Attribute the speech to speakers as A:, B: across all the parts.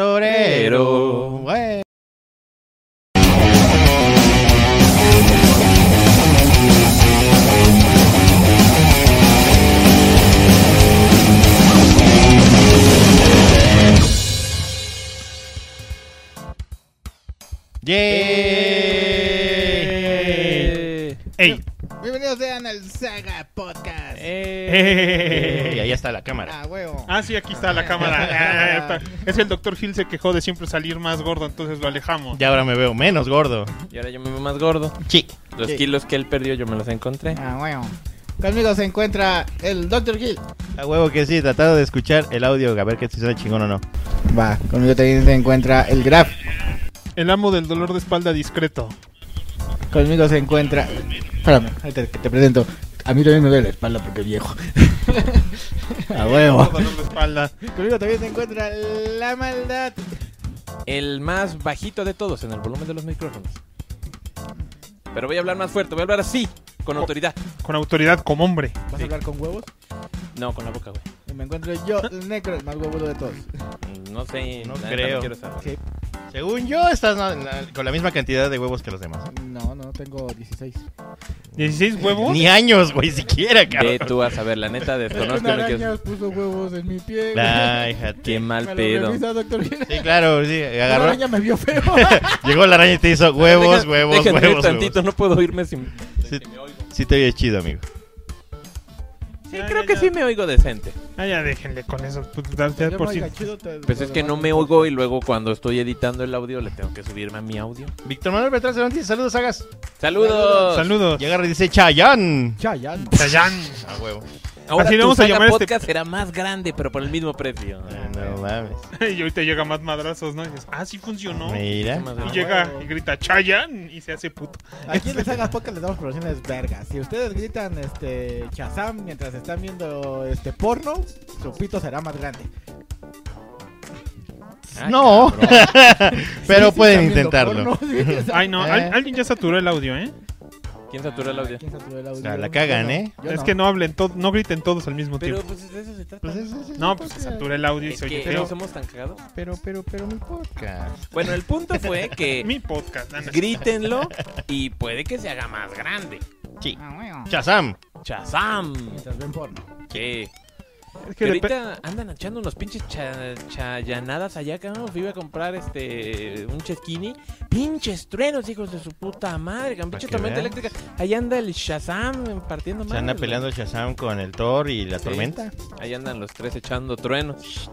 A: Comentorero. Bueno. ¡Yay!
B: ¡Ey!
C: Bienvenidos sean al Saga Podcast.
B: Eh.
A: Y ahí está la cámara.
C: Eh. Ah, huevo.
B: Ah, sí, aquí está la cámara. Ah, está. Es que el doctor Phil se quejó de siempre salir más gordo, entonces lo alejamos.
A: Ya ahora me veo menos gordo.
D: Y ahora yo me veo más gordo.
A: Sí.
D: Los
C: Sí.
D: kilos que él perdió yo me los encontré.
C: Ah, huevo. Conmigo se encuentra el Dr. Gil.
A: A huevo que sí, tratado de escuchar el audio, a ver que si suena chingón o no.
C: Va, conmigo también se encuentra el Graf.
B: El amo del dolor de espalda discreto.
C: Conmigo se encuentra. Espérame, ahí te, te presento. A mí también me duele la espalda porque viejo. A huevo.
B: Dolor de espalda.
C: Conmigo también se encuentra la maldad.
D: El más bajito de todos en el volumen de los micrófonos. Pero voy a hablar más fuerte, voy a hablar así, con autoridad.
B: Con autoridad como hombre.
C: ¿Vas a hablar con huevos?
D: No, con la boca, güey.
C: Y me encuentro yo, el necro, el más huevudo de todos.
D: No sé,
A: No
D: la neta
A: creo.
D: quiero saber.
C: ¿Qué?
A: Según yo, estás na- na- con la misma cantidad de huevos que los demás.
C: No, no, tengo 16.
B: 16 huevos.
A: Ni años, güey, siquiera, cabrón.
D: Ve tú a saber, la neta desconozco.
C: Una
D: no
C: araña
D: quiero-
C: puso huevos en mi pie.
A: Ay, jate.
D: Qué mal
C: me lo
D: pedo.
C: revisa, doctor Gil.
A: Sí, claro, sí,
C: La
A: agarró.
C: araña me vio feo.
A: Llegó la araña y te hizo huevos,
D: Deja-
A: huevos,
D: déjenme ir
A: huevos,
D: tantito,
A: huevos.
D: no puedo oírme sin...
A: Sí, sí te oye chido, amigo.
D: Sí,
B: Ya,
D: creo
B: ya,
D: que
B: ya.
D: sí me oigo decente.
B: Ah, ya déjenle con eso. pues, da-
C: Yo
B: ya
C: me
B: por
C: oiga
B: sí.
C: chido, te-
D: Pues
C: te
D: es que no
C: levanto.
D: me oigo y luego cuando estoy editando el audio le tengo que subirme a mi audio.
A: Víctor Manuel Petral Cervantes, dice, saludos, Sagas.
D: ¡Saludos!
B: Saludos.
A: Y agarra y dice Chayán.
C: Ya, ya. no.
B: Chayán.
A: A huevo.
D: Ahora
B: Así le
D: tu
B: vamos a
D: saga
B: llamar a este-
D: podcast será más grande, pero por el mismo precio.
A: Ah,
D: Eh,
A: No mames.
B: y ahorita llega más madrazos, ¿no? Y dices, ah, sí funcionó. Y
A: Mira.
D: ¿eh? Más grande.
B: llega y grita Chayan y se hace puto.
C: Aquí en las sagas podcast les damos proporciones vergas. Si ustedes gritan este Shazam mientras están viendo este porno, su pito será más grande.
D: Ah,
A: No.
D: cabrón.
A: Pero
C: Sí, sí,
A: pueden
C: están viendo
A: intentarlo.
C: porno, sí, o sea,
B: Ay, no, al-
A: Eh.
B: alguien ya saturó el audio, ¿eh?
D: ¿Quién saturó el audio?
C: ¿quién saturó el audio?
A: O sea, la cagan,
C: Yo no,
A: ¿eh?
C: yo
B: es que no hablen, to- no griten todos al mismo
D: Pero
B: tiempo.
D: pues de eso se trata.
A: Pues eso, eso,
B: No,
A: eso,
B: pues se
A: o sea,
B: satura el audio y
D: es
B: se oye
D: que no
B: feo.
D: somos tan cagados.
A: Pero, pero, pero mi podcast.
D: Bueno, el punto fue que
B: Mi podcast. ah, no.
D: grítenlo y puede que se haga más grande.
C: Ah, bueno.
A: Chazam.
D: ¡Chazam!
C: Mientras ven porno.
D: Sí.
B: Es que
D: Que
B: depe-
D: ahorita andan echando unos pinches cha- chayanadas allá, cabrón. Fui a comprar este un chesquini. Pinches truenos, hijos de su puta madre, cabrón.
A: Pa'
D: Pinche
A: que
D: tormenta
A: veas.
D: eléctrica. Ahí anda el Shazam eh, partiendo
A: Se
D: más.
A: anda peleando el Shazam con el Thor y la
D: Sí.
A: tormenta.
D: Ahí andan los tres echando truenos.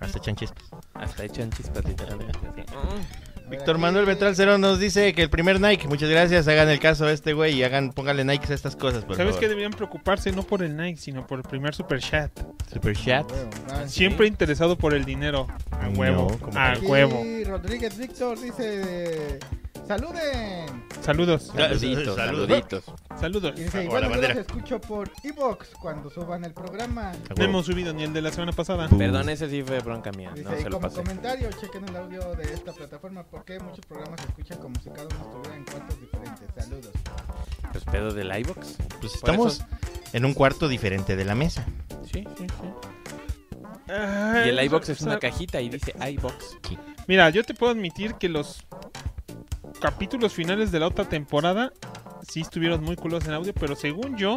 A: Hasta echan chispas.
D: Hasta echan chispas, literalmente. así.
A: Víctor Manuel Ventral Cero nos dice que el primer Nike, muchas gracias, hagan el caso a este güey y hagan, pónganle Nikes a estas cosas, por
B: ¿Sabes qué
A: favor.
B: deberían preocuparse? No por el Nike, sino por el primer super chat.
A: Super chat.
C: Huevo, ah,
B: Siempre interesado por el dinero. A
A: No,
B: huevo.
A: como
B: a
A: que-
C: Aquí
B: huevo.
C: Rodríguez Víctor dice: ¡Saluden!
B: Saludos.
A: Claro,
D: Saluditos,
A: saludos.
D: saluditos.
B: Saludos.
C: Y dice:
A: Con
C: Igual
A: la
C: yo
A: bandera.
C: los escucho por Evox cuando suban el programa.
A: A
B: No
A: huevo.
B: hemos subido ni el de la semana pasada.
D: Perdón, ese sí fue bronca mía.
C: Dice,
D: No
C: y
D: se lo
C: como
D: pasé.
C: comentario, chequen el audio de esta plataforma porque muchos programas se escuchan como si cada uno estuviera en cuartos diferentes. Saludos.
D: Pues pedo del iBox.
A: Pues
D: Por
A: estamos en un cuarto diferente de la mesa.
D: Sí, sí, sí.
B: Ay,
D: Y el iBox es una
B: sa-
D: cajita y dice iBox.
B: Mira, yo te puedo admitir que los capítulos finales de la otra temporada sí estuvieron muy culos en audio, pero según yo,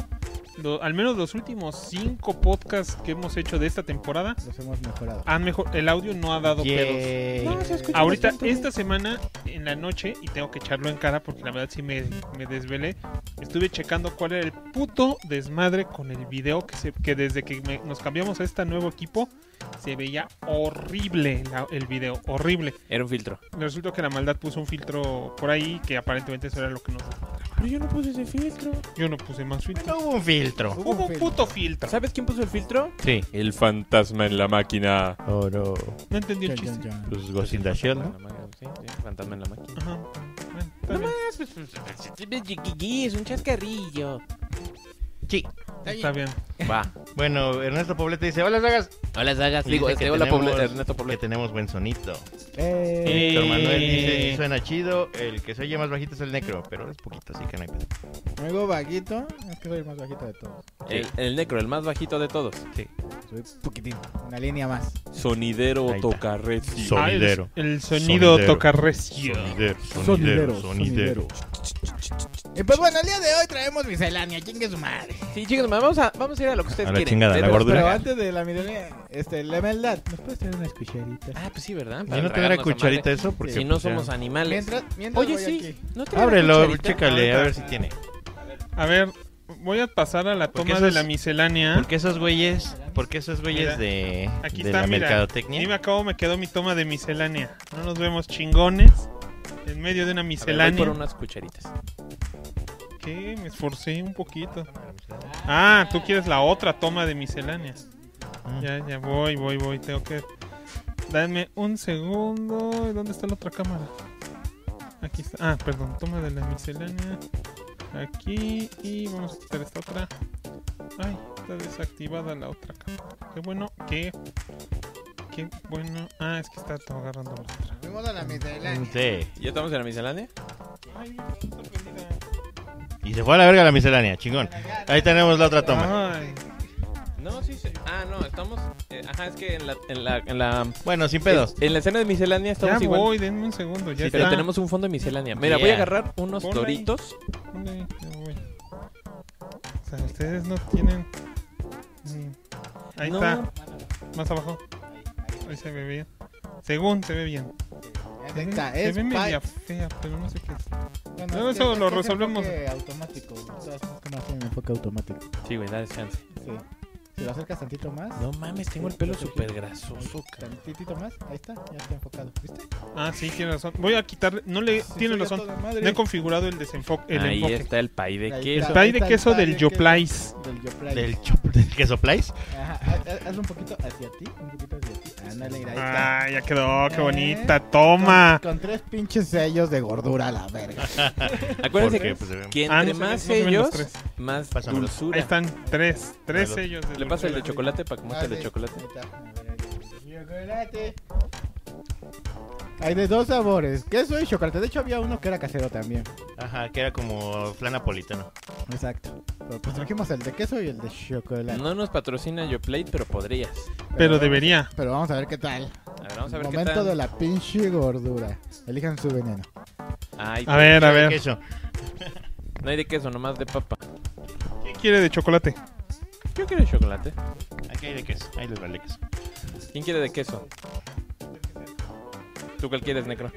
B: lo- al menos los últimos cinco podcasts que hemos hecho de esta temporada,
C: Los hemos mejorado.
B: han mejor, el audio no ha dado pedos.
A: Yay. Ah,
D: No, se escucha
B: Ahorita,
D: bastante bien.
B: esta semana, en la noche, y tengo que echarlo en cara porque la verdad sí me, me desvelé, estuve checando cuál era el puto desmadre con el video que, se, que desde que me- nos cambiamos a este nuevo equipo, se veía horrible la- el video, horrible.
D: Era un filtro.
B: Resultó que la maldad puso un filtro por ahí que aparentemente eso era lo que nos...
D: Pero yo no puse ese filtro.
B: Yo no puse más filtro.
A: No hubo un filtro.
C: Hubo un
B: Hubo un
C: filtro.
B: puto filtro.
D: ¿Sabes quién puso el filtro?
A: Sí.
D: El fantasma en la máquina.
A: Oh, no.
B: No entendí el
C: Chan,
B: chiste.
C: chan, chan.
A: Pues Ghost in the Shell, ¿no?
D: Sí, sí, fantasma en la máquina.
B: Ajá. Bueno, está
D: No
B: bien.
D: más, pues, pues, pues, es un chascarrillo.
A: Sí.
B: Está bien.
D: Va.
A: Bueno, Ernesto Poblete dice, hola Sagas.
D: Hola, Zagas.
A: Y
D: Digo,
A: dice
D: este,
A: que
D: hola,
A: tenemos-
D: Poble- Ernesto
A: Que
D: Poblete.
A: tenemos buen sonito.
C: Eh,
A: Víctor
B: Eh.
A: Manuel dice, "Sí suena chido, el que se oye más bajito es el necro, pero es poquito, así que no hay pedo.
C: Amigo vaguito, es que soy el más bajito de todos.
D: El, el necro, el más bajito de todos.
C: Soy poquitín, una línea más.
D: Sonidero
A: Ahí está.
D: tocarreti.
E: So-
B: Ah, el-
E: Sonidero.
B: el, sonido
E: Sonidero.
B: toca recio.
E: Sonidero,
C: Sonidero,
E: sonidero, sonidero.
C: Y pues bueno, el día de hoy traemos miscelánea, chingue su madre.
D: Sí, chicos, vamos a, vamos a ir a lo que ustedes
E: A la
D: quieren.
E: chingada,
D: De
E: la
D: verdad.
E: gordura.
C: Pero antes de la miscelánea, este, la maldad, ¿nos puedes traer unas cucharitas?
D: Ah, pues sí,
A: Y
D: ¿verdad? Para
A: no tendrá
D: tragarnos a
A: cucharita
D: madre.
A: eso porque...
D: Si no
A: pues, ya-
D: somos animales.
C: Mientras, mientras
D: Oye,
C: voy
D: sí.
C: aquí.
D: ¿no tendrá
A: Ábrelo,
D: cucharita? Ah,
B: eh,
A: chécale, a ver si tiene.
B: A ver, voy a pasar a la
A: Porque
B: toma
A: eso
B: de
A: es-
B: la miscelánea.
A: Porque esos güeyes, porque esos
B: ¿Ah? Mira,
A: güeyes de,
B: Aquí
A: de
B: está,
A: la
B: mira.
A: mercadotecnia.
B: Dime cómo me quedó mi toma de miscelánea. No nos vemos chingones. En medio de una
D: A ver, voy
B: miscelánea.
D: por unas cucharitas.
B: ¿Qué? Me esforcé un poquito. Ah, tú quieres la otra toma de miscelánea.
D: Mm.
A: Ah.
B: Ya, ya voy, voy, voy. Tengo que. Dame un segundo. ¿Dónde está la otra cámara? Aquí está. Ah, perdón. Toma de la miscelánea. Aquí. Y vamos a quitar esta otra. Ay, está desactivada la otra cámara. Qué bueno que. Qué bueno. Ah, es que está agarrando la otra.
C: Fuimos a la miscelánea.
A: Mm, Sí.
D: ¿Ya estamos en la miscelánea?
B: Ay, mira, está prendida.
A: Y se fue a la verga la miscelánea, chingón. Ahí tenemos la otra toma.
B: Ay,
D: No, sí. se- Ah, no, estamos. eh, ajá, es que en la. En la, en la
A: Bueno, sin pedos.
D: En la escena de miscelánea
B: ya
D: estamos
B: voy,
D: igual.
B: denme un segundo. Ya
D: Sí,
B: está.
D: pero tenemos un fondo de miscelánea. Mira, voy a
A: Yeah.
D: agarrar unos
B: Ponla ahí.
D: doritos.
B: Ándale, ya voy. O sea, ustedes no tienen. Mm. Ahí
D: No.
B: está. Más abajo. Ahí se ve bien. Según se ve bien. Se ve,
C: Esta
B: se
C: es
B: ve media
C: pa-
B: fea, pero no sé qué es.
C: Bueno,
B: No,
C: es
B: eso
C: que-
B: lo
C: es que es
B: resolvemos.
C: enfoque automático. Todas estas cámaras tienen enfoque automático.
D: Sí, güey, dale chance.
C: Sí. Si lo acercas tantito más.
D: No mames, tengo el pelo súper grasoso, cabrón.
C: Tantitito más, ahí está, ya está enfocado. ¿Viste?
B: Ah, sí, tiene razón. Voy a quitarle. No le.
C: Sí,
B: tiene
C: soy a
B: razón.
C: toda madre.
B: No he configurado el desenfoque. El
D: Ahí
B: enfoque.
D: está el pay de
C: Ahí
D: queso.
C: está.
B: Está ahí de
C: Está el
B: queso
C: pay
B: del
C: de queso.
B: Yoplais.
C: Del Yoplait.
A: Del chop, del queso place.
C: Ajá, haz- haz- hazlo un poquito hacia ti, un poquito hacia ti. Ándale, mira, ahí está.
B: Ah, ya quedó. Qué
C: Eh.
B: bonita. Toma.
C: Con, con tres pinches sellos de gordura a la verga.
D: Acuérdense
A: Porque,
D: que,
A: pues, se ve-
D: que
B: Ah, no se
D: entre
B: ven- no
D: más
B: se ven
D: sellos,
B: los tres.
D: más
A: Pásamelo.
B: Ahí
D: dulzura.
B: están tres. Tres
A: Dale.
B: sellos. de
D: Le paso el de
B: dulzura.
D: chocolate para que muestre el
C: Ah,
D: de
C: sí,
D: chocolate.
C: ahí está, a ver, ahí está. Chocolate. Hay de dos sabores, queso y chocolate. De hecho, había uno que era casero también.
A: Ajá, que era como flan napolitano.
C: Exacto. Pero pues trajimos el de queso y el de chocolate.
D: No nos patrocina YoPlate, pero podrías.
B: Pero
C: vamos-
B: debería.
C: Pero vamos a ver qué tal.
D: A ver, vamos a ver qué
C: Momento de
D: tal.
C: la pinche gordura. Elijan su veneno.
D: Ay,
B: A ver, a ver.
A: Queso.
D: No hay de queso, nomás de papa.
B: ¿Qué quiere de chocolate?
D: Yo quiero de chocolate.
A: Aquí hay de queso. Ahí les vale queso.
D: ¿Quién quiere de queso? ¿Tú cuál quieres, Necro?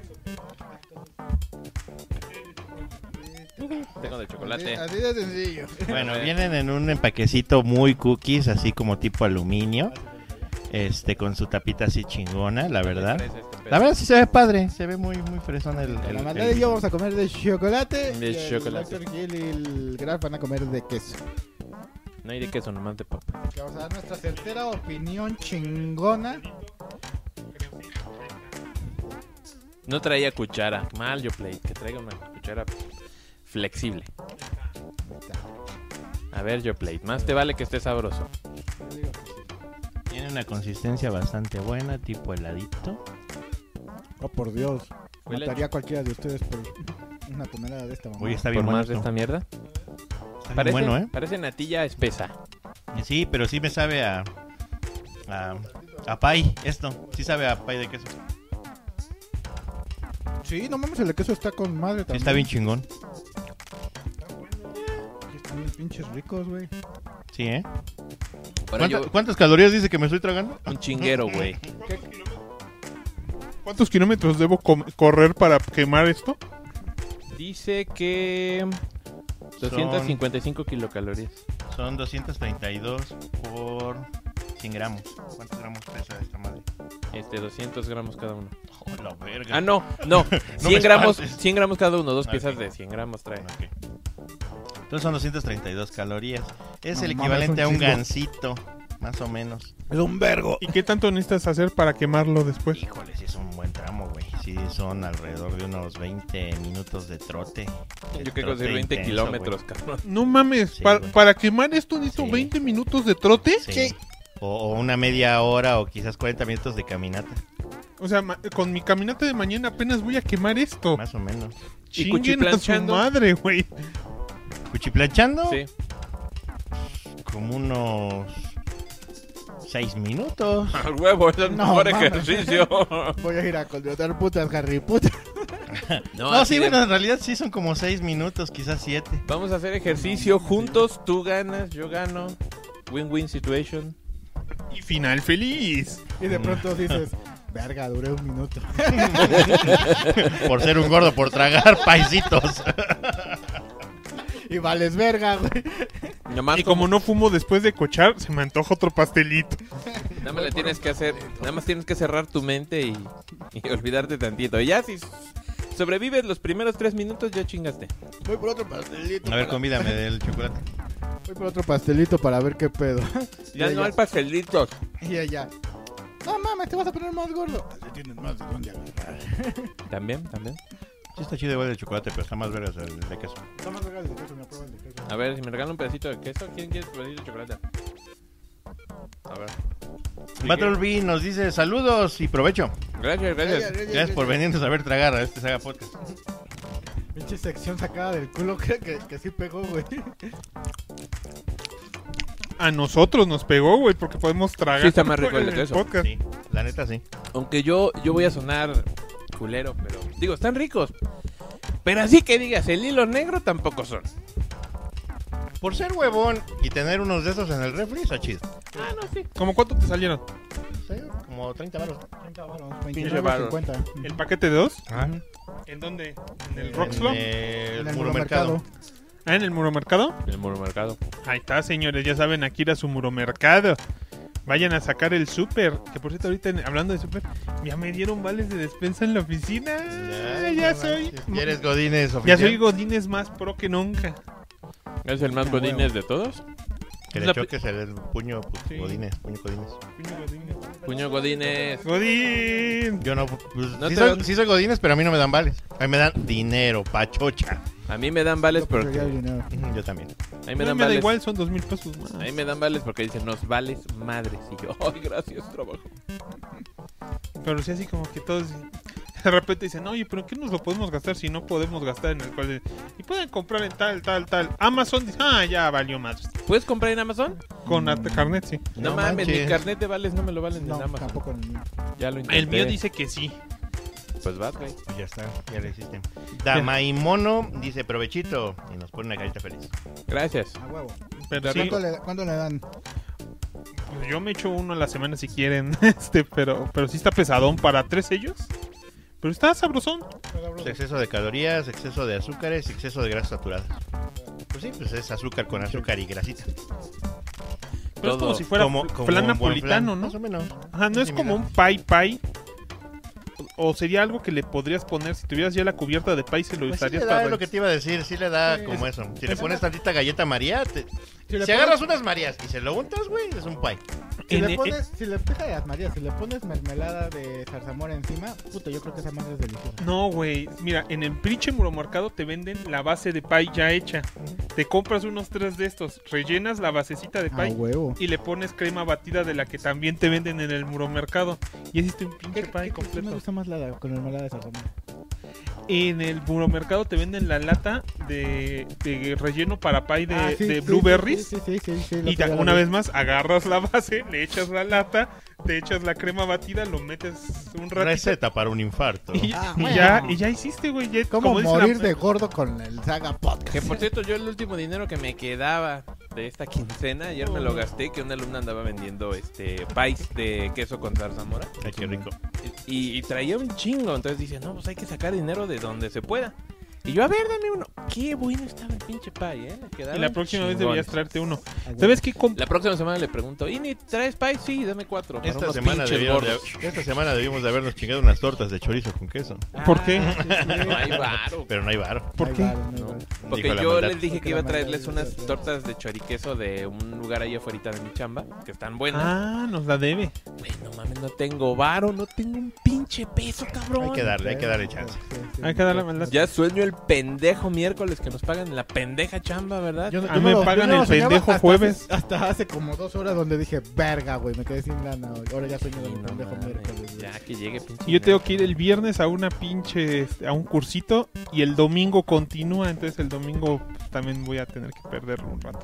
D: Tengo de chocolate.
C: Así de sencillo.
A: Bueno, vienen en un empaquecito muy cookies, así como tipo aluminio. Este, con su tapita así chingona, la verdad.
D: este
A: La verdad sí se ve padre, se ve muy, muy fresón el,
C: Con
A: el-
C: la maldad
A: el-
C: de yo vamos a comer de chocolate.
D: De
C: y el
D: chocolate.
C: Dr. Gil y el Graf van a comer de queso.
D: No hay de queso, nomás de papa.
C: Que vamos a dar nuestra certera opinión chingona.
D: No traía cuchara. Mal, YoPlate. Que traiga una cuchara flexible.
C: Ahí está.
D: A ver, YoPlate. Más te vale que esté sabroso.
C: Yo digo que sí.
A: Tiene una consistencia bastante buena, tipo heladito.
C: Oh, por Dios.
D: Huele
C: Mataría a cualquiera de ustedes por una tonelada de esta mamá.
A: Oye, está
D: Por
A: bien bueno.
D: más de
A: esto.
D: esta mierda.
A: Está bien
D: Parece,
A: bueno, ¿eh?
D: parece natilla espesa.
A: Sí, pero sí me sabe a. a. a pay, esto. Sí sabe a pay de queso. Sí,
C: Sí, no mames, el de queso está con madre también.
A: está bien chingón.
C: Están bien pinches ricos, güey.
A: Sí, ¿eh? ¿Cuánta-
D: Ahora yo-
A: ¿Cuántas calorías dice que me estoy tragando?
D: un chinguero, güey.
B: ¿Cuántos kilómetros debo com- correr para quemar esto?
D: Dice que 255 kilocalorías.
A: Son 232 por 100 gramos. ¿Cuántos gramos pesa esta madre?
D: Este, 200 gramos cada uno.
A: Oh, la verga.
D: Ah, no, no. 100
A: me
D: gramos,
A: espantes.
D: 100 gramos cada uno. Dos
A: Ah,
D: piezas
A: ok.
D: de 100 gramos trae.
A: Ok. Entonces son 232 calorías. Es
C: No
A: el
C: mames,
A: equivalente
C: un
A: a un
C: chingo.
A: gansito, más o menos.
C: Es un vergo.
B: ¿Y qué tanto necesitas hacer para quemarlo
C: Pues
B: después?
A: Híjole, sí es un buen tramo, güey. Sí son alrededor de unos 20 minutos de trote.
D: Yo creo que hacer 20 kilómetros, cabrón.
B: No mames,
A: Sí,
B: para,
A: güey.
B: para quemar esto necesito
A: Sí.
B: 20 minutos de trote.
A: Sí. O, o una media hora o quizás 40 minutos de caminata,
B: O sea, ma- con mi caminata de mañana apenas voy a quemar esto.
C: Oh.
A: más o menos.
B: Chinguen a su
D: cuchiplanchando.
B: madre, güey.
A: Cuchiplachando
D: Sí.
A: como unos 6 minutos.
D: Al huevo, es el
E: No,
D: mejor
E: mames.
D: ejercicio.
E: Voy a ir a contratar putas, Harry Potter.
A: No, sí,
D: así de-
A: bueno, en realidad sí son como 6 minutos, quizás 7.
D: Vamos a hacer ejercicio juntos. Tú ganas, yo gano. Win-win situation.
B: Y final feliz.
E: Y de pronto dices, verga, duré un minuto.
A: Por ser un gordo, por tragar paisitos.
E: Y vales verga, güey.
D: Nomás
B: Y como no fumo después de cochar, se me antoja otro pastelito.
D: Nada más le tienes que hacer, nada más tienes que cerrar tu mente y, y olvidarte tantito. Y ya si sobrevives los primeros tres minutos, ya chingaste.
E: Voy por otro pastelito.
A: A ver,
E: para-
A: convídame del chocolate.
E: Voy por otro pastelito para ver qué pedo.
D: Ya
E: Ya,
D: no
E: ya.
D: al pastelito.
E: Y ella, no mames, te vas a poner más gordo. Así tienes más de dónde agarrar.
D: También, también.
A: Sí está chido igual el chocolate, pero está más vergas el de queso.
E: Está más verga el de queso, me aprueba el de queso.
D: A ver, si me regalan un pedacito de queso, ¿quién quiere un pedacito de chocolate? A ver.
A: Battlebee nos dice saludos y provecho.
D: Gracias, gracias.
A: Gracias por venirnos a ver tragar a este Saga Podcast.
E: Pinche sección sacada del culo que, que, que sí pegó, güey.
B: A nosotros nos pegó, güey, porque podemos tragar.
D: Sí, está más rico el de
B: en
D: queso.
B: podcast.
A: Sí, la neta sí.
D: Aunque yo, yo voy a sonar culero, pero digo, están ricos. Pero así que digas, el hilo negro tampoco son.
A: Por ser huevón y tener unos de esos en el refri, está chido.
D: Ah, no, sí.
B: ¿Cómo cuánto te salieron?
A: Sí, como 30 baros.
E: 30
D: Pinche barro.
E: 50.
B: ¿El paquete de dos?
D: Ah.
B: ¿En dónde? ¿En el Roxlo?
A: En el, muro mercado.
B: Ah, en el Muro Mercado.
D: El muro mercado.
B: Ahí está, señores, ya saben, aquí era su muro mercado. Vayan a sacar el súper. Que por cierto, ahorita en- hablando de súper, ya me dieron vales de despensa en la oficina. Ya,
A: no
B: soy.
A: manches. Ya eres Godínez
B: Ya
A: oficial.
B: soy Godines más pro que nunca.
D: ¿Es el más
E: Ah, huevo.
D: godines de todos?
A: Que le
D: La-
A: choques el, el puño pues,
B: Sí.
A: Godínez, puño Godínez.
D: Puño godines.
B: Godín.
A: Yo no, pues,
D: No
A: sí,
D: te
A: soy,
D: veo-
A: sí soy Godínez, pero a mí no me dan vales. A mí me dan dinero, pachocha.
D: A mí me dan vales porque...
E: Pero
A: Ujú, Yo también.
D: A mí
B: No,
D: me
B: Me,
D: dan
B: da
D: vales.
B: igual, son dos mil pesos más.
D: A mí me dan vales porque dicen, nos vales madres. Y yo, ay, gracias, trabajo.
B: Pero sí, así como que todos de repente dicen, oye, pero ¿qué nos lo podemos gastar si no podemos gastar en el cual? Y pueden comprar en tal, tal, tal. Amazon dice, ah, ya valió más.
D: ¿Puedes comprar en Amazon?
B: Con la carnet, sí.
D: No,
A: No
D: mames,
A: manches.
D: mi carnet de vales no me lo valen
E: No,
D: en Amazon.
E: tampoco en el mío.
D: Ya lo intenté.
B: El mío dice que sí.
D: Pues va, güey.
A: Pues ya está, ya le hiciste. Damaimono dice provechito y nos pone una carita feliz.
D: Gracias.
E: A huevo.
B: Pero sí,
E: ¿Cuánto, le, cuánto le dan?
B: Pues Yo me echo uno a la semana si quieren, este, pero, pero sí está pesadón para tres sellos. Pero está sabrosón.
A: Pues, exceso de calorías, exceso de azúcares, exceso de grasas saturadas. Pues sí, pues es azúcar con azúcar y grasita.
B: Pero es
D: Todo.
B: como si fuera fl- flan
A: un buen
B: napolitano,
A: flan, Más o
B: ¿no?
A: menos.
B: Ajá, no es
A: Sí,
B: como
A: mira. Pues
B: un pie pie. O o sería algo que le podrías poner, si tuvieras ya la cubierta de pie, se lo
A: Pues sí
B: usarías
A: le da,
B: para...
A: es lo que te iba a decir, sí le da como eso. Si le
E: es
A: pones
E: una-
A: tantita galleta María, te- si
E: Si le
A: agarras unas Marías y se lo untas, güey, es un pie.
E: Si
B: en- e,
E: le pones, si le deja de las Marías, si le pones mermelada de zarzamora encima, puta, yo creo que esa madre es deliciosa.
B: No, güey. Mira, en el pinche muromercado te venden la base de pie ya hecha. Te compras unos tres de estos, rellenas la basecita
A: Ah,
B: de
E: A
B: pie
E: Ah, huevo.
B: y le pones crema batida de la que también te venden en el muromercado. Y hiciste un pinche pie
E: Me
B: completo.
E: gusta más la de- con mermelada de zarzamora.
B: En el buromercado te venden la lata de, de relleno para pie de,
E: Ah, sí,
B: de
E: sí,
B: blueberries.
E: Sí, sí, sí. sí, sí, la
B: Y
E: otra
B: ta-
E: ya la
B: una
E: vi.
B: vez más agarras la base, le echas la lata, te echas la crema batida, lo metes un ratito
A: Receta para un infarto.
B: y,
E: Ah,
B: y
E: bueno.
B: ya, y ya hiciste, güey. ya-
E: ¿Cómo
B: como dice la-
E: morir de gordo con el Saga Podcast?
D: Que por cierto, yo el último dinero que me quedaba de esta quincena, ayer me lo gasté, que una alumna andaba vendiendo este pies de queso con zarzamora.
A: Ay, qué rico.
D: Y, y traía un chingo, entonces dije, no, pues hay que sacar dinero de donde se pueda. Y yo, a ver, dame uno. Qué bueno estaba el pinche pie, ¿eh? Me quedaron
B: Y la próxima vez
D: chingones.
B: deberías traerte uno.
E: Ah, güey.
B: ¿Sabes qué? comp-
D: La próxima semana le pregunto, ¿y ni traes pie? Sí, dame cuatro. para
A: Esta
D: unos
A: semana,
D: pinches
A: debieron de-
D: gordos".
A: esta semana debimos de habernos chingado unas tortas de chorizo con queso.
B: ¿Por qué?
D: Ah, sí, sí. No hay varo.
A: Pero no hay varo.
B: ¿Por
E: Ahí
B: qué?
E: va, ahí va.
D: Porque
A: Dijo la
D: yo
A: maldad.
D: les dije que
C: Porque
D: iba a
C: la maldad
D: traerles
C: dice
D: unas
C: otra.
D: tortas de choriqueso de un lugar ahí afuera de mi chamba, que están buenas.
B: Ah, nos la debe.
D: Güey, no mames, no tengo varo, no tengo un pinche peso, cabrón.
A: Hay que darle, hay que darle chance.
B: Hay que darle maldad.
D: Ya sueño el pendejo miércoles que nos pagan la pendeja chamba, ¿verdad?
B: A mí me pagan el pendejo jueves.
C: Hasta, hace como dos horas donde dije, verga, güey, me quedé sin lana. güey. Ahora ya sueño
D: Sí,
C: del
D: no
C: pendejo
D: mames,
C: miércoles. güey.
D: ya que llegue, pinche.
B: Y yo tengo que ir el viernes a una pinche, este, a un cursito y el domingo continúa, entonces el domingo pues, también voy a tener que perderlo un rato.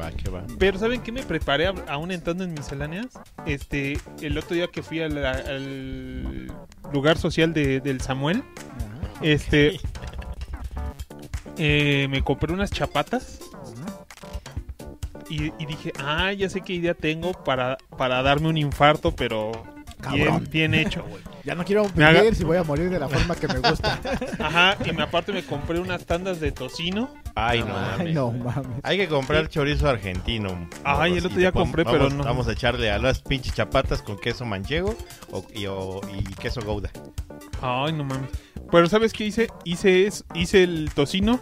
A: Va, que va.
B: Pero ¿saben qué me preparé ab- aún entrando en misceláneas? Este, el otro día que fui a la- al lugar social de- del Samuel,
C: Ajá,
B: este, eh, me compré unas chapatas
C: ajá.
B: y, y dije, ah, ya sé qué idea tengo para, para darme un infarto, pero bien,
C: Cabrón.
B: bien hecho.
C: Ya no quiero
B: Me
C: vivir
B: haga-
C: si voy a morir de la forma que me gusta.
B: Ajá, y me, aparte me compré unas tandas de tocino.
A: Ay, no
C: Ay,
A: mames.
C: no mames.
A: Hay que comprar chorizo argentino. Pues,
B: Ay, el otro día
A: Y le pon-
B: compré,
A: vamos-
B: pero no.
A: Vamos a echarle a las pinches chapatas con queso manchego o- y, o- y queso gouda.
B: Ay, no mames. Pero ¿sabes qué hice? Hice es, hice el tocino,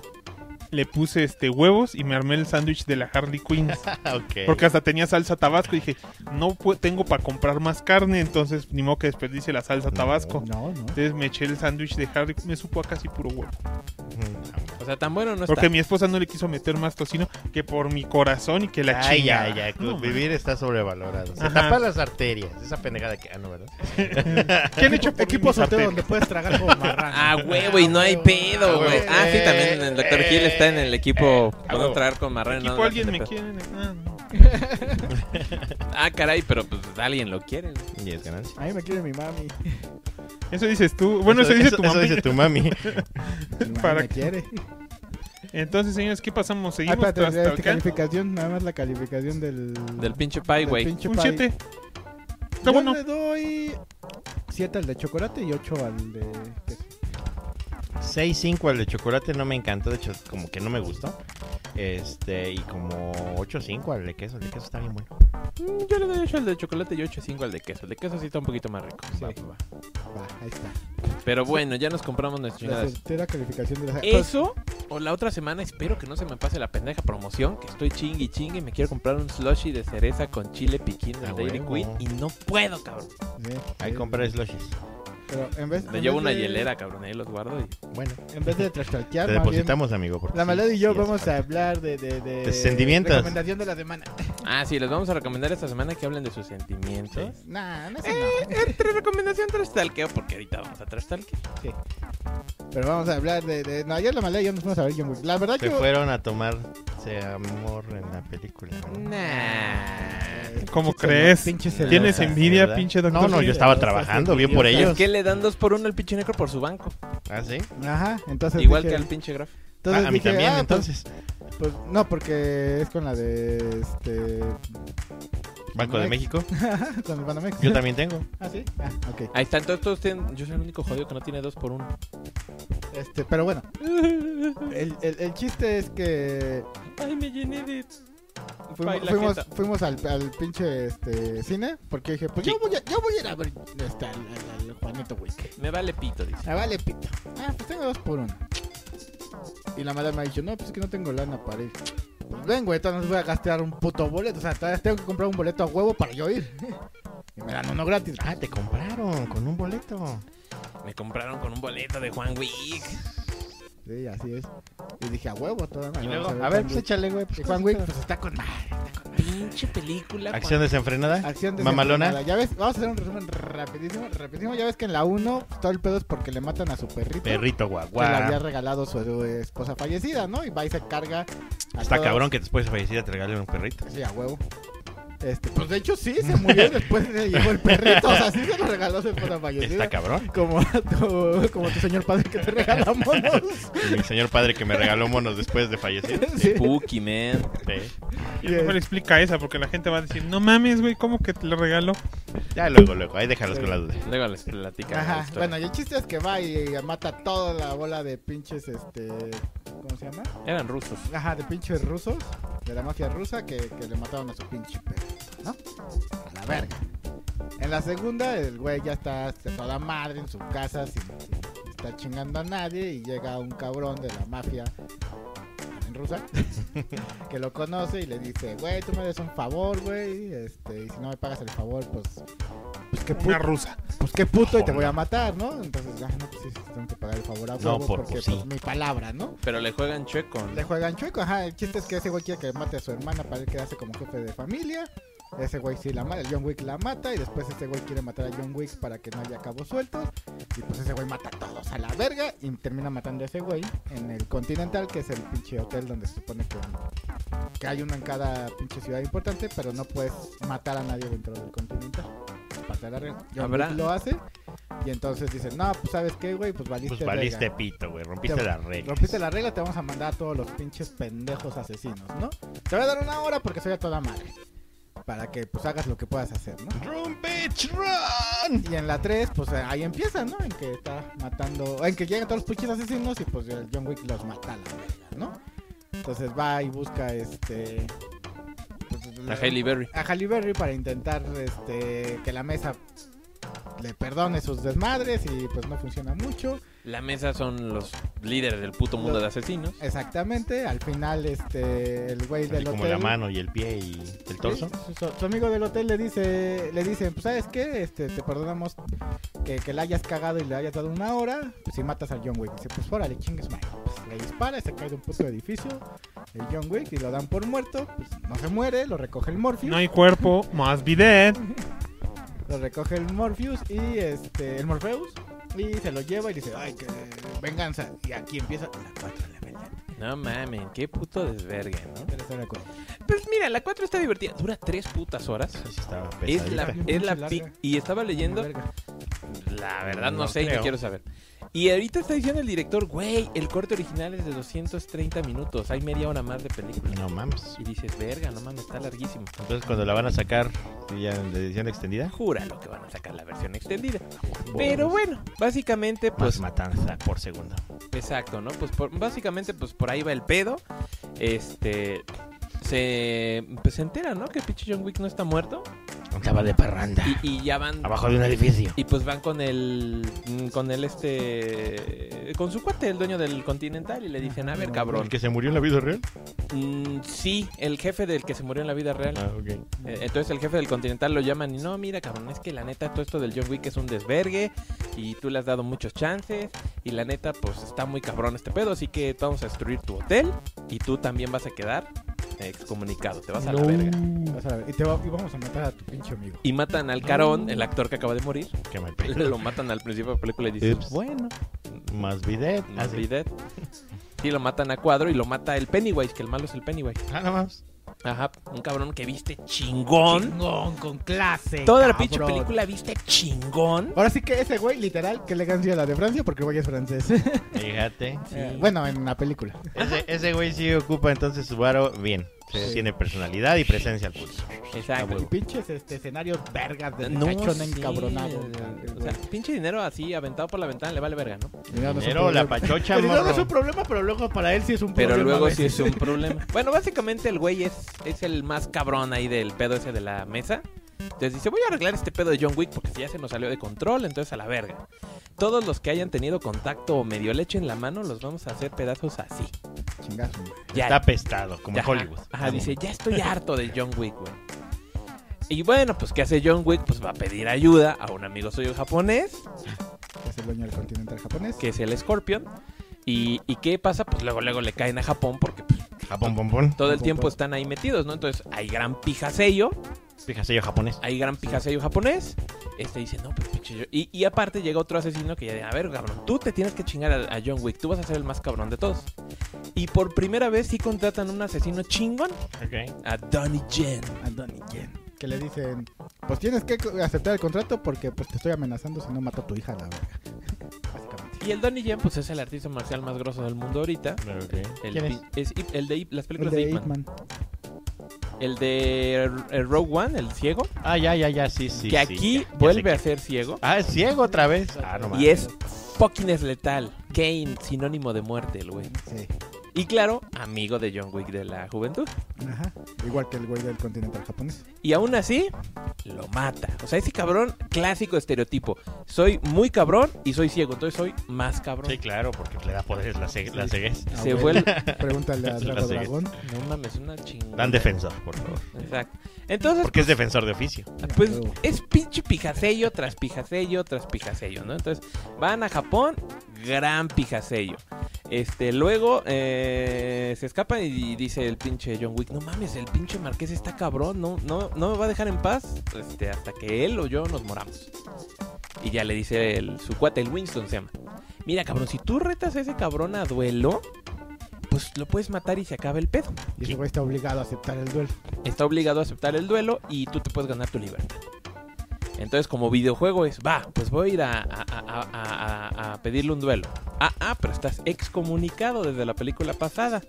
B: le puse este huevos y me armé el sándwich de la Harley Quinn.
A: ok.
B: Porque hasta tenía salsa tabasco y dije, no pu- tengo para comprar más carne, entonces ni modo que desperdicie la salsa
A: No.
B: tabasco.
C: No, no.
B: Entonces me eché el sándwich de Harley Quinn, me supo a casi puro huevo.
A: Mm.
D: O sea, tan bueno no Pues está.
B: Porque mi esposa no le quiso meter más tocino que por mi corazón y que la
A: Ay,
B: chinga.
A: ya, ya.
B: No, mames.
A: vivir está sobrevalorado. Se
B: Ajá.
A: tapan las arterias. Esa pendejada que. Ah, no, ¿verdad?
B: ¿Qué han hecho por
C: Equipo
B: mis
C: soltero
B: arterias?
C: donde puedes tragar como marrano.
D: Ah, huevo, y no hay
A: Ah,
D: pedo, güey.
A: huevo.
D: Ah, sí, también el doctor Gil está en el equipo.
A: Ah,
D: Vamos
A: huevo.
D: a traer con marrano.
B: Equipo,
D: no,
B: alguien
D: no
B: me
D: pedo.
B: quiere. Ah, no.
D: Ah, caray, pero pues alguien lo quiere. güey.
A: Y es ganancia.
C: A mí me quiere mi mami.
B: Eso dices tú. Bueno, eso,
A: Eso-
B: dice
A: eso-
B: tu
A: eso
B: mamá.
A: dice tu mami.
C: Mi mami
B: Para
C: me
B: que-
C: quiere.
B: Entonces, señores, ¿qué pasamos?
C: Ah,
B: ¿Seguimos
C: espérate,
B: hasta
C: este,
B: acá?
C: calificación, nada más la calificación del...
D: Del pinche pie,
C: del
D: güey.
C: pinche
B: Un
C: pie.
B: 7. Está
C: Yo
B: bueno.
C: le doy 7 al de chocolate y 8 al de queso.
A: 6.5 al de chocolate no me encantó, de hecho como que no me gustó. Este, y como 8.5 al de queso, el de queso está bien bueno.
D: Mm, Yo le doy 8 al de chocolate y 8.5 al de queso. El de queso sí está un poquito más rico.
C: Sí.
D: Va, va, va.
C: Va, ahí está.
D: Pero bueno, ya nos compramos nuestras
C: La
D: chingadas.
C: tercera calificación de la
D: Eso, o la otra semana espero que no se me pase la pendeja promoción, que estoy chingue y chingue y me quiero comprar un slushy de cereza con chile piquín del
A: A
D: Dairy
A: huevo.
D: Queen y no puedo, cabrón. Ah,
C: Sí,
A: Ahí
C: sí.
A: comprar slushies.
C: Pero en vez,
D: Me
C: en
D: llevo
C: vez
D: una
C: de-
D: hielera, cabrón, ahí los guardo y...
A: Bueno,
C: En vez de trastalquear,
A: te
C: más bien,
A: depositamos, amigo. porque
C: La
A: sí,
C: maldad y yo
A: sí
C: vamos
A: hace
C: a
A: falta.
C: hablar de, de, de-
A: De sentimientos.
C: Recomendación de la semana.
D: Ah, sí, les vamos a recomendar esta semana que hablen de sus sentimientos.
C: Nah, no sé. no.
D: Entre recomendación tras talqueo, porque ahorita vamos a tras talqueo.
C: Pero vamos a hablar de. de... No, ayer la maldad y yo nos fuimos a ver John Wick. La verdad
A: Se
C: que.
A: fueron a tomarse amor en la película.
C: Mm.
A: ¿no?
D: Nah.
B: ¿Cómo crees?
C: Pinche celosa.
B: ¿Tienes
A: Celosa,
B: envidia,
A: ¿verdad?
B: pinche doctor?
A: No, no, yo estaba
C: Celosa,
A: trabajando, bien
C: envidiosa.
A: por
D: Es
A: ellos.
D: que le dan dos por uno al pinche negro por su banco.
A: ¿Ah, sí?
C: Ajá, entonces.
D: Igual
C: dije-
D: que al pinche graf.
C: entonces
A: Ah, a mí
C: dije,
A: también,
C: ah, pues-
A: entonces.
C: Pues, no, porque es con la de. Este.
A: Banco de México.
C: con el Banamex.
A: Yo también tengo.
C: Ah, sí. Ah, ok.
D: Ahí está, entonces todos tienen... Yo soy el único jodido que no tiene dos por uno.
C: Este, pero bueno. El, el, el chiste es que.
D: Ay, me llené de...
C: Fuimos,
D: Baila
C: fuimos,
D: jeta.
C: fuimos al, al pinche este, cine porque dije, pues
D: Sí.
C: yo, voy a, yo voy a ir a ver este, al, al- al Juanito Wick.
D: Me vale pito, dice.
C: Ah, vale, pito. Ah, pues tengo dos por uno. Y la madre me ha dicho, no, pues es que no tengo lana para ir. Pues ven, güey, entonces voy a gastar un puto boleto. O sea, todavía tengo que comprar un boleto a huevo para yo ir. y me dan uno gratis.
A: Ah, te compraron con un
C: Ah,
A: boleto.
D: Me compraron con un boleto de Juan Wick.
C: Sí, así es. Y dije, a huevo, toda madre.
A: Y luego,
C: vamos
A: a ver,
C: Juan
A: pues
C: Wick".
A: échale, güey.
C: Y
A: pues,
C: Juan Wick, pues está con madre.
D: Pinche película. Juan.
A: Acción desenfrenada.
C: Acción de
A: Mamalona.
C: Sentinela. Ya ves, vamos a hacer un resumen rapidísimo, rapidísimo. Ya ves que en la 1 todo el pedo es porque le matan a su perrito.
A: Perrito
C: Que le había
A: guaguá.
C: regalado su eh, esposa fallecida, ¿no? Y va y se carga. a
A: Está
C: todos.
A: cabrón que después de fallecida te regalen un perrito.
C: Sí, a huevo. Este, pues de hecho sí, se murió y después le llegó el perrito. O sea, sí se lo regaló su esposa
A: Está
C: fallecida.
A: cabrón.
C: Como a tu, como a tu señor padre que te regalamos.
A: Mi señor padre que me regaló monos después de fallecer.
C: Sí.
D: Spooky, man.
A: Sí.
C: Y,
B: Mejor
C: eh,
B: explica esa porque la gente va a decir, no mames, güey, ¿cómo que te lo regaló?
A: Ya luego, luego. Ahí déjalos con la duda.
D: Luego les platica.
C: Ajá.
D: la historia.
C: Bueno, y el chiste es que va y mata toda la bola de pinches, este... ¿Cómo se llama?
D: Eran rusos.
C: Ajá, de pinches rusos, de la mafia rusa, que, que le mataron a su pinche perrito, ¿no? A la verga. En la segunda, el güey ya está hasta toda madre en su casa, sin, sin estar chingando a nadie, y llega un cabrón de la mafia rusa, que lo conoce y le dice, güey, tú me des un favor, güey, este, y si no me pagas el favor, pues, pues qué puto,
B: Una rusa.
C: pues qué puto y te voy a matar, ¿no? Entonces, ah, no, pues sí, sí, tengo que pagar el favor a
A: No,
C: huevo
A: por-
C: porque
A: pues,
C: pues,
A: sí.
C: mi palabra, ¿no?
D: Pero le juegan chueco. ¿no?
C: Le juegan chueco, ajá, el chiste es que ese güey quiere que mate a su hermana para él quedarse como jefe de familia. Ese güey sí la mata, el John Wick la mata y después ese güey quiere matar a John Wick para que no haya cabos sueltos. Y pues ese güey mata a todos a la verga y termina matando a ese güey en el Continental, que es el pinche hotel donde se supone que, que hay uno en cada pinche ciudad importante, pero no puedes matar a nadie dentro del Continental. Parte de la regla. John
D: Habrá.
C: Wick lo hace y entonces dicen, no, pues sabes qué, güey, pues valiste.
A: Pues valiste
C: verga".
A: pito, güey. Rompiste
C: Te-
A: la regla.
C: Rompiste la regla, te vamos a mandar a todos los pinches pendejos asesinos, ¿no? Te voy a dar una hora porque soy a toda madre. Para que pues hagas lo que puedas hacer, ¿no?
A: Run, bitch, run.
C: Y en la 3, pues ahí empieza, ¿no? En que está matando, en que llegan todos los pinches asesinos y pues el John Wick los mata a la verga, ¿no? Entonces va y busca este pues,
D: A Hailey Berry.
C: a Halle Berry para intentar este que la mesa le perdone sus desmadres y pues no funciona mucho.
D: La mesa son los líderes del puto mundo
C: Los-
D: de asesinos.
C: Exactamente, al final este el güey
A: Así
C: del
A: como
C: hotel
A: la mano y el pie y el torso.
C: Sí, su, su amigo del hotel le dice, le dicen, pues sabes qué, este, te perdonamos que, que la hayas cagado y le hayas dado una hora, pues si matas al John Wick. Dice, pues órale, chingues madre. Pues, le dispara, se cae de un puto edificio, el John Wick, y lo dan por muerto, pues no se muere, lo recoge el Morpheus,
B: No hay cuerpo, más be dead.
C: lo recoge el Morpheus y este, el Morpheus, y se lo lleva y dice, ay, que venganza. Y aquí empieza la 4 de la mañana.
D: No mamen, qué puto desvergue, ¿no?
C: Pero se recuerda.
D: Pues mira, la 4 está divertida. Dura tres putas horas.
A: Esa sí estaba
D: Es la,
A: pesadita.
D: es la
C: Larga.
D: pi- y estaba leyendo,
C: Una verga.
D: la verdad no,
A: No
D: sé y no
A: creo.
D: quiero saber. Y ahorita está diciendo el director, güey, el corte original es de 230 minutos, hay media hora más de película.
A: No mames.
D: Y dices, verga, no mames, está larguísimo.
A: Entonces cuando la van a sacar, y ya en la edición extendida,
D: Jura lo que van a sacar la versión extendida. Pero bueno, básicamente,
A: pues
D: pues,
A: matanza por segundo.
D: exacto, ¿no? Pues por- básicamente, pues por ahí va el pedo. Este, se, pues se entera, ¿no? Que pinche John Wick no está muerto.
A: Estaba de parranda.
D: Y, y ya van,
A: Abajo de un edificio.
D: Y pues van con el. Con el este. Con su cuate, el dueño del Continental, y le dicen: A ver,
A: ¿El
D: cabrón.
A: que se murió en la vida real?
D: mm, sí, el jefe del que se murió en la vida real.
A: Ah, ok.
D: Eh, Entonces el jefe del Continental lo llaman y no, mira, cabrón, es que la neta todo esto del John Wick es un desvergue y tú le has dado muchos chances y la neta pues está muy cabrón este pedo, así que vamos a destruir tu hotel y tú también vas a quedar excomunicado, te vas a la verga.
C: Vas a ver, y, te va- y vamos a matar a tu pinche amigo.
D: Y matan al Carón, el actor que acaba de morir,
A: Que me
D: lo matan al principio de la película y dices,
A: Ups. Ah,
D: bueno,
A: Eh, Más bidet.
D: No es Bidet. Sí, lo matan a cuadro y lo mata el Pennywise, que el malo es el Pennywise.
A: Ah, no mames.
D: Ajá, un cabrón que viste chingón.
C: Chingón, con clase.
D: Toda la
C: cabrón.
D: pinche película viste chingón.
C: Ahora sí que ese güey, literal, que le canción la de Francia porque el güey es francés.
A: Fíjate.
C: Eh, bueno, en la película.
A: Ese, ese güey sí ocupa entonces su varo bien. Se-
C: Sí.
A: Tiene personalidad y presencia al público.
D: Exacto.
C: Y pinches este, escenarios vergas de
D: No,
C: cachón
D: sí.
C: encabronado.
D: O sea, pinche dinero así aventado por la ventana le vale verga, ¿no?
A: Pero la pachocha,
C: no, es
A: morro.
C: un problema, pero luego para él sí es un
D: Pero
C: problema.
D: luego
C: a
D: sí es
C: veces.
D: un problema. Bueno, básicamente el güey es, es el más cabrón ahí del pedo ese de la mesa. Entonces dice, voy a arreglar este pedo de John Wick porque si ya se nos salió de control, entonces a la verga. Todos los que hayan tenido contacto o medio leche en la mano los vamos a hacer pedazos así.
C: Chingazo.
D: Ya,
A: Está apestado, como
D: ya, ajá,
A: Hollywood.
D: Ajá, dice, ya estoy harto de John Wick, güey. Y bueno, pues ¿qué hace John Wick? Pues va a pedir ayuda a un amigo suyo japonés,
C: Es el dueño del continental japonés.
D: que es el Scorpion. ¿Y, y qué pasa? Pues luego, luego le caen a Japón porque pues,
A: Japón, pompón.
D: todo el tiempo están ahí metidos, ¿no? Entonces hay gran pijasello,
A: Fíjate yo japonés.
D: hay gran pijasello japonés. Este dice, no, pues pinche yo. Y, y aparte llega otro asesino que ya dice, a ver, cabrón, tú te tienes que chingar a, a John Wick, tú vas a ser el más cabrón de todos. Y por primera vez sí contratan a un asesino chingón,
A: Ok.
D: a Donnie Yen.
C: A Donnie Yen. Que le dicen, pues tienes que co- aceptar el contrato porque pues te estoy amenazando si no mato a tu hija, la verga. Básicamente.
D: Y el Donnie Yen, pues es el artista marcial más grosso del mundo ahorita. El,
C: ¿Quién
D: pi- es Ip- el de Ip- las
C: El
D: películas
C: de
D: de Ip Man.
C: Hitman.
D: El de R- eh, Rogue One, el ciego.
A: Ah, ya, ya, ya, sí, sí.
D: que
A: sí,
D: aquí
A: ya, ya sé
D: vuelve
A: que-
D: a ser ciego.
A: Ah, es ciego otra vez. Ah, no mames.
D: y es fucking es letal. Kane, sinónimo de muerte, el güey.
C: Sí.
D: Y claro, amigo de John Wick de la juventud.
C: Ajá. Igual que el güey del continental japonés.
D: Y aún así, lo mata. O sea, ese cabrón, clásico estereotipo. Soy muy cabrón y soy ciego, entonces soy más cabrón.
A: Sí, claro, porque le da poderes la, ce- la ceguez.
C: Ah,
D: Se
C: güey.
D: vuelve...
C: Pregúntale a
A: La
C: Drago
A: sigue.
C: Dragón.
D: No mames, una chingada.
A: Dan defensor, por favor.
D: Exacto. Entonces,
A: Porque es defensor de oficio.
D: Pues
C: Huevo.
D: es pinche pijasello tras pijasello tras pijasello, ¿no? Entonces van a Japón, gran pijasello. Este, luego eh, se escapan y dice el pinche John Wick, no mames, el pinche marqués está cabrón, no, no, no me va a dejar en paz este, hasta que él o yo nos moramos. Y ya le dice el- su cuate, el Winston se llama. Mira, cabrón, si tú retas a ese cabrón a duelo, pues lo puedes matar y se acaba el pedo.
C: Y ese güey está obligado a aceptar el duelo.
D: Está obligado a aceptar el duelo y tú te puedes ganar tu libertad. Entonces, como videojuego es, va, pues voy a ir a, a- a- a- a- a pedirle un duelo. Ah, ah, pero estás excomunicado desde la película pasada.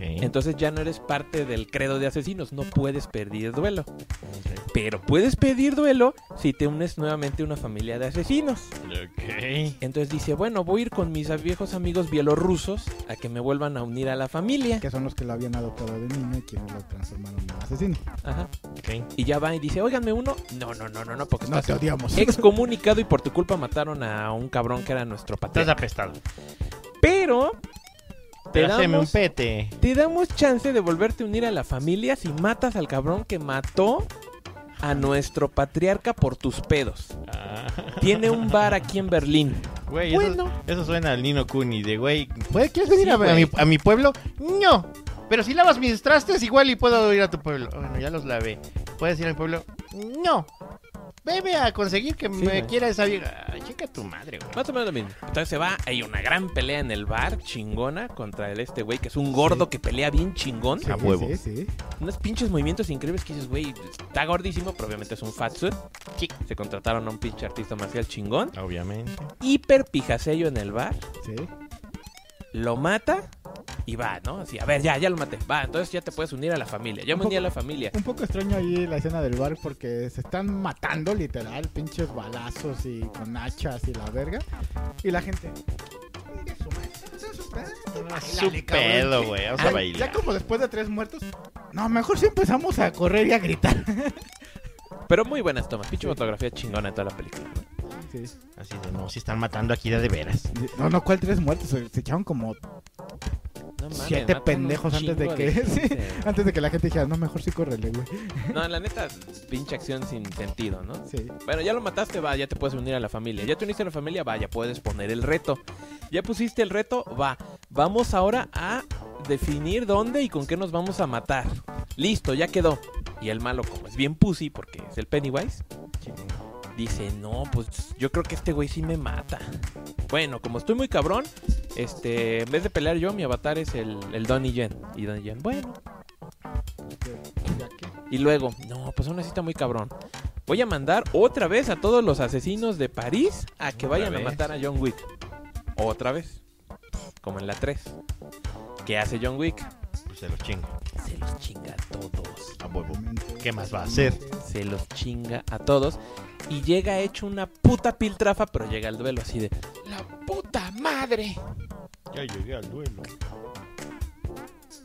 D: Entonces ya no eres parte del credo de asesinos, no puedes pedir duelo. Pero puedes pedir duelo si te unes nuevamente a una familia de asesinos.
A: Ok.
D: Entonces dice, bueno, voy a ir con mis viejos amigos bielorrusos a que me vuelvan a unir a la familia.
C: Que son los que lo habían adoptado de niño y quienes lo transformaron en asesino.
D: Ajá.
A: ok.
D: Y ya va y dice, óiganme uno. No, no, no, no, no, porque
C: No
D: estás
C: te odiamos.
D: excomunicado y por tu culpa mataron a un cabrón que era nuestro
A: Estás
D: patrón.
A: apestado.
D: Pero te
A: Pero haceme un
D: damos,
A: pete.
D: te damos chance de volverte a unir a la familia si matas al cabrón que mató a nuestro patriarca por tus pedos. Ah. Tiene un bar aquí en Berlín.
A: Güey,
D: Bueno.
A: eso, eso suena al Nino Kuni de güey. ¿puedes- ¿Quieres venir
D: Sí,
A: a, a mi,
D: güey.
A: a mi pueblo? No. Pero si lavas mis trastes, igual y puedo ir a tu pueblo. Bueno, ya los lavé. ¿Puedes ir a mi pueblo? No. Veme a conseguir que me
D: güey.
A: quiera esa vieja. Ay, Chica tu madre, güey.
D: Más o menos lo mismo. Entonces se va, hay una gran pelea en el bar, chingona, contra el este güey, que es un gordo que pelea bien chingón.
C: Sí,
A: A huevo.
C: Sí, sí.
D: unos pinches movimientos increíbles que dices, güey, está gordísimo, pero obviamente es un fatsuit.
A: Sí.
D: Se contrataron a un pinche artista marcial chingón.
A: Obviamente.
D: Hiper pijasello en el bar.
C: sí.
D: Lo mata y va, ¿no? Así, a ver, ya, ya lo maté. Va, entonces ya te puedes unir a la familia. Ya me uní a la familia.
C: Un poco extraño ahí la escena del bar porque se están matando literal, pinches balazos y con hachas y la verga. Y la gente. "Chingue su madre, ese es su pedo, tú
A: Su
C: bailale, cabrón".
A: pedo, güey. Vamos a
C: Ya-
A: bailar.
C: Ya como después de tres muertos. No, mejor si empezamos a correr y a gritar.
D: Pero muy buenas tomas. Pinche fotografía chingona en toda la película. ¿no?
C: Sí.
A: Así de no, si están matando aquí de de veras.
C: No, no, ¿cuál tres muertos? Se, se echaron como
D: No mames,
C: siete
D: matan un
C: pendejos antes de
D: chingo
C: que. sí,
D: gente.
C: antes de que la gente dijera, no, mejor sí córrele, güey.
D: No, la neta, pinche acción sin sentido, ¿no?
C: Sí.
D: Bueno, ya lo mataste, va, ya te puedes unir a la familia. Ya te uniste a la familia, va, ya puedes poner el reto. Ya pusiste el reto, va. Vamos ahora a definir dónde y con qué nos vamos a matar. Listo, ya quedó. Y el malo, como es bien pussy, porque es el Pennywise, dice, no, pues yo creo que este güey sí me mata. Bueno, como estoy muy cabrón, este, en vez de pelear yo, mi avatar es el, el Donnie Yen. Y Donnie Yen, bueno.
C: Ya que-
D: Y luego, no, pues aún así está muy cabrón. Voy a mandar otra vez a todos los asesinos de París a que
A: Otra
D: vayan
A: vez.
D: a matar a John Wick. Otra vez. Como en la 3. ¿Qué hace John Wick?
A: Pues se los chinga.
D: Se los chinga a todos.
A: A huevo. ¿Qué más va a hacer?
D: Se los chinga a todos. Y llega hecho una puta piltrafa, pero llega al duelo así de... ¡La puta madre!
A: Ya llegué al duelo.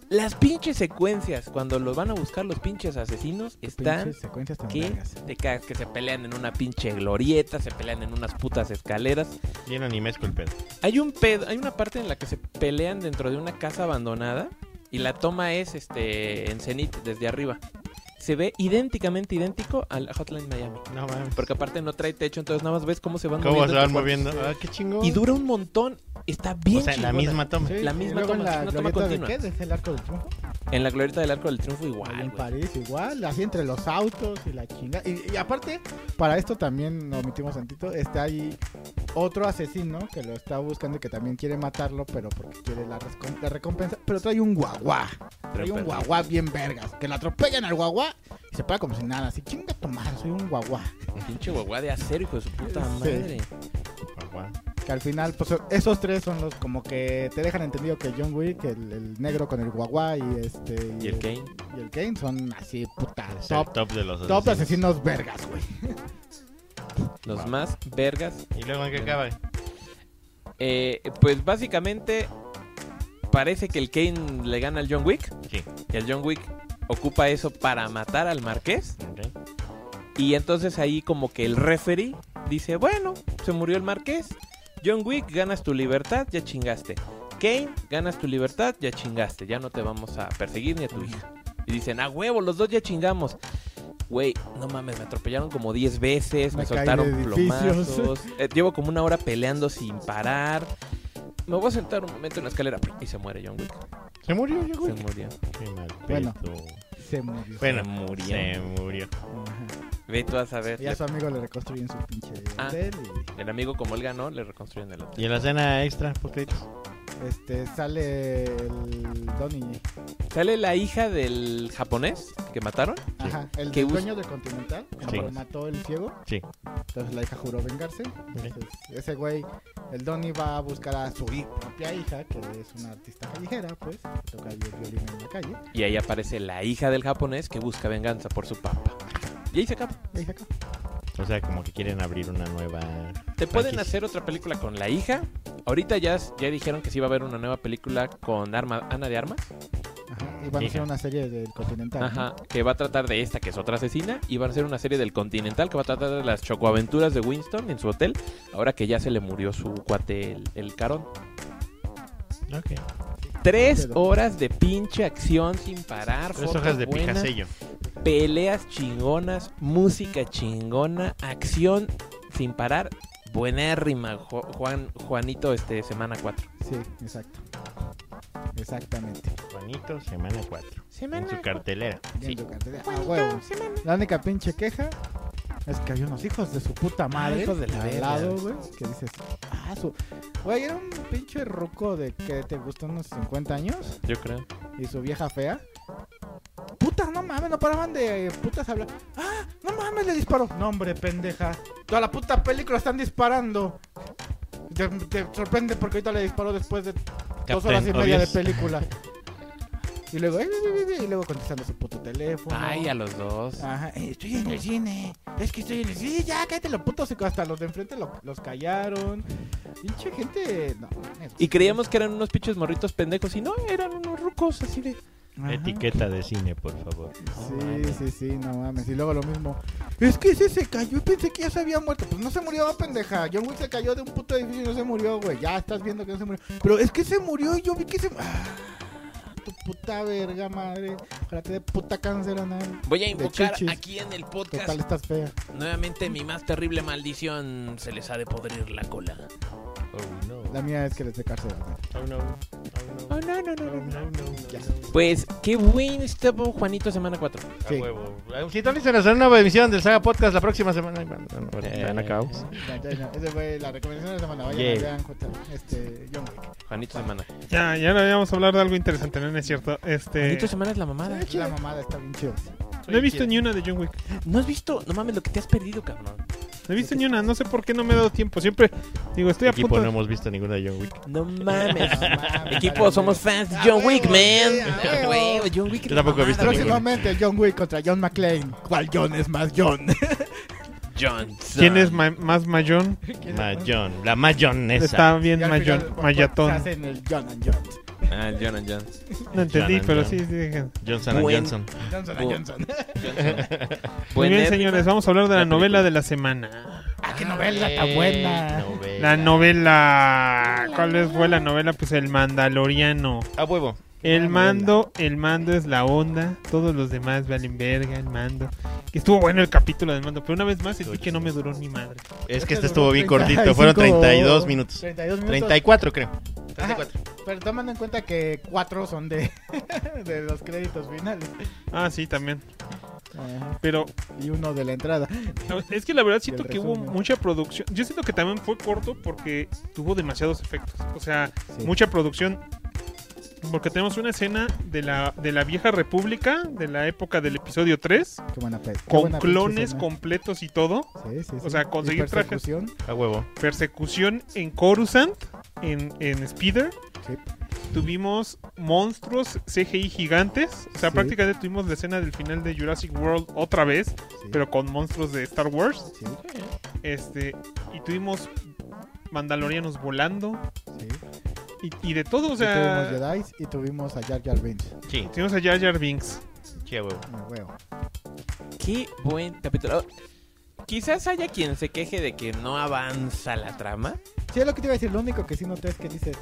D: Las pinches secuencias cuando los van a buscar los pinches asesinos están...
C: Pinches secuencias tan
D: ¿Qué?
C: largas.
D: Te cagas que se pelean en una pinche glorieta, se pelean en unas putas escaleras.
A: Bien animesco el pedo.
D: Hay un pedo, hay una parte en la que se pelean dentro de una casa abandonada y la toma es este en cenit desde arriba. Se ve idénticamente idéntico al Hotline Miami,
A: No mames.
D: porque aparte no trae techo, entonces nada más ves cómo se van
A: ¿Cómo se van
D: estos
A: moviendo?
D: cuadros.
A: Ah, qué chingón.
D: Y dura un montón, está bien
A: O sea, en la
D: chingona.
A: misma toma.
C: Sí,
D: La
C: y
D: misma
C: luego en
D: toma,
C: la
D: es una toma
C: glorieta
D: continua.
C: de qué? ¿Es el arco del triunfo?
D: En la glorieta del Arco del Triunfo
C: Ahí
D: igual,
C: en
D: güey.
C: París igual, así entre los autos y la chinga. Y, y aparte, para esto también lo omitimos tantito, está ahí otro asesino que lo está buscando y que también quiere matarlo, pero porque quiere la, rescom- la recompensa. Pero trae un guaguá, trae un guaguá bien vergas, que lo atropellan al guaguá y se para como si nada, así chinga tu madre, soy un guaguá.
D: Pinche guagua de acero, hijo de su puta
C: Sí.
D: madre.
A: Ah, Guau.
C: Que al final, pues esos tres son los como que te dejan entendido que John Wick, el, el negro con el guaguá y este...
D: Y el Kane.
C: y el Kane son así, puta,
A: Es el
C: top,
A: top de los
C: top asesinos vergas, güey.
D: Los
A: Wow.
D: más vergas
A: ¿Y luego en qué acaba?
D: Eh, pues básicamente parece que el Kane le gana al John Wick.
A: Sí.
D: Y el John Wick ocupa eso para matar al Marqués.
A: ok.
D: Y entonces ahí como que el referee dice, bueno, se murió el Marqués. John Wick, ganas tu libertad, ya chingaste. Kane, ganas tu libertad, ya chingaste. Ya no te vamos a perseguir ni a tu hija. Y dicen, a huevo, los dos ya chingamos. Güey, no mames, me atropellaron como 10 veces, me,
C: Me caí de
D: soltaron
C: edificios.
D: plomazos. Eh, llevo como una hora peleando sin parar. Me voy a sentar un momento en la escalera y se muere John Wick.
A: Se murió, yo
D: Se
A: güey.
D: murió.
A: Qué mal
C: Bueno.
A: pedo.
C: Se murió.
A: Bueno,
D: Se murió.
A: Se murió.
C: Ajá.
D: Ve tú a saber.
C: Y a su amigo le reconstruyen su pinche
D: Ah.
C: hotel
D: El amigo, como él ganó, le reconstruyen el hotel.
A: ¿Y en la cena extra, por créditos?
C: y este, sale el Donnie.
D: Sale la hija del japonés que mataron.
C: Ajá, el
D: Que
C: del
D: us-
C: dueño del Continental, cuando
A: Sí.
C: lo mató el ciego.
A: Sí.
C: Entonces la hija juró vengarse. Entonces, ese güey, el Donnie va a buscar a su hi- propia hija, que es una artista callejera, pues, que toca el violín en la calle.
D: Y ahí aparece la hija del japonés que busca venganza por su papá. Y ahí se acaba.
C: Y ahí se acaba.
A: O sea, como que quieren abrir una nueva.
D: Te pueden
A: franquicia.
D: hacer otra película con la hija. Ahorita ya, ya dijeron que sí va a haber una nueva película con arma, Ana de Armas.
C: Ajá, y van a hacer
A: Hija.
C: una serie del Continental. ¿no?
D: Ajá. Que va a tratar de esta, que es otra asesina. Y van a hacer una serie del Continental que va a tratar de las chocoaventuras de Winston en su hotel. Ahora que ya se le murió su cuate, el, el carón.
A: Ok.
D: Tres horas de pinche acción sin parar.
A: Tres
D: fotos
A: hojas de
D: buenas.
A: pijasello.
D: peleas chingonas, música chingona, acción sin parar. Buenérrima, Jo- Juan, Juanito, este, semana 4.
C: Sí, exacto. Exactamente.
A: Juanito, semana 4. En
D: Semana
A: su cartelera.
C: Bien
D: Sí.
C: Ducati, a Ah, huevo. La única pinche queja es que había unos hijos de su puta madre.
D: Ah, hijos de la
C: al
D: verga.
C: lado, güey. Que dices, ah, su. Güey, era un pinche ruco de que te gustó unos 50 años.
D: Yo creo.
C: y su vieja fea. Puta, no mames, no paraban de eh, putas hablar. ¡Ah! ¡No mames! Le disparó. No, hombre, pendeja. Toda la puta película están disparando. Te, te sorprende porque ahorita le disparó después de dos horas y
A: Captain
C: media de
A: Obvious.
C: película. Y luego, eh, eh, eh, eh, y luego contestando su puto teléfono.
D: Ay, a los dos.
C: Ajá, eh, estoy en el cine. Es que estoy en el cine. Ya, cállate los putos. Hasta los de enfrente lo- los callaron. Pinche gente. No, mames.
D: Y creíamos que eran unos pinches morritos pendejos y no, eran unos rucos así de...
C: Ajá.
A: Etiqueta de cine, por favor.
C: Sí, sí, sí, no mames. Y luego lo mismo. Es que ese se cayó y pensé que ya se había muerto. Pues no se murió, pendeja. John Wick se cayó de un puto edificio y no se murió, güey. Ya estás viendo que no se murió. Pero es que se murió y yo vi que se. Ah, tu puta verga, madre. Ojalá te dé puta cáncer anal.
D: Voy a
C: invocar chichis.
D: aquí en el podcast
C: Total, estás fea.
D: nuevamente mi más terrible maldición. Se les ha de podrir la cola.
A: Oh, no.
C: La mía es que les dé cárcel anal.
A: Oh, no. Oh, no.
D: Ah, no, no,
A: Oh, no, no,
C: Ya.
A: no.
D: Pues qué buen estuvo Juanito semana 4.
C: Sí.
A: A huevo. Ah, Sintonícenos en una nueva emisión del Saga Podcast la próxima semana.
D: Eh,
C: Ya, ya, ya. Esa fue la recomendación de la semana. Vayan,
A: Yeah.
C: a vean, Jota, este, John Wick.
D: Juanito semana.
B: Ya, ya no íbamos a hablar de algo interesante, ¿no? No es cierto. Este,
D: Juanito semana es la mamada.
C: La mamada está bien chida.
B: no he visto ni una de John Wick.
D: No has visto, no mames, lo que te has perdido, cabrón.
B: No he visto ni una. No sé por qué no me he dado tiempo. Siempre digo, estoy a
A: Equipo,
B: punto.
A: no hemos visto ninguna de John Wick.
D: No mames.
C: No mames,
D: Equipo,
C: vale,
D: somos
C: madre.
D: fans de
C: A
D: John
C: huevo,
D: Wick,
C: sí,
D: man.
C: a
D: A
C: huevo.
D: huevo, John Wick.
A: Yo tampoco he
D: la mamada,
A: visto ninguno.
C: Próximamente, John Wick contra John McClane. ¿Cuál John es más John?
D: John.
B: ¿Quién es ma- más mayón?
A: Mayón. La mayonesa.
B: Está bien
C: Y al
B: mayón,
C: final, pues,
B: mayatón.
C: Se hacen el John and Jones.
D: Ah, John and John.
B: No entendí,
A: Johnson.
B: pero sí, sí. dije.
A: Johnson and
D: Buen-
A: Johnson.
C: Johnson
B: Oh.
D: Bu-
C: and Johnson.
B: Muy bien, señores, vamos a hablar de la
D: La película.
B: novela de la semana.
C: Ah, qué novela
B: eh,
C: tan buena.
A: Novela.
B: La novela. ¿Cuál es- fue la novela? Pues el Mandaloriano.
A: A huevo.
B: El
C: Novela.
B: mando, el mando es la onda. Todos los demás valen verga, el mando. Que estuvo bueno el capítulo del mando, pero una vez más sentí que no me duró ni madre.
A: Es que
C: Este
A: este estuvo bien
C: duró
A: cortito. Fueron
C: 35
A: 32 minutos.
C: 32 minutos.
A: 34, creo.
C: Ajá,
A: 34.
C: pero tomando en cuenta que 4 son de, de los créditos finales.
B: Ah, sí, también. Pero
C: Y uno de la entrada.
B: la- es que la verdad siento
C: el
B: que hubo
C: resumen.
B: mucha producción. Yo siento que también fue corto porque tuvo demasiados efectos. O sea,
C: Sí.
B: mucha producción. Porque tenemos una escena de la, de la vieja república, de la época del episodio 3,
C: Qué buena pe- qué
B: con
C: buena pinche
B: clones
C: escena. ¿eh?
B: completos y todo.
C: Sí, sí, sí.
B: o sea, conseguir
C: Y
B: trajes.
C: persecución.
A: A huevo.
B: Persecución en Coruscant, en, en Speeder.
C: Sí.
B: Tuvimos monstruos CGI gigantes. O sea,
C: Sí.
B: prácticamente tuvimos la escena del final de Jurassic World otra vez,
C: Sí,
B: pero con monstruos de Star Wars.
C: sí,
B: Este, y tuvimos mandalorianos volando.
C: sí.
B: Y, y de todo, o
C: Y tuvimos
B: sea.
C: Jedi y tuvimos a Jar Jar Binks.
A: Sí,
B: Tuvimos a Jar Jar Binks.
A: sí, a huevo.
C: Ah, huevo.
D: Ah, Qué buen capítulo. Quizás haya quien se queje de que no avanza la trama.
C: Sí, es lo que te iba a decir. Lo único que sí noté es que dices,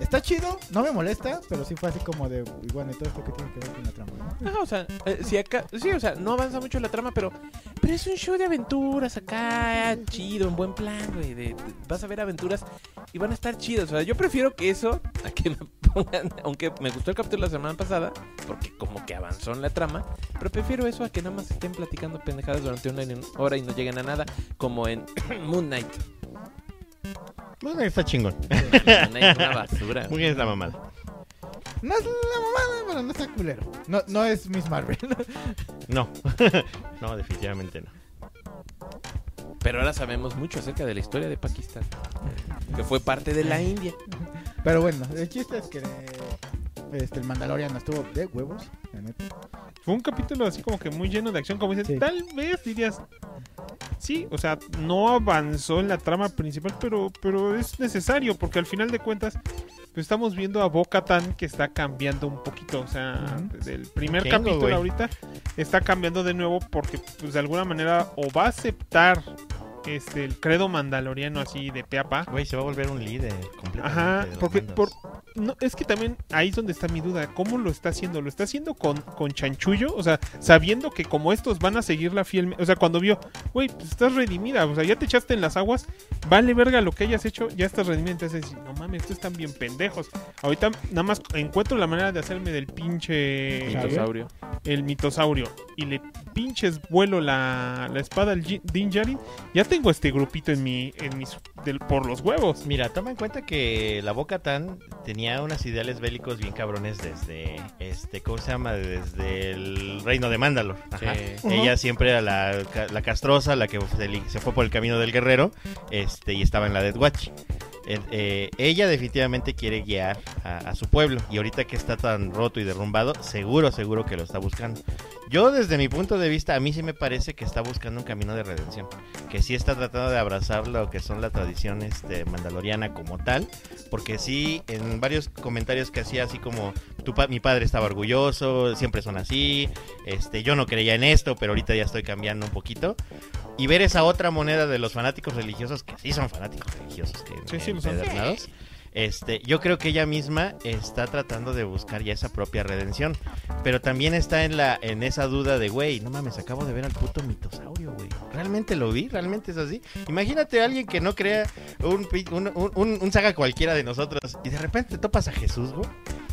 C: está chido, no me molesta, pero sí fue así como de, y bueno, ¿y todo esto que tiene que ver con la trama? no?".
D: Ajá, o sea, eh, si acá, sí, o sea, no avanza mucho la trama, pero, pero es un show de aventuras acá, chido, en buen plan, güey. de- de- vas a ver aventuras y van a estar chidas. O sea, yo prefiero que eso a que me pongan, aunque me gustó el capítulo la semana pasada, porque como que avanzó en la trama, pero prefiero eso a que nada más estén platicando pendejadas durante una hora y no lleguen a nada, como en Moon Knight.
A: Bueno, está chingón.
D: Moon Knight es una basura.
A: Muy bien es la mamada.
C: No es la mamada, pero no está culero. No, no es Miss Marvel.
A: No. no, definitivamente no.
D: Pero ahora sabemos mucho acerca de la historia de Pakistán, que fue parte de la India.
C: Pero bueno, el chiste es que este, el Mandaloriano estuvo de huevos, la neta.
B: Fue un capítulo así como que muy lleno de acción. Como dices,
C: Sí.
B: tal vez dirías. Sí, o sea, no avanzó en la trama principal, pero, pero es necesario, porque al final de cuentas, pues estamos viendo a Boca Tan que está cambiando un poquito. O sea,
C: Ujú.
B: desde el primer
A: Chingo,
B: capítulo
A: güey.
B: ahorita está cambiando de nuevo porque, pues de alguna manera, o va a aceptar este el credo mandaloriano así de pe a pa,
A: Güey, se va a volver un líder completamente.
B: Ajá,
A: de los
B: porque
A: mandos.
B: por, no, es que también ahí es donde está mi duda. ¿Cómo lo está haciendo? ¿Lo está haciendo con, con chanchullo? O sea, sabiendo que como estos van a seguirla fielmente. O sea, cuando vio, güey, pues estás redimida. O sea, ya te echaste en las aguas. Vale verga lo que hayas hecho, ya estás redimida. Entonces, decís, no mames, estos están bien pendejos. Ahorita nada más encuentro la manera de hacerme del pinche...
D: Mitosaurio.
B: El mitosaurio. Y le pinches vuelo la, la espada al Jin- Din Djarin, Ya tengo este grupito en mi... En mis, del- por los huevos.
A: Mira, toma en cuenta que la Boca Tan tenía unos ideales bélicos bien cabrones desde, este, ¿cómo se llama? Desde el reino de Mandalor. Ajá.
D: Sí.
A: Ella siempre era la, ca- la castrosa, la que se, li- se fue por el camino del guerrero, este, y estaba en la Death Watch. Eh, eh, ella definitivamente quiere guiar a, a su pueblo y ahorita que está tan roto y derrumbado, seguro, seguro que lo está buscando. Yo desde mi punto de vista, a mí sí me parece que está buscando un camino de redención, que sí está tratando de abrazar lo que son la tradición este, mandaloriana como tal, porque sí, en varios comentarios que hacía, así como, tu pa- mi padre estaba orgulloso, siempre son así, este, yo no creía en esto, pero ahorita ya estoy cambiando un poquito. Y ver esa otra moneda de los fanáticos religiosos, que sí son fanáticos religiosos, que
B: Sí, sí, lo son.
A: empedernados, Este, yo creo que ella misma está tratando de buscar ya esa propia redención, pero también está en la en esa duda de, güey, no mames, acabo de ver al puto mitosaurio, güey. ¿Realmente lo vi? ¿Realmente es así? Imagínate a alguien que no crea un, pi- un, un- un- un saga cualquiera de nosotros y de repente te topas a Jesús, güey.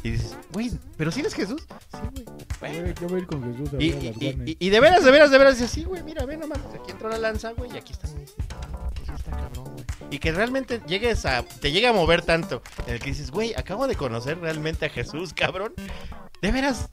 A: Y dices, güey, ¿pero si eres Jesús? Sí, güey. Bueno.
C: Yo voy a ir con Jesús a
A: Y,
C: ver a las
A: y-
C: Warner.
A: y- y de veras, de veras, de veras, y así, güey, mira, ve nomás, aquí entró la lanza, güey, y aquí está mi... aquí está cabrón, güey. Y que realmente llegues a... te llegue a mover tanto, en el que dices, güey, acabo de conocer realmente a Jesús, cabrón. De veras,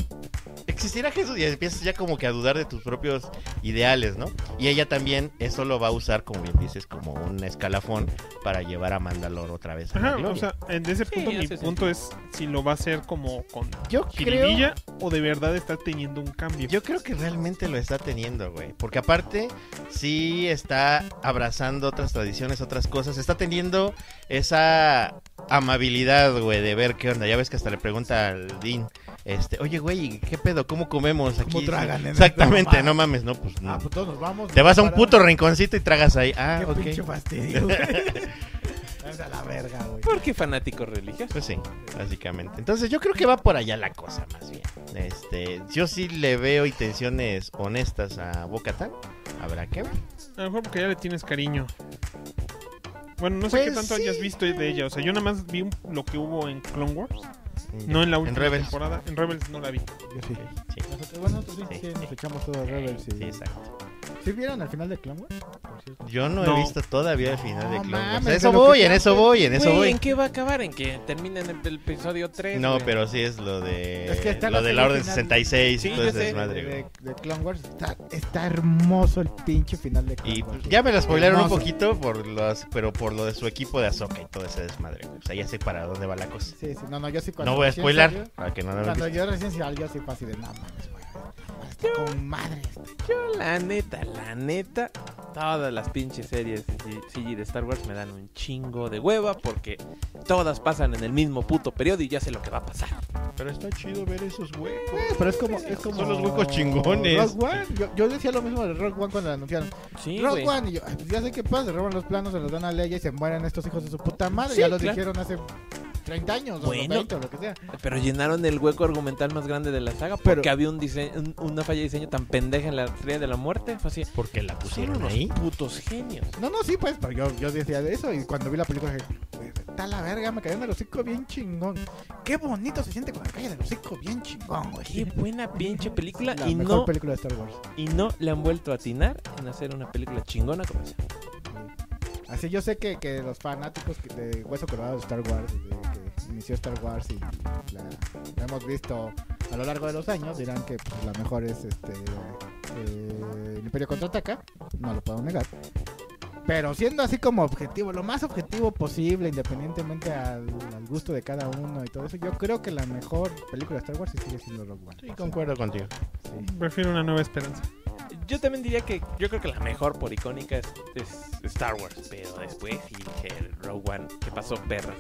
A: existirá Jesús, y empiezas ya como que a dudar de tus propios ideales, ¿no? Y ella también eso lo va a usar, como bien dices, como un escalafón para llevar a Mandalor otra vez a la
B: Ajá, o
A: gloria.
B: sea, en ese
D: Sí,
B: punto mi
D: hace
B: punto es si lo va a hacer como con
A: yo creo...
B: jiribilla o de verdad está teniendo un cambio.
A: Yo creo que realmente lo está teniendo, güey. Porque aparte, sí está abrazando otras tradiciones, otras cosas. Está teniendo esa amabilidad, güey, de ver qué onda. Ya ves que hasta le pregunta al Dean, este, oye, güey, ¿qué pedo? ¿Cómo comemos aquí?
C: tragan en
A: Exactamente,
C: esta mamada?
A: no mames, no, pues no.
C: Ah, pues todos nos vamos.
A: Te vas a un
C: Para-
A: puto rinconcito y tragas ahí. Ah,
C: Qué pinche
A: ok.
C: fastidio, güey. Vamos a la verga, güey.
D: Porque fanático religioso.
A: Pues sí, básicamente. Entonces yo creo que va por allá la cosa, más bien. Este, yo sí le veo intenciones honestas a Boca Tan. Habrá que ver.
B: A lo mejor porque ya le tienes cariño. Bueno, no sé
A: Pues
B: qué tanto
A: sí.
B: hayas visto de ella. O sea, yo nada más vi un- lo que hubo en Clone Wars. No en la última
A: Rebels.
B: temporada. En Rebels no la vi.
C: Yo sí.
A: Ok, sí.
C: Nosotros, bueno, nosotros sí,
A: Sí,
C: sí,
A: sí.
C: nos echamos todo a Rebels.
A: Sí,
C: Y...
A: exacto.
C: ¿Sí vieron al final de Clone Wars? Por cierto.
A: Yo no,
B: No.
A: he visto todavía el final de
C: No
A: Clone Wars.
C: mames,
A: A eso
C: pero
A: voy,
C: ¿qué
A: en eso
C: haces?
A: voy, en eso
D: Güey,
A: voy.
D: ¿En qué va a acabar? ¿En que termina en el, el episodio 3?
A: No, pero sí es lo de
C: Es que está
A: lo
C: la
A: de la
C: serie
A: Orden
C: final.
A: 66 y
C: Pues
D: Sí,
A: todo
D: yo
A: ese
D: sé,
A: desmadre. güey.
C: de, de Clone Wars está, está hermoso el pinche final de Clone
A: Y pues,
C: Wars.
A: ya me la spoilaron un
C: Hermoso.
A: poquito por los, pero por lo de su equipo de Azoka y todo ese desmadre. güey. O sea, ya sé para dónde va la cosa.
C: Sí, sí, no, no, yo sí cuando
A: No voy a
C: recién
A: spoilar
C: salió-
A: para que no lo
C: cuando
A: vean.
C: yo recién salí, yo sí fue así de, no mames, güey. con madre. está.
D: Yo, la neta, la neta, todas las pinches series de C- CG de Star Wars me dan un chingo de hueva porque todas pasan en el mismo puto periodo y ya sé lo que va a pasar.
A: Pero está chido ver esos huecos.
C: Pero es como, es como.
A: Son los huecos chingones.
C: Rock One. Yo, yo decía lo mismo de Rock One cuando la anunciaron.
D: Sí,
C: Rock
D: güey.
C: One. Y yo, "Ay, pues ya sé qué pasa. Roban los planos, se los dan a Leia y se mueren estos hijos de su puta madre.
D: Sí,
C: ya lo
D: claro.
C: dijeron hace 30 años o
D: Bueno.
C: 20 o lo que sea.
D: Pero llenaron el hueco argumental más grande de la saga
C: Pero-
D: porque había un dise- un- una falla de diseño tan pendeja en la estrella de la muerte. Fue así, "Pues
A: Porque la
D: son
A: pusieron
D: unos
A: ahí.
D: putos genios.
C: No, no, sí, pues, pero yo, yo decía de eso y cuando vi la película dije, está la verga, me cayó en el hocico bien chingón. Qué bonito se siente cuando cae en el hocico bien chingón, güey.
D: Qué buena pinche película
C: La
D: y
C: mejor
D: no,
C: película de Star Wars.
D: y no le han vuelto a atinar en hacer una película chingona como esa.
C: Así yo sé que, que los fanáticos que- de Hueso Colorado de Star Wars, de- que inició Star Wars y la, la hemos visto a lo largo de los años, dirán que pues, la mejor es este eh, El Imperio Contraataca, no lo puedo negar. Pero siendo así como objetivo, lo más objetivo posible, independientemente al, al gusto de cada uno y todo eso, yo creo que la mejor película de Star Wars sí sigue siendo Rogue One.
A: Sí, concuerdo contigo.
C: Sí.
B: Prefiero una nueva esperanza.
D: Yo también diría que yo creo que la mejor por icónica es, es Star Wars, pero después sí dije Rogue One, ¿qué pasó, perra?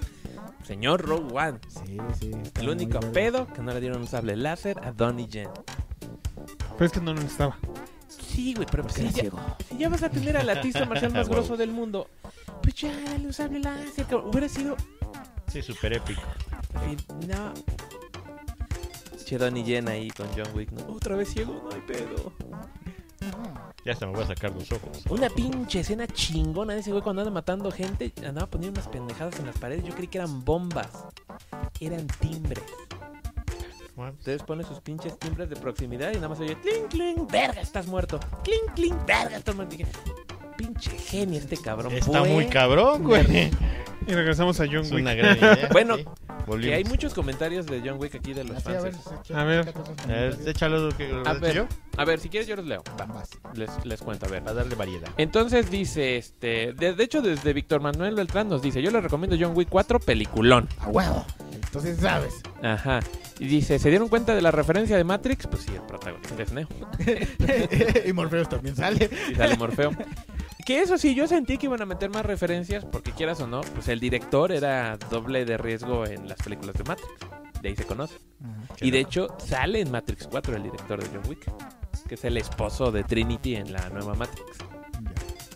D: Señor Rogue One,
C: Sí, sí. está
D: el
C: muy
D: único
C: verga.
D: pedo que no le dieron un sable láser a Donnie Jen.
B: Pero es que no lo necesitaba.
D: Sí, güey, pero pues
C: Porque
D: sí,
C: era
D: ya,
C: ciego.
D: Si ya vas a tener al artista marcial más
A: Wow.
D: grosso del mundo, pues ya dale un sable láser. cabrón. Hubiera sido.
A: Sí, súper épico.
D: en fin, No. Che, Donnie Yen ahí con John Wick. ¿no? Otra vez ciego, no hay pedo.
C: Ajá.
A: Ya hasta me voy a sacar los ojos.
D: Una pinche escena chingona de ese güey cuando anda matando gente. Andaba poniendo unas pendejadas en las paredes. Yo creí que eran bombas. Eran timbres. Ustedes ponen sus pinches timbres de proximidad y nada más oye. Cling, cling, verga, estás muerto. Cling, cling, verga, estás muerto. Dije, pinche genio este cabrón.
A: Está
D: fue
A: muy cabrón, güey.
B: Y regresamos a John
A: Es
B: Wick.
A: una gran idea.
D: Bueno,
A: sí.
D: Que hay
A: volvimos.
D: muchos comentarios de John Wick aquí de los
C: Así,
D: fans.
C: a ver,
B: A ver.
C: chécate esos
A: A ver,
C: comentarios.
A: échalo lo que
D: A
A: lo
D: ver.
A: yo.
D: A ver, si quieres yo los leo. Va,
C: Vas.
D: les, les cuento, a ver.
A: Para darle variedad.
D: Entonces dice, este, de, de hecho desde Víctor Manuel Beltrán nos dice, yo le recomiendo John Wick 4, peliculón.
C: A huevo. Entonces sabes.
D: Ajá. Y dice, ¿se dieron cuenta de la referencia de Matrix? Pues sí, el protagonista es Neo.
C: y Morpheus también sale.
D: Y sale Morfeo. Que eso sí, yo sentí que iban a meter más referencias, porque quieras o no, pues el director era doble de riesgo en las películas de Matrix. De ahí se conoce. Y de hecho, sale en Matrix 4 el director de John Wick, que es el esposo de Trinity en la nueva Matrix.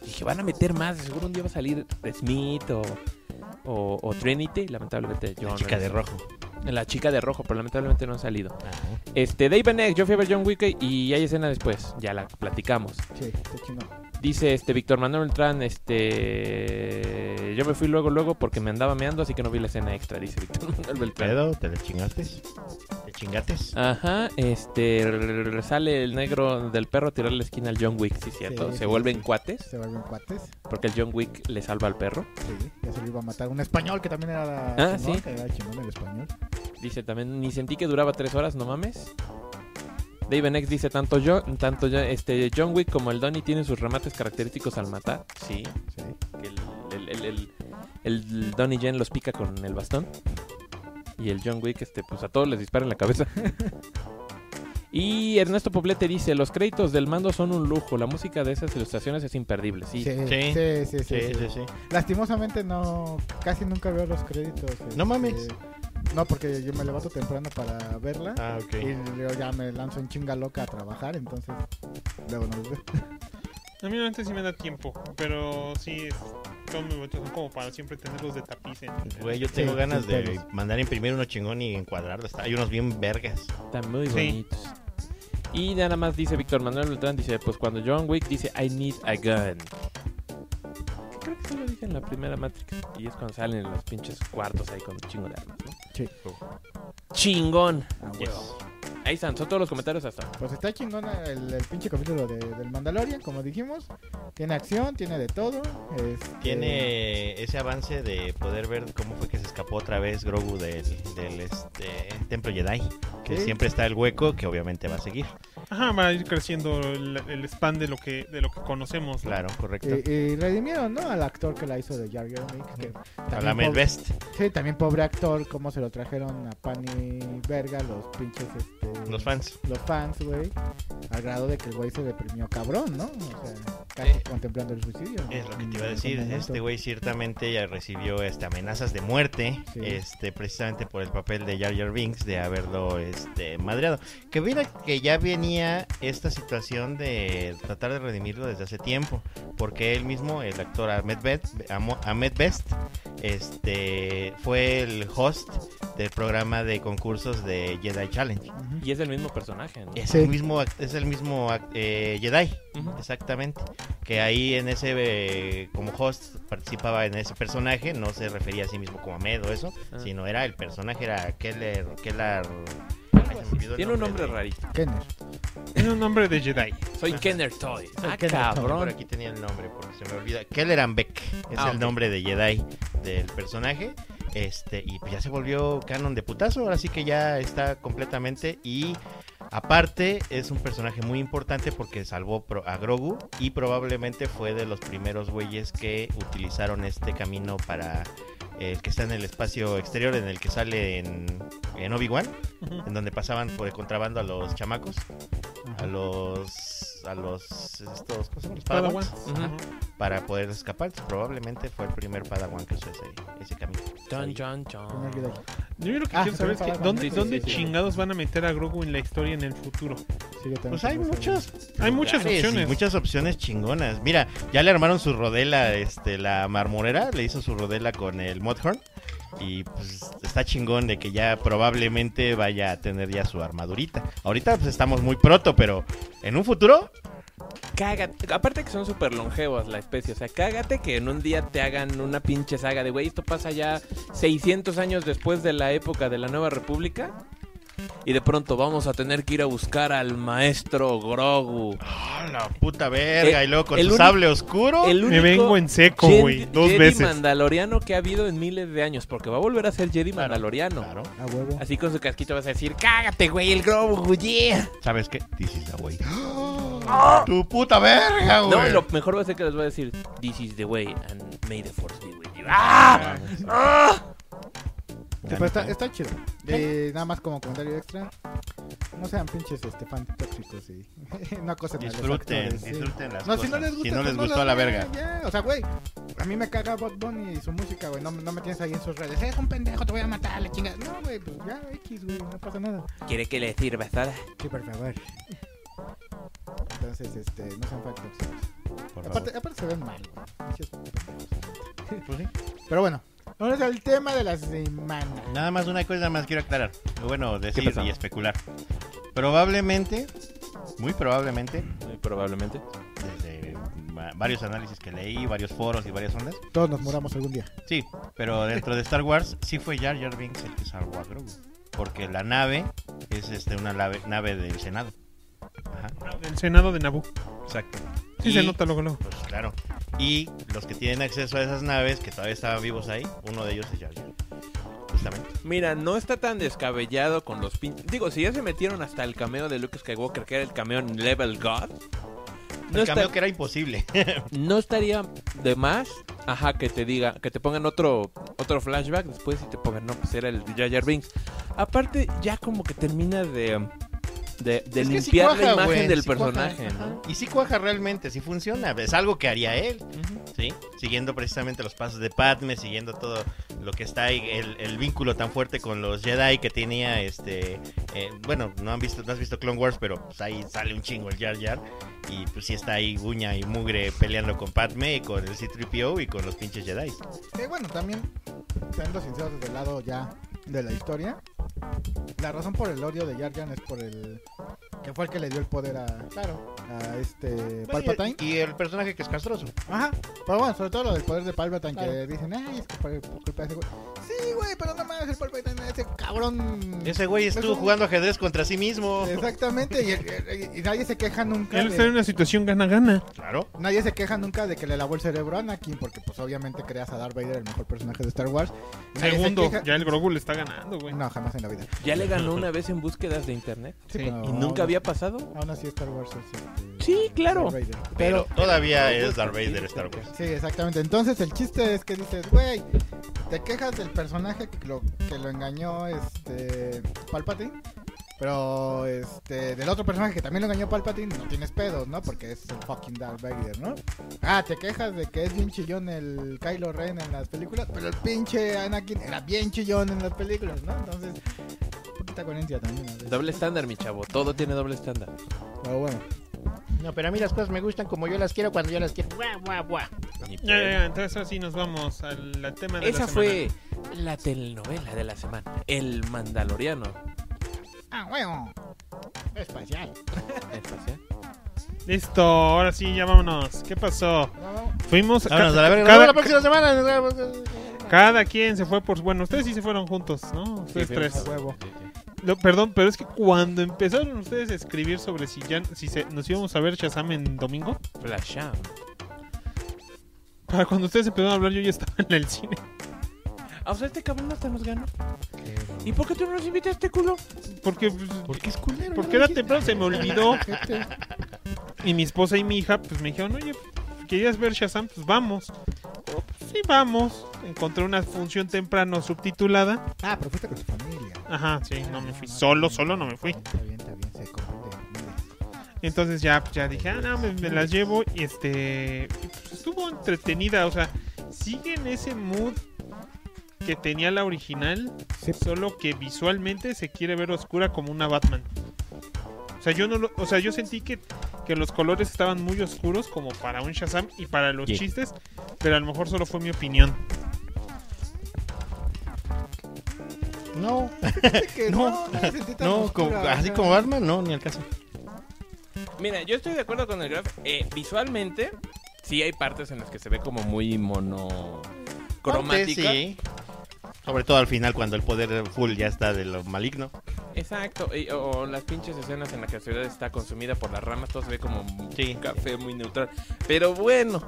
D: Dije, van a meter más, seguro un día va a salir Smith o, o, o Trinity. Lamentablemente, yo
A: La
D: no
A: chica
D: les-
A: de rojo.
D: La chica de rojo, pero lamentablemente no han salido.
A: Ah,
D: Este, Dave Van Eyck, yo fui a ver John Wick y hay escena después, ya la platicamos.
C: Sí, está chingón.
D: Dice este Víctor Manuel Beltrán, este. Yo me fui luego, luego porque me andaba meando, así que no vi la escena extra, dice Víctor Manuel Beltrán.
A: Pedo, te la chingaste. Te
D: Ah,
A: chingates.
D: Ajá, este r- r- sale el negro del perro a tirar la esquina al John Wick, sí cierto.
C: Sí,
D: se
C: sí,
D: vuelven
C: sí.
D: cuates
C: Se vuelven cuates.
D: porque el John Wick le salva al perro.
C: Sí, ya se lo iba a matar. Un español que también era
D: Ah,
C: chingón,
D: sí.
C: que era chingón el español.
D: Dice también ni sentí que duraba tres horas, no mames. Dave Nex dice tanto yo, tanto yo, este John Wick como el Donnie tienen sus remates característicos al matar. Sí,
C: Sí.
D: que el, el, el, el- el Donnie Yen los pica con el bastón. Y el John Wick, este, pues a todos les dispara en la cabeza. y Ernesto Poblete dice, los créditos del mando son un lujo, la música de esas ilustraciones es imperdible, sí.
C: Sí, sí, sí, sí, sí, sí. Lastimosamente no, casi nunca veo los créditos. este,
A: mames.
C: No, porque yo me levanto temprano para verla.
A: Ah, ok.
C: Y luego ya me lanzo en chinga loca a trabajar, entonces luego no los veo.
B: A mí normalmente sí me da tiempo, pero sí, es, son muy bonitos, son como para siempre tenerlos de tapiz. en-
A: Güey, yo tengo
C: Sí,
A: ganas
C: sí,
A: de
C: pedos.
A: mandar a imprimir uno chingón y encuadrarlo. Está- Hay unos bien vergas.
D: Están muy
B: Sí.
D: bonitos. Y nada más dice Víctor Manuel Beltrán, dice, pues cuando John Wick dice, I need a gun. Que Creo que solo dice en la primera Matrix. Y es cuando salen los pinches cuartos ahí con un chingo de armas, ¿no?
C: Sí.
D: Chingón.
C: Ah,
A: Yes.
C: huevo.
D: Ahí están, son todos los comentarios hasta.
C: Pues está chingón el, el pinche capítulo de- del Mandalorian, como dijimos. Tiene acción, tiene de todo. este,
A: Tiene ese avance de poder ver cómo fue que se escapó otra vez Grogu del, del, este, Templo Jedi. Que
C: Sí.
A: siempre está el hueco que obviamente va a seguir.
B: Ajá, va a ir creciendo el, el span de lo que de lo que conocemos. ¿no?
A: Claro, correcto.
C: Y, y redimieron, ¿no? Al actor que la hizo de Jar Jar Binks, que
A: A
C: también
A: la Med
C: pobre-
A: Best.
C: Sí, también pobre actor, cómo se lo trajeron a pan y verga los pinches, este...
A: Los fans.
C: Los fans, güey. Al grado de que el güey se deprimió cabrón, ¿no? O sea, casi
A: Eh,
C: contemplando el suicidio.
A: Es lo que te
C: En
A: iba a
C: algún
A: decir.
C: momento.
A: Este güey ciertamente ya recibió este, amenazas de muerte,
C: Sí.
A: este, precisamente por el papel de Jar Jar Binks de haberlo este, madreado. Que mira que ya venía esta situación de tratar de redimirlo desde hace tiempo, porque él mismo, el actor Ahmed Best, Amo- Ahmed Best este, fue el host del programa de concursos de Jedi Challenge.
C: Ujú.
D: Y es el mismo personaje, ¿no?
A: Es
C: Sí.
A: el mismo, act- es el mismo act- eh, Jedi.
D: Ujú.
A: Exactamente. Que ahí en ese, eh, como host, participaba en ese personaje, no se refería a sí mismo como Ahmed o eso,
D: Ah.
A: sino era el personaje, era Keller, Keller... Ay, se me olvidó el
D: Tiene un nombre
A: de-
D: rarito.
C: Kenner.
B: Tiene un nombre de Jedi.
D: Soy Kenner Toy. Ah,
C: Kenner Toy.
A: Por
D: cabrón.
A: aquí tenía el nombre, porque se me olvida. Keller Beck es
D: Ah,
A: el
D: ok.
A: nombre de Jedi del personaje. Este, y pues ya se volvió canon de putazo, ahora sí que ya está completamente. Y aparte, es un personaje muy importante porque salvó pro- a Grogu y probablemente fue de los primeros güeyes que utilizaron este camino para eh, el que está en el espacio exterior, en el que sale en, en Obi-Wan,
B: Ujú.
A: en donde pasaban por el contrabando a los chamacos, a los. a los. estos. ¿Cómo se llaman? Los Padawans
D: Ujú.
A: para poder escapar. Probablemente fue el primer Padawan que usó ese, ese camino.
D: Chon, chon, chon.
C: Primer Jedi.
B: Yo lo que
C: Ah, se
B: quiero saber
C: ve
B: es que
C: Padawan.
B: dónde,
D: Sí, sí,
B: dónde
D: sí, sí.
B: chingados van a meter a Grogu en la historia en el futuro.
C: Sí, yo también
A: Pues hay
C: tengo esa
A: muchos.
B: Hay muchas
A: lugares y
B: opciones.
A: Muchas opciones chingonas. Mira, ya le armaron su rodela, este, la marmorera, le hizo su rodela con el Mudhorn. Y pues está chingón de que ya probablemente vaya a tener ya su armadurita. Ahorita pues estamos muy pronto, pero en un futuro,
D: Cágate. Aparte que son súper longevas la especie. O sea, cágate que en un día te hagan una pinche saga de, güey, esto pasa ya 600 años después de la época de la Nueva República. Y de pronto vamos a tener que ir a buscar al maestro Grogu.
A: ¡ah, la puta verga!
D: Eh,
A: y luego con
D: el
A: su
D: uni-
A: sable oscuro.
D: El
B: Oh, Me
D: único
B: vengo en seco,
D: Jedi-
B: güey. Dos
D: Jedi
B: veces.
D: mandaloriano que ha habido en miles de años. Porque va a volver a ser Jedi
A: Claro,
D: mandaloriano.
A: Claro.
C: idea. A huevo.
D: Así con su casquito vas a decir, cágate, güey, el Grogu, yeah.
A: ¿Sabes qué? This is the way. ¡Tu puta verga,
B: Oh,
A: güey!
D: ¡Ah! No, lo mejor va a ser que les voy a decir, this is the way and may the force be with you. ¡Ah! ¡Ah!
C: Sí, pero está, está chido. Eh, nada más como comentario extra. No sean pinches este, fan tóxicos y no acosen a los
A: Disfruten,
C: actores, sí.
A: disfruten las
C: No,
A: cosas.
C: si no les gusta, pues
A: gustó a la
C: las vean,
A: verga.
C: ya. O sea, güey, a mí me caga Bot Bunny y su música, güey. No, no me tienes ahí en sus redes. Es un pendejo, te voy a matar, la chinga. No, güey, pues ya, X, güey, no pasa nada.
D: ¿Quiere que le sirva, Sara?
C: Sí, por favor. Entonces, este, no sean fan tóxicos.
A: Por favor.
C: Aparte, aparte se ven mal, güey. Pinches pendejos, la
A: Pues
C: neta. Pero bueno, vamos al tema de la semana.
A: Nada más una cosa más quiero aclarar. Bueno, decir
D: pasó?
A: y especular. Probablemente, muy probablemente,
D: Muy eh, probablemente.
A: desde va- varios análisis que leí, varios foros y varias ondas.
C: Todos nos muramos algún día.
A: Sí, pero dentro de Star Wars sí fue Jar Jar Binks el que salvó a Grogu. Porque la nave es este una lave- nave del Senado. Ajá,
B: El Senado de Naboo.
A: exacto.
B: Sí,
A: Y-
B: se nota luego, luego.
A: Pues claro. Y los que tienen acceso a esas naves, que todavía estaban vivos ahí, uno de ellos es Jar Jar. Justamente.
D: Mira, no está tan descabellado con los pin... Digo, si ya se metieron hasta el cameo de Luke Skywalker, que era el cameo en Level God.
A: El cambio
D: No, está-
A: que era imposible.
D: no estaría de más, ajá, que te diga, que te pongan otro otro flashback después y te pongan, no, pues era el Jar Jar Binks. Aparte, ya como que termina de, de, de
A: Es que sí
D: limpiar la
A: cuaja,
D: imagen
A: güey,
D: del
A: sí cuaja,
D: personaje, ¿no?
A: Y sí cuaja realmente, sí funciona. Es algo que haría él, ¿sí? Siguiendo precisamente los pasos de Padme, siguiendo todo lo que está ahí, el, el vínculo tan fuerte con los Jedi que tenía, este... eh, bueno, no han visto no has visto Clone Wars, pero pues, ahí sale un chingo el Jar Jar. Y pues sí está ahí Guña y Mugre peleando con Padme y con el C-3PO y con los pinches Jedi.
C: Eh, bueno, también, siendo sinceros desde el lado ya de la historia, la razón por el odio de Jar Jar es por el... que fue el que le dio el poder a... claro, a este... Palpatine.
A: Y el personaje que es castroso.
C: Ajá, pero bueno, sobre todo lo del poder de Palpatine
E: Claro.
C: que dicen, ay, es que por, por culpa de ese güey. Sí, güey, güey, pero no mames, el Palpatine, ese cabrón.
A: Ese güey estuvo
C: Es un-
A: jugando ajedrez contra sí mismo.
C: Exactamente, y, y- y nadie se queja nunca.
B: Él
C: de-
B: está en una situación gana-gana.
A: Claro.
C: Nadie se queja nunca de que le lavó el cerebro a Anakin, porque pues obviamente creas a Darth Vader el mejor personaje de Star Wars. Nadie se
B: Segundo,
C: queja-
B: ya el Grogu le está ganando, güey.
C: No, jamás en la vida.
D: Ya le ganó una vez en búsquedas de internet.
C: Sí,
B: Sí.
C: pero
D: ¿Y
C: aún-
D: nunca había pasado?
C: Aún así Star Wars es... este,
D: Sí, claro.
C: Darth Vader.
A: Pero,
D: Pero-
A: todavía
D: pero-
A: es Darth Vader Star Wars.
C: Sí, exactamente. Entonces el chiste es que dices, güey, te quejas del personaje que lo, que lo engañó este Palpatine, pero este del otro personaje que también lo engañó Palpatine no tienes pedos, ¿no? Porque es el fucking Darth Vader, ¿no? Ah, te quejas de que es bien chillón el Kylo Ren en las películas, pero el pinche Anakin era bien chillón en las películas, ¿no? Entonces, poquita coherencia también. a veces.
D: Doble estándar, mi chavo. Todo tiene doble estándar.
C: Pero bueno,
F: No, pero a mí las cosas me gustan como yo las quiero cuando yo las quiero. Guau, guau, guau.
D: Ni
B: Ya, ya,
D: pedo.
B: ya, entonces así nos vamos al, al tema de
D: Esa
B: la semana.
D: fue la telenovela de la semana. El Mandaloriano.
C: ah, bueno.
F: Espacial.
D: Espacial.
B: Listo, ahora sí, ya vámonos. ¿Qué pasó? Fuimos.
A: Vámonos
B: ca-
A: a la verga. Nos vemos
B: Cada,
A: la próxima semana. Nos vemos.
B: cada quien se fue por. Bueno, ustedes sí se fueron juntos, ¿no? Ustedes
D: Sí,
B: tres.
D: fuimos a
C: huevo.
D: Sí, sí.
B: No, perdón, pero es que cuando empezaron ustedes a escribir sobre si ya si se- nos íbamos a ver Shazam en domingo,
D: Flasham.
B: para cuando ustedes empezaron a hablar yo ya estaba en el cine.
D: Ah, o sea, este cabrón hasta nos ganó. ¿Y por qué tú no nos invitaste, culo?
B: Porque, pues,
C: Porque es culero.
B: porque
C: ¿no?
B: era
C: Dije-
B: temprano, se me olvidó.
C: Gente.
B: Y mi esposa y mi hija pues me dijeron, oye, ¿querías ver Shazam? Pues vamos. Oh, pues, sí, vamos. Encontré una función temprano subtitulada.
C: Ah, pero fuiste con tu familia. Ah,
B: Ajá, sí, no me fui. Solo, solo no me fui.
C: Está bien, está bien, se comprende.
B: Entonces ya, ya dije, ah, no, me, me las llevo. Y este. pues, estuvo entretenida, o sea, sigue en ese mood que tenía la original,
C: Sí.
B: solo que visualmente se quiere ver oscura como una Batman. O sea, yo no lo- o sea, yo sentí que, que los colores estaban muy oscuros como para un Shazam y para los
A: Sí.
B: chistes, pero a lo mejor solo fue mi opinión.
C: No,
A: No,
C: no, no, me sentí tan
A: No,
C: oscura,
A: como-
C: o sea,
A: así como Batman, no, ni al caso.
D: Mira, yo estoy de acuerdo con el graph. Eh, visualmente, sí hay partes en las que se ve como muy mono. Cromática.
A: Sí. Sobre todo al final, cuando el poder full ya está de lo maligno.
D: Exacto. y- o, o las pinches escenas en las que la ciudad está consumida por las ramas, todo se ve como un
A: Sí.
D: café muy neutral. Pero bueno,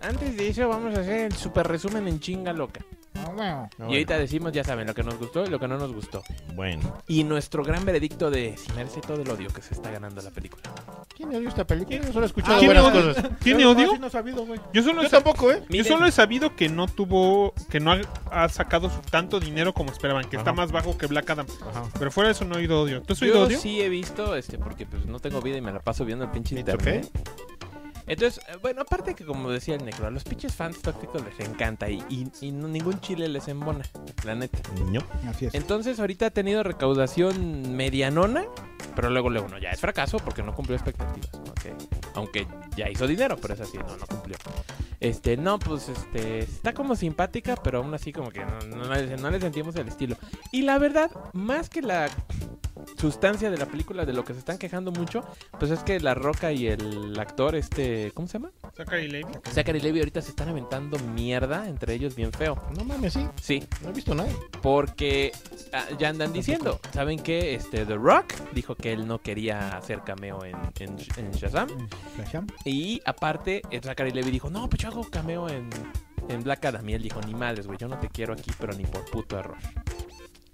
D: antes de eso vamos a hacer el super resumen en chinga loca.
C: No, bueno.
D: Y ahorita decimos, ya saben, lo que nos gustó y lo que no nos gustó.
A: Bueno,
D: Y nuestro gran veredicto de si merece todo el odio que se está ganando la película.
F: ¿Quién odió esta película? Yo solo he escuchado
B: ¿Tiene
A: buenas
B: odio?
A: cosas.
B: ¿Tiene
C: Yo
B: odio?
C: así No he sabido, güey.
B: Yo solo, he
A: Yo
B: sa-
A: tampoco, ¿eh?
B: yo
D: Miren,
B: solo he sabido que no tuvo, que no ha, ha sacado su- tanto dinero como esperaban, que está
A: Ajá.
B: más bajo que Black Adam.
A: Ajá.
B: Pero fuera de eso no he oído odio. ¿Tú has oído
D: Yo
B: odio?
D: sí he visto, este, porque pues no tengo vida y me la paso viendo el pinche
A: It's
D: internet. Entonces, eh, bueno, aparte que como decía el Necro, a los pinches fans tóxicos les encanta y, y- y no- ningún chile les embona, la neta.
A: No.
C: Así es.
D: Entonces ahorita ha tenido recaudación medianona, pero luego, luego, no, ya es fracaso porque no cumplió expectativas, ¿no? Que- aunque ya hizo dinero, pero es así, no, no cumplió. Este, no, pues, este, está como simpática, pero aún así como que no, no, le- no le sentimos el estilo. Y la verdad, más que la sustancia de la película, de lo que se están quejando mucho, pues es que La Roca y el actor, este, ¿cómo se llama?
B: Zachary Levi.
D: Zachary Levy ahorita se están aventando mierda entre ellos bien feo.
A: No mames, sí.
D: Sí,
A: No he visto nada.
D: porque ah, ya andan diciendo, ¿saben qué? Este, The Rock dijo que él no quería hacer cameo en, en, en Shazam.
C: Flasham.
D: Y aparte, eh, Zachary Levy dijo, no, pues yo hago cameo en, en Black Adam. Y él dijo, ni madres, güey, yo no te quiero aquí, pero ni por puto error.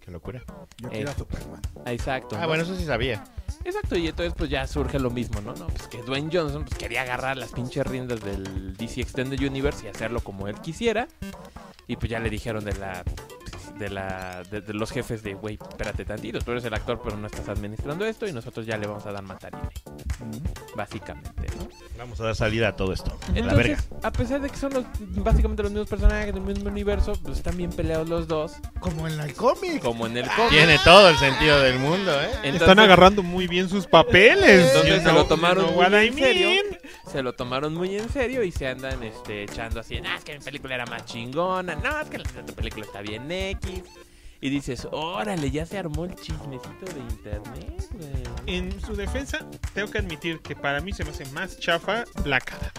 A: Qué locura.
C: Yo
D: Eh.
C: quiero a Superman.
D: Ah, Exacto.
A: Ah,
D: ¿no?
A: bueno, eso sí sabía.
D: Exacto, y entonces pues ya surge lo mismo, ¿no? No, pues que Dwayne Johnson pues, quería agarrar las pinches riendas del DC Extended Universe y hacerlo como él quisiera. Y pues ya le dijeron de la de la de, de los jefes de, güey, espérate tantito, tú eres el actor, pero no estás administrando esto y nosotros ya le vamos a dar matarine, básicamente, ¿no?
A: Vamos a dar salida a todo esto. la verga.
D: Entonces, a pesar de que son los- básicamente los mismos personajes del mismo universo, pues están bien peleados los dos,
C: Como en el cómic.
D: como en el cómic.
A: Tiene todo el sentido del mundo, ¿eh?
B: Están agarrando muy bien sus papeles.
D: Entonces
B: You
D: se lo
B: know-
D: tomaron
B: you know
D: muy
B: what I
D: en serio.
B: mean.
D: se lo tomaron muy en serio y se andan este, echando así, ah, es que mi película era más chingona, no, es que la neta tu película está bien X. Y dices, órale, ya se armó el chismecito de internet, güey.
B: En su defensa, tengo que admitir que para mí se me hace más chafa Black Adam.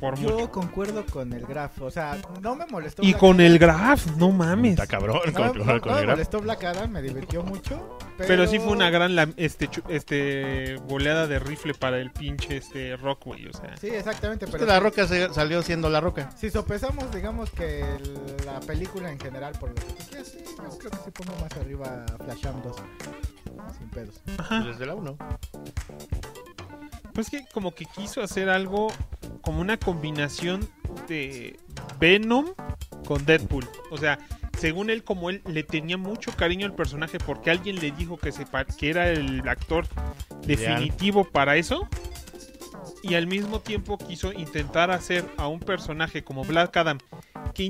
B: por mucho.
C: Yo concuerdo con el Graf. O sea, no me molestó.
B: Y
C: Black
B: con
C: Adam.
B: el Graf, no mames.
A: Está cabrón,
C: No,
A: con,
C: no,
A: con el
C: no me
A: graf.
C: molestó Black Adam, me divirtió mucho. Pero,
B: Pero sí fue una gran lam- este, chu- este boleada de rifle para el pinche este Rockway, o sea.
C: Sí, exactamente.
A: Pues
C: Pero
A: que la roca se- salió siendo la roca.
C: Si sopesamos, digamos que el- la película en general, por lo que tú quieras, sí, yo creo que sí pongo más arriba a Flash Am 2. Sin pedos.
B: Ajá.
A: Desde la 1.
B: Pues que como que quiso hacer algo como una combinación de Venom con Deadpool. O sea, según él, como él le tenía mucho cariño al personaje porque alguien le dijo que, se pa- que era el actor definitivo para eso. Y al mismo tiempo quiso intentar hacer a un personaje como Black Adam, que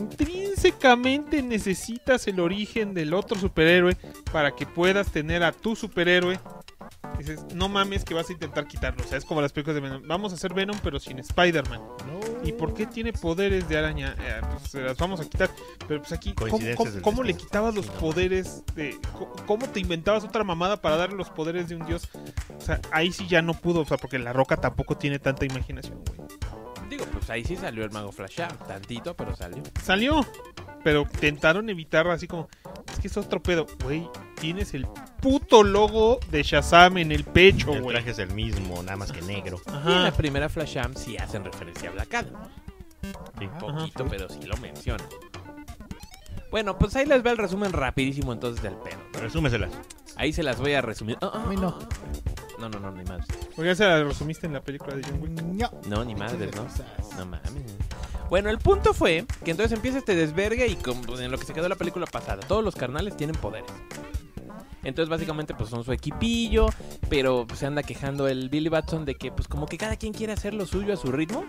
B: intrínsecamente necesitas el origen del otro superhéroe para que puedas tener a tu superhéroe. Dices, no mames que vas a intentar quitarlo. O sea, es como las películas de Venom. Vamos a hacer Venom pero sin Spider-Man. ¿Y por qué tiene poderes de araña? Eh, pues se las vamos a quitar. Pero pues aquí, ¿cómo,
A: Coincidencias
B: cómo-
A: del
B: cómo le
A: destino.
B: quitabas los
A: No.
B: poderes? De, co- ¿Cómo te inventabas otra mamada para darle los poderes de un dios? O sea, ahí sí ya no pudo. O sea, porque la roca tampoco tiene tanta imaginación, güey.
D: Digo, pues ahí sí salió el mago Flash Am, Tantito, pero salió.
B: Salió. Pero intentaron evitar así como, es que es otro pedo. Güey, tienes el puto logo de Shazam en el pecho,
A: El
B: güey.
A: traje es el mismo, nada más que negro.
D: Y en la
B: Ajá.
D: primera Flash Am sí hacen referencia a Black Adam.
A: Sí.
D: Un poquito, pero sí lo mencionan. Bueno, pues ahí les va el resumen rapidísimo entonces del pedo. ¿no?
A: Resúmeselas.
D: Ahí se las voy a resumir. Ah, ah,
C: A mí no.
D: No, no, no, ni más.
B: Porque ya se la resumiste en la película de John Wick.
C: No.
D: No, ni madre,
C: Entonces,
D: ¿no?
C: cosas.
D: No mames. Bueno, el punto fue que entonces empieza este desvergue y con, en lo que se quedó la película pasada, todos los carnales tienen poderes. Entonces básicamente pues son su equipillo, pero pues, se anda quejando el Billy Batson de que pues como que cada quien quiere hacer lo suyo a su ritmo.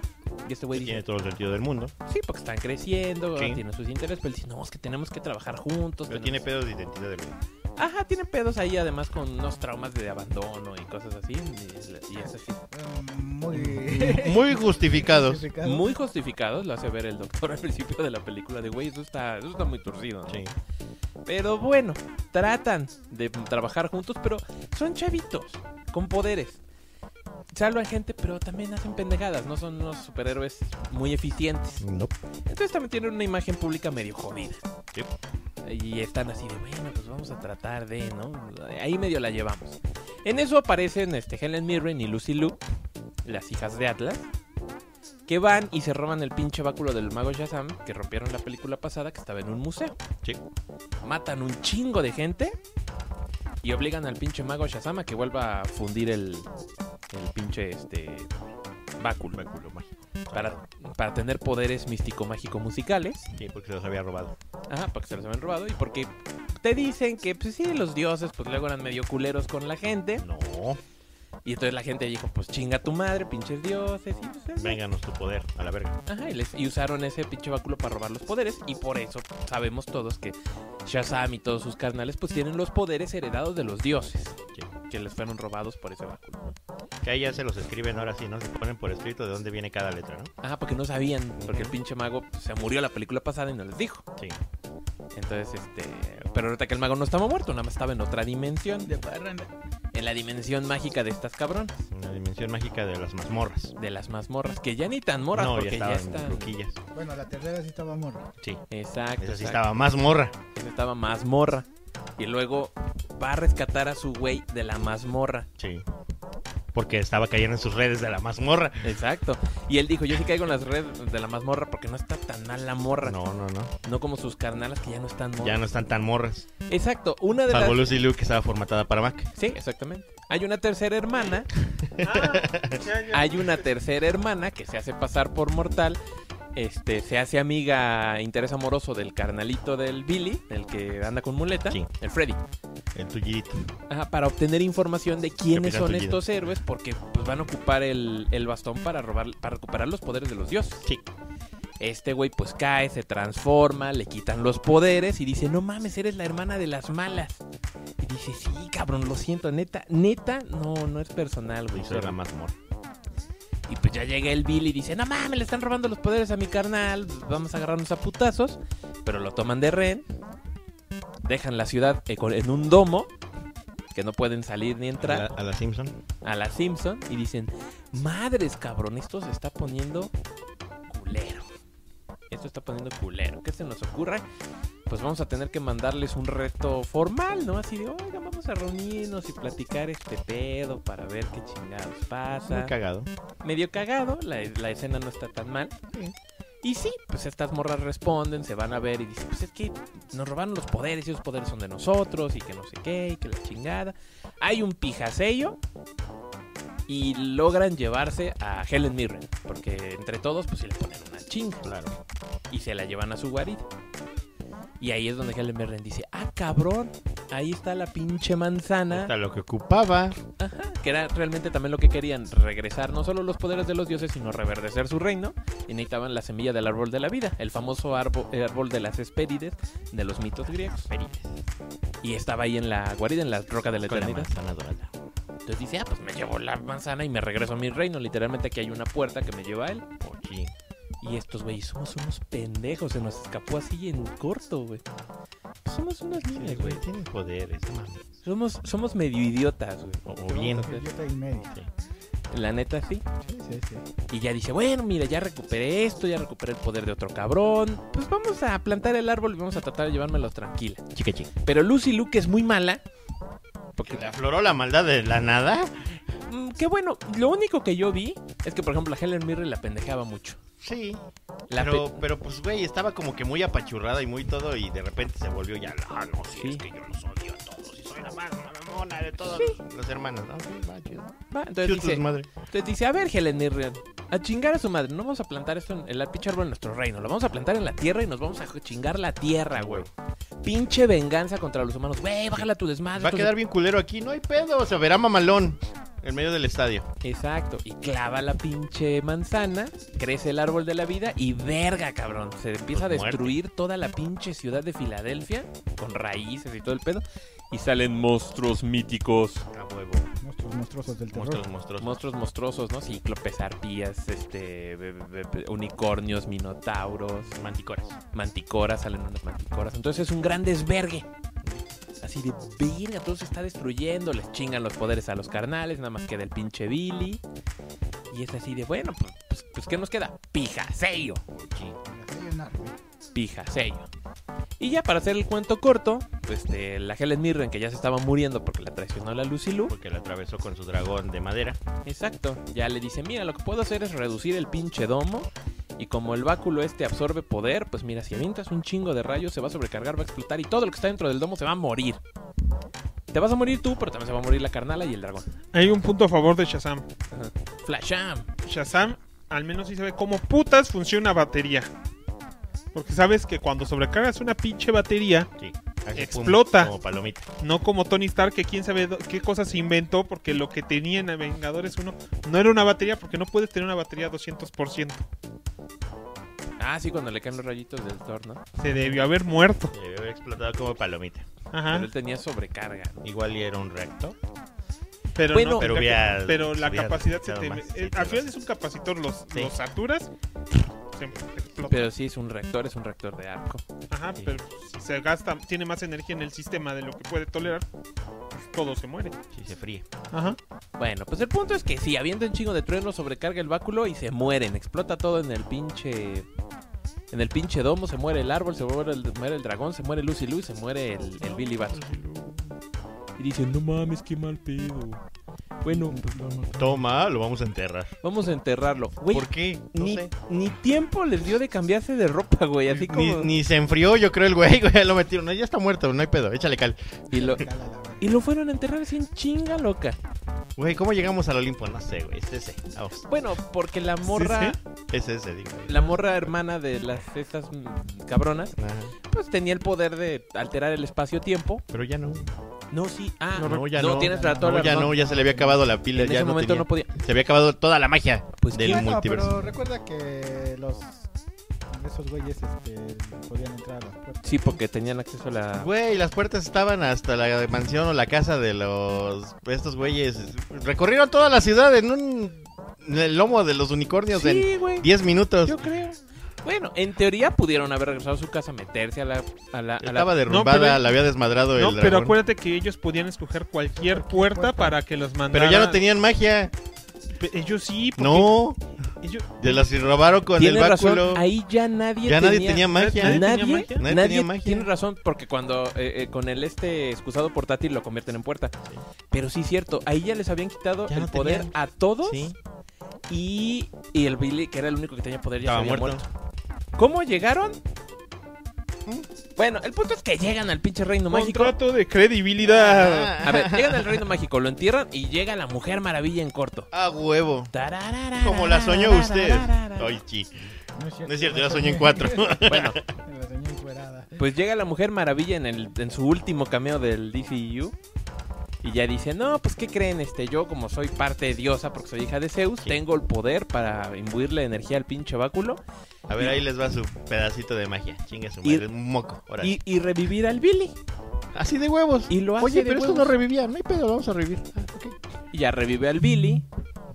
D: Y este güey
A: Tiene
D: dice,
A: todo el sentido del mundo.
D: sí, porque están creciendo,
A: Sí.
D: tienen sus intereses, pero él dice, no, es que tenemos que trabajar juntos.
A: Pero
D: tenemos-
A: tiene pedos de identidad del güey.
D: Ajá, Ah, tiene pedos ahí además con unos traumas de abandono y cosas así. y- y es así.
C: Mm, Muy.
A: Muy justificados.
C: justificado.
D: muy justificados, lo hace ver el doctor al principio de la película de güey, eso está, eso está muy torcido, ¿no?
A: Sí.
D: Pero bueno, tratan de trabajar juntos, pero son chavitos, con poderes. Salvan gente, pero también hacen pendejadas, no son unos superhéroes muy eficientes.
A: No.
D: Entonces también tienen una imagen pública medio jodida.
A: Sí.
D: Y están así de, bueno, pues vamos a tratar de, ¿no? Ahí medio la llevamos. En eso aparecen este, Helen Mirren y Lucy Liu, las hijas de Atlas, que van y se roban el pinche báculo del mago Shazam que rompieron la película pasada que estaba en un museo.
A: Sí.
D: Matan un chingo de gente y obligan al pinche mago Shazam a que vuelva a fundir el, el pinche este, báculo.
A: Báculo mágico.
D: Para, para tener poderes místico-mágico-musicales.
A: Sí, porque se los había robado.
D: Ajá, porque se los habían robado y porque te dicen que, pues sí, los dioses pues luego eran medio culeros con la gente.
A: No.
D: Y entonces la gente dijo, pues chinga tu madre, pinches dioses. Y, pues, así.
A: Vénganos tu poder, a la verga.
D: Ajá, y, les- y usaron ese pinche báculo para robar los poderes. Y por eso sabemos todos que Shazam y todos sus carnales pues tienen los poderes heredados de los dioses.
A: Sí.
D: Que les fueron robados por ese báculo. ¿no?
A: Que ahí ya se los escriben ahora sí, ¿no? Se ponen por escrito de dónde viene cada letra, ¿no?
D: Ajá, porque no sabían, porque el pinche mago pues, se murió la película pasada y no les dijo.
A: Sí.
D: Entonces, este... Pero ahorita que el mago no estaba muerto, nada más estaba en otra dimensión.
C: De parranda.
D: En la dimensión mágica de estas cabrones.
A: Una dimensión mágica de las mazmorras.
D: de las mazmorras, que ya ni tan morras
A: no,
D: porque
A: ya
D: ya,
A: estaban
D: están.
A: ruquillas.
C: Bueno, la tercera sí estaba morra.
A: Sí.
D: Exacto.
A: Esa sí
D: exacto.
A: estaba más morra.
D: Esa estaba mazmorra. Y luego va a rescatar a su güey de la mazmorra.
A: Sí. Porque estaba cayendo en sus redes de la mazmorra.
D: Exacto. Y él dijo, yo sí caigo en las redes de la mazmorra porque no está tan mal la morra.
A: No, no, no.
D: No como sus carnalas que ya no están morras.
A: Ya no están tan morras.
D: Exacto. Una de
A: Salvo
D: las...
A: Lucy Liu que estaba formatada para Mac.
D: Sí, exactamente. Hay una tercera hermana
B: Ah, ya, ya.
D: Hay una tercera hermana que se hace pasar por mortal. Este, se hace amiga, interés amoroso del carnalito del Billy, el que anda con muleta,
A: Sí.
D: el Freddy,
A: El tullidito.
D: Ajá, para obtener información de quiénes
A: Capitán
D: son
A: Tullido.
D: estos héroes, porque pues, van a ocupar el, el bastón para robar, para recuperar los poderes de los dioses.
A: Sí.
D: Este güey pues cae, se transforma, le quitan los poderes y dice, no mames, eres la hermana de las malas. Y dice, sí, cabrón, lo siento, neta, neta, no, no es personal, güey.
A: Y soy
D: sorry".
A: la mazmorra.
D: Y pues ya llega el Billy y dice, no mames, le están robando los poderes a mi carnal, vamos a agarrarnos a putazos. Pero lo toman de rehén, dejan la ciudad eh, con- en un domo, que no pueden salir ni
A: A la,
D: entrar,
A: a la Simpson.
D: a la Simpson. Y dicen, madres cabrón, esto se está poniendo se está poniendo culero. ¿Qué se nos ocurre? Pues vamos a tener que mandarles un reto formal, ¿no? Así de, oiga, vamos a reunirnos y platicar este pedo para ver qué chingados pasa.
A: Muy cagado.
D: Medio cagado, la, la escena no está tan mal. Y sí, pues estas morras responden, se van a ver y dicen, pues es que nos robaron los poderes y esos poderes son de nosotros y que no sé qué y que la chingada. Hay un pijasello y logran llevarse a Helen Mirren, porque entre todos pues sí le ponen una chinga. Claro. Y se la llevan a su guarida. Y ahí es donde Helen Mirren dice, ah cabrón, ahí está la pinche manzana
A: Hasta lo que ocupaba.
D: que era realmente también lo que querían, regresar no solo los poderes de los dioses, sino reverdecer su reino, y necesitaban la semilla del árbol de la vida, el famoso árbol, el árbol de las Hespérides de los mitos griegos. Y estaba ahí en la guarida, en la roca de la
A: Con la
D: eternidad.
A: manzana dorada.
D: Entonces dice, ah, pues me llevo la manzana y me regreso a mi reino. Literalmente aquí hay una puerta que me lleva a él.
A: Oye,
D: Y estos güeyes somos unos pendejos, se nos escapó así en corto, güey. Somos unos niños,
A: tienes,
D: güey.
A: güey, tienes poderes, no mames.
D: Somos, somos medio idiotas, güey.
A: O, o bien.
D: Sí,
C: Idiota y medio.
D: La neta, sí.
C: Sí, sí, sí.
D: Y ya dice, bueno, mira, ya recuperé esto, ya recuperé el poder de otro cabrón. Pues vamos a plantar el árbol y vamos a tratar de llevármelos tranquila.
A: Chica, chica.
D: Pero Lucy Luke es muy mala. Porque,
A: ¿Le afloró la maldad de la nada?
D: Mm, qué bueno, lo único que yo vi es que, por ejemplo, a Helen Mirren la pendejeaba mucho.
A: Sí.
D: La
A: pero,
D: pe-
A: pero pues, güey, estaba como que muy apachurrada y muy todo y de repente se volvió ya, ah, no, sí,
D: Sí.
A: es que yo los odio a todos y soy la más mamona de todos los hermanos. Ah, ok, va, chido.
D: Va, entonces,
A: Chido tu
D: dice,
A: desmadre.
D: entonces dice, a ver, Helen Mirren, a chingar a su madre. No vamos a plantar esto en, en la pinche árbol en nuestro reino. Lo vamos a plantar en la tierra y nos vamos a chingar la tierra, güey. Pinche venganza contra los humanos. Güey, bájala tu desmadre.
A: Va a
D: tus
A: quedar bien culero aquí, no hay pedo, se verá mamalón en medio del estadio.
D: Exacto, y clava la pinche manzana, crece el árbol de la vida y verga, cabrón, se empieza a
A: Pues muerte.
D: destruir toda la pinche ciudad de Filadelfia con raíces y todo el pedo y salen monstruos míticos,
A: A huevo.
C: Monstruos monstruosos del terror.
A: Monstruos, monstruos.
D: monstruos monstruosos, ¿no? Cíclopes, arpías, este be- be- be- unicornios, minotauros,
A: Manticoras.
D: manticoras, salen unas manticoras. Entonces es un gran desvergue. Así de verga, todo se está destruyendo, les chingan los poderes a los carnales, nada más queda el pinche Billy. Y es así de, bueno, pues, pues, pues, ¿qué nos queda? Pijasello,
C: Hay un árbol.
D: pijasello. Y ya para hacer el cuento corto, pues, este, la Helen Mirren, que ya se estaba muriendo porque la traicionó la Lucy Lou,
A: Porque la atravesó con su dragón de madera.
D: Exacto, ya le dice, mira, lo que puedo hacer es reducir el pinche domo. Y como el báculo este absorbe poder, pues mira, si avientas un chingo de rayos se va a sobrecargar, va a explotar y todo lo que está dentro del domo se va a morir. Te vas a morir tú, pero también se va a morir la carnala y el dragón.
B: Hay un punto a favor de Shazam.
D: Flasham.
B: Shazam al menos sí sabe cómo putas funciona batería. Porque sabes que cuando sobrecargas una pinche batería,
A: Sí.
B: Explota.
A: pum, como palomita.
B: no como Tony Stark, que quién sabe do- qué cosas inventó, porque lo que tenía en Vengadores 1 no era una batería, porque no puedes tener una batería 200%.
D: Ah, sí, cuando le caen los rayitos del Thor, ¿no?
B: Se debió haber muerto.
A: Se Debió haber explotado como palomita.
B: Ajá.
D: Pero él tenía sobrecarga.
A: Igual y era un recto.
B: Pero,
D: Bueno,
B: no,
A: pero
B: creo
A: hubiera-
B: que- pero la
A: hubiera
B: capacidad se
A: necesitado
B: te...
A: más,
B: eh,
A: sí,
B: al
A: tienes
B: final es un capacitor, los,
A: Sí.
B: los saturas, se explota.
D: Pero sí, es un reactor, es un reactor de arco.
B: Ajá,
A: Sí.
B: pero si se gasta, tiene más energía en el sistema de lo que puede tolerar, pues todo se muere.
A: Sí, se fríe.
B: Ajá.
D: Bueno, pues el punto es que sí, habiendo un chingo de trueno, sobrecarga el báculo y se mueren. Explota todo en el pinche. En el pinche domo, se muere el árbol, se muere el, muere el dragón, se muere Lucy Lou y se muere el, el Billy Bat. Y dicen, no mames, qué mal pedo. Bueno, pues lo matamos.
A: Toma, lo vamos a enterrar.
D: vamos a enterrarlo. Güey,
A: ¿Por qué? No
D: ni,
A: sé.
D: ni tiempo les dio de cambiarse de ropa, güey. Así como.
A: Ni, ni se enfrió, yo creo, el güey. güey, lo metieron. No, ya está muerto, no hay pedo. Échale cal.
D: Y, lo,
C: Dale a la verga.
D: y lo fueron a enterrar así en chinga loca.
A: Güey, ¿cómo llegamos al Olimpo? No sé, güey. Es ese. Vamos.
D: Bueno, porque la morra.
B: sí.
A: Es ese, digo.
D: La morra hermana de las estas mm, cabronas.
A: Ajá.
D: pues tenía el poder de alterar el espacio-tiempo.
A: Pero ya no.
D: No, sí, ah,
A: No, ya no.
D: tienes la
A: No, ya no, ya se le había acabado la pila.
D: en
A: ya
D: ese
A: no
D: momento
A: tenía-
D: no podía.
A: Se había acabado toda la magia
D: Pues,
A: del
C: Bueno,
A: multiverso.
C: pero recuerda que los esos güeyes este, podían entrar a las puertas.
D: Sí, porque tenían acceso a la.
A: Güey, las puertas estaban hasta la mansión o la casa de los estos güeyes. Recorrieron toda la ciudad en un en el lomo de los unicornios en
D: Sí, güey.
A: 10 minutos.
D: Yo creo. Bueno, en teoría pudieron haber regresado a su casa, meterse a la. A la, a la-
A: Estaba derrumbada,
B: No, pero-
A: la había desmadrado
B: No,
A: el
B: pero
A: dragón. Pero,
B: acuérdate que ellos podían escoger cualquier puerta para que los mandara.
A: ya no tenían magia.
B: Pe- Ellos sí, porque
A: No,
B: Y yo,
A: De las que robaron con el
E: Tienes razón,
A: báculo.
E: ahí ya nadie
A: ya nadie
E: tenía...
A: tenía magia.
B: Nadie tenía
E: Nadie,
B: magia.
A: Nadie
E: nadie,
A: tenía magia.
E: tiene razón, porque cuando eh, eh, con el este excusado portátil lo convierten en puerta. Pero sí, cierto, ahí ya les habían quitado
A: Ya
E: el
A: no
E: poder
A: tenían.
E: a todos
A: Sí,
E: y, y el Billy, que era el único que tenía poder, ya
A: estaba
E: se había
A: muerto.
E: muerto. ¿Cómo llegaron? Bueno, el punto es que llegan al pinche reino mágico.
B: contrato de
A: Ah,
B: credibilidad.
E: Ah, A ver, llegan al reino mágico, lo entierran y llega la mujer maravilla en corto.
A: A huevo.
E: Tararara,
A: Como la soñó usted.
E: tararara.
A: Ay, sí.
C: No es cierto,
A: No es cierto, yo
C: la
A: la soñé en
C: soñé.
A: cuatro.
E: Bueno,
C: Me la soñé encuerada.
E: Pues llega la Mujer Maravilla en, el, en su último cameo del DCU. Y ya dice, no, pues ¿qué creen? Este, yo como soy parte diosa porque soy hija de Zeus,
A: Sí.
E: tengo el poder para imbuirle energía al pinche báculo
A: A ver, ahí les va su pedacito de magia. Chinga su
E: Y-
A: madre. Un moco. Órale.
E: y, y revivir al Billy.
A: Así de huevos.
E: Y lo hace
D: Oye,
E: de
D: pero esto
E: huevos.
D: no revivía, no hay pedo, vamos a revivir. Ah, ok.
E: Y ya revive al Billy,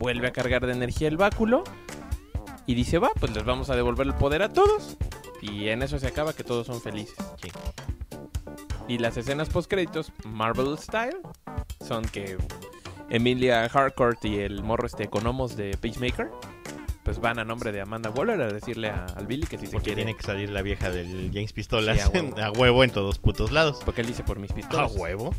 E: vuelve a cargar de energía el báculo y dice, va, pues les vamos a devolver el poder a todos. Y en eso se acaba que todos son felices.
A: Sí.
E: Y las escenas postcréditos, Marvel Style, son que Emilia Harcourt y el morro este Economos de Peacemaker, pues van a nombre de Amanda Waller a decirle a- al Billy que si se
A: Porque
E: quiere...
A: tiene que salir la vieja del James Pistolas
E: Sí, a huevo.
A: a huevo en todos putos lados.
E: Porque él dice por mis
A: A
E: pistolas.
A: huevo.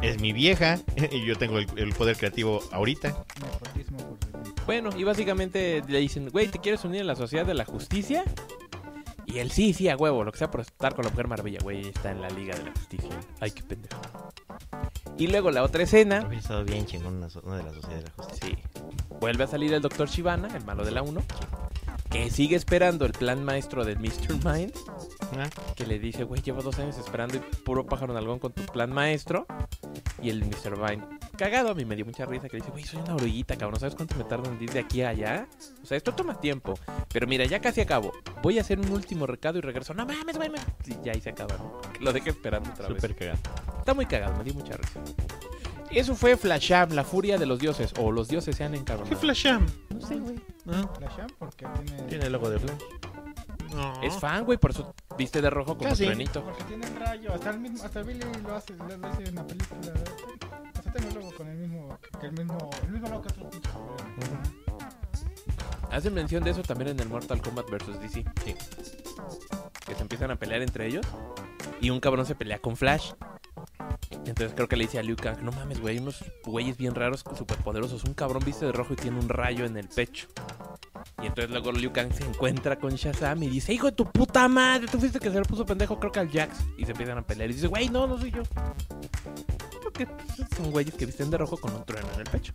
A: Es mi vieja y yo tengo el, el poder creativo ahorita.
C: Nepotismo por según.
E: Bueno, y básicamente le dicen, güey, ¿te quieres unir a la sociedad de la justicia? Y él, sí, sí, a huevo, lo que sea por estar con la Mujer Maravilla, güey, está en la Liga de la Justicia. Ay, qué pendejo. Y luego la otra escena,
A: Hubiera estado bien chingón una, so- una de la sociedad de la justicia.
E: sí, vuelve a salir el Doctor Shivana, el malo de la 1, que sigue esperando el plan maestro del Mr. Mind,
A: Ah.
E: que le dice, güey, llevo dos años esperando y puro pájaro en algón con tu plan maestro. Y el Mr. Mind, cagado, a mí me dio mucha risa, que le dice, güey, soy una oruguita, cabrón, ¿sabes cuánto me tardan en ir de aquí a allá? O sea, esto toma tiempo. Pero mira, ya casi acabo. Voy a hacer un último recado y regreso. No mames, güey. me-". Y ya ahí se acaba. ¿no? Lo dejé esperando otra vez.
A: Súper cagado.
E: Está muy cagado, me dio mucha risa. Eso fue Flasham, la furia de los dioses. O los dioses se han encarnado.
B: ¿Qué flasham?
E: No sé, güey.
B: Ah,
C: La Sham, porque tiene.
A: Tiene el logo de Flash.
B: no.
E: Es fan, güey, por eso viste de rojo como
A: Casi.
E: trenito.
C: Porque tiene el rayo. Hasta el mismo. Hasta Billy lo hace, lo lo hace en la película. Hasta tengo el logo con el mismo. Que el mismo. El mismo logo que otro pinche.
E: Hacen mención de eso también en el Mortal Kombat vs. DC.
A: Sí.
E: Que se empiezan a pelear entre ellos. Y un cabrón se pelea con Flash. Entonces creo que le dice a Liu Kang, no mames, güey, hay unos güeyes bien raros, superpoderosos. Un cabrón viste de rojo y tiene un rayo en el pecho. Y entonces luego Liu Kang se encuentra con Shazam y dice, hijo de tu puta madre, tú fuiste el que se lo puso pendejo, creo que al Jax. Y se empiezan a pelear y dice, güey, no, no soy yo. Porque pues, son güeyes que visten de rojo con un trueno en el pecho.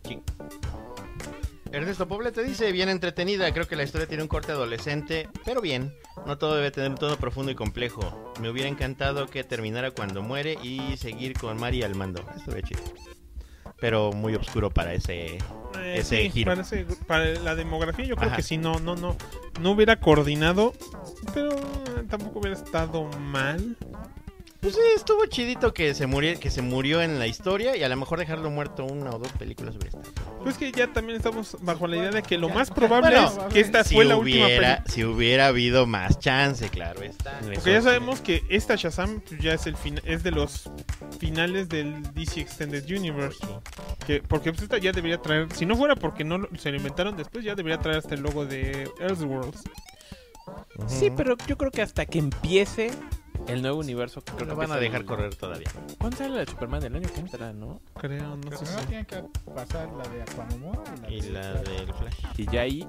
A: Ernesto Poblete dice, bien entretenida, creo que la historia tiene un corte adolescente, pero bien, no todo debe tener un tono profundo y complejo. Me hubiera encantado que terminara cuando muere y seguir con Mari al mando. Esto de chido. Pero muy oscuro para ese...
B: Eh,
A: ese
B: sí,
A: giro.
B: Para, ese gru- para la demografía yo creo
A: Ajá.
B: que sí, no, no, no. No hubiera coordinado, pero eh, tampoco hubiera estado mal.
A: Pues sí, estuvo chidito que se, murió, que se murió en la historia y a lo mejor dejarlo muerto una o dos películas hubiera estado.
B: Pero es Pues que ya también estamos bajo la idea de que lo
C: Ya,
B: más
C: ya.
B: probable
C: Bueno,
B: es que esta
A: Si
B: fue la última
A: hubiera,
B: película.
A: si hubiera habido más chance, claro está.
B: Porque ya sabemos que esta Shazam pues, ya es el fin- es de los finales del DC Extended Universe. Que, porque pues, esta ya debería traer, si no fuera porque no lo- se lo inventaron después, ya debería traer hasta el logo de Elseworlds.
E: Sí, pero yo creo que hasta que empiece el nuevo universo, que creo que
A: Lo van a
E: empieza
A: dejar
E: el-
A: correr todavía.
E: ¿Cuándo sale la de Superman del año que entra, no?
B: Creo, no
C: Pero
B: sé
C: primero
B: si.
C: tienen que pasar la de Aquamomora y la
A: Y
C: de
A: la
C: Flash.
A: del Flash.
E: Y ya ahí.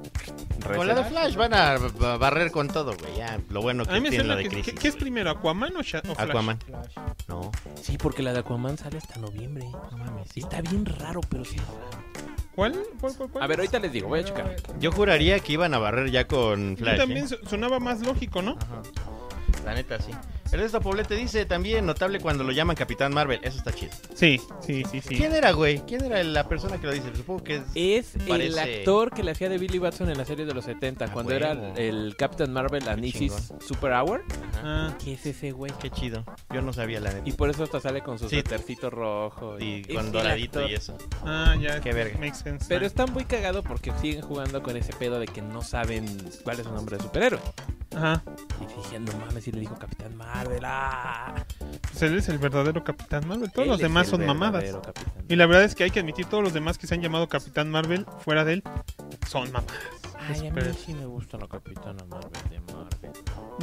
A: Con la de
E: receta.
A: Flash van a b- b- barrer con todo, güey. Ya, lo bueno
B: A mí
A: que
B: me
A: tiene la
B: suena
A: de
B: que.
A: Crisis.
B: ¿qué, qué es primero, Aquaman o, Sha- o Flash?
A: Aquaman.
C: Flash.
A: No,
E: Sí, porque la de Aquaman sale hasta noviembre.
A: no mames,
E: Sí, está bien raro, pero sí.
B: ¿Cuál? ¿Cuál, cuál, cuál?
E: A ver, ahorita les digo, voy a checar.
C: Pero, eh,
A: Yo juraría que iban a barrer ya con
B: Y
A: Flash.
B: también
A: ¿eh?
B: su- sonaba más lógico, ¿no?
A: Ajá. La neta, sí. Ernesto Poblete dice también notable cuando lo llaman Capitán Marvel. Eso está chido.
B: Sí, sí, sí, sí.
A: ¿Quién era, güey? ¿Quién era la persona que lo dice? Supongo que es.
E: Es el
A: Parece-
E: actor que le hacía de Billy Batson en la serie de los 70,
A: Ah,
E: cuando
A: huevo.
E: era el Captain Marvel Anisis
A: chingón.
E: Super Hour.
A: Ajá.
B: Ah,
E: ¿Qué es ese güey?
A: Qué chido. Yo no sabía, la
E: Y
A: neta.
E: por eso hasta sale con su
A: Sí.
E: suétercito rojo.
A: Y
E: es
A: con
E: el
A: doradito
E: actor.
A: y eso.
B: ah, ya.
A: Qué verga.
B: Makes sense.
E: Pero está muy cagado porque siguen jugando con ese pedo de que no saben cuál es su nombre de superhéroe.
B: Ajá.
E: Y dije, no mames, si le dijo Capitán Marvel. ¡ah!
B: Pues él es el verdadero Capitán Marvel. Todos
E: Él
B: los
E: es
B: demás
E: el
B: son mamadas.
E: verdadero Capitán.
B: Y la verdad es que hay que admitir, todos los demás que se han llamado Capitán Marvel fuera de él son mamadas.
D: Ay, a mí
B: Espera.
D: sí me gusta la Capitana Marvel de Marvel.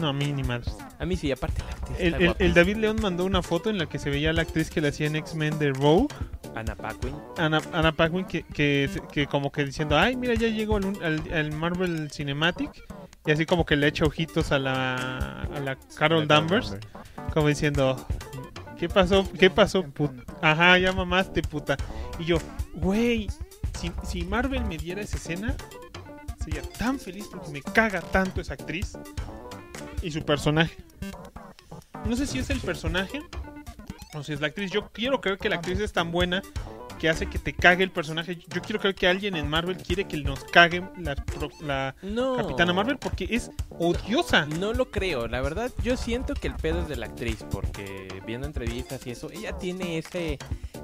B: No, a mí ni más.
D: A mí sí, aparte la actriz
B: El,
D: está
B: el- el
D: guapísima.
B: David León mandó una foto en la que se veía a la actriz que le hacía en X-Men de Rogue,
D: Anna Paquin.
B: Anna, Anna Paquin, que, que, que como que diciendo, ay, mira, ya llegó al, un- al- al Marvel Cinematic. Y así como que le echa ojitos a la, a la Carol Danvers, como diciendo, ¿qué pasó? ¿Qué pasó, puta? Ajá, ya mamaste, puta. Y yo, güey, si, si Marvel me diera esa escena, sería tan feliz porque me caga tanto esa actriz y su personaje. No sé si es el personaje o si es la actriz. Yo quiero creer que la actriz es tan buena que hace que te cague el personaje. Yo quiero creer que alguien en Marvel quiere que nos cague la, pro- la
D: No.
B: Capitana Marvel porque es odiosa.
D: No lo creo, la verdad yo siento que el pedo es de la actriz, porque viendo entrevistas y eso, ella tiene ese,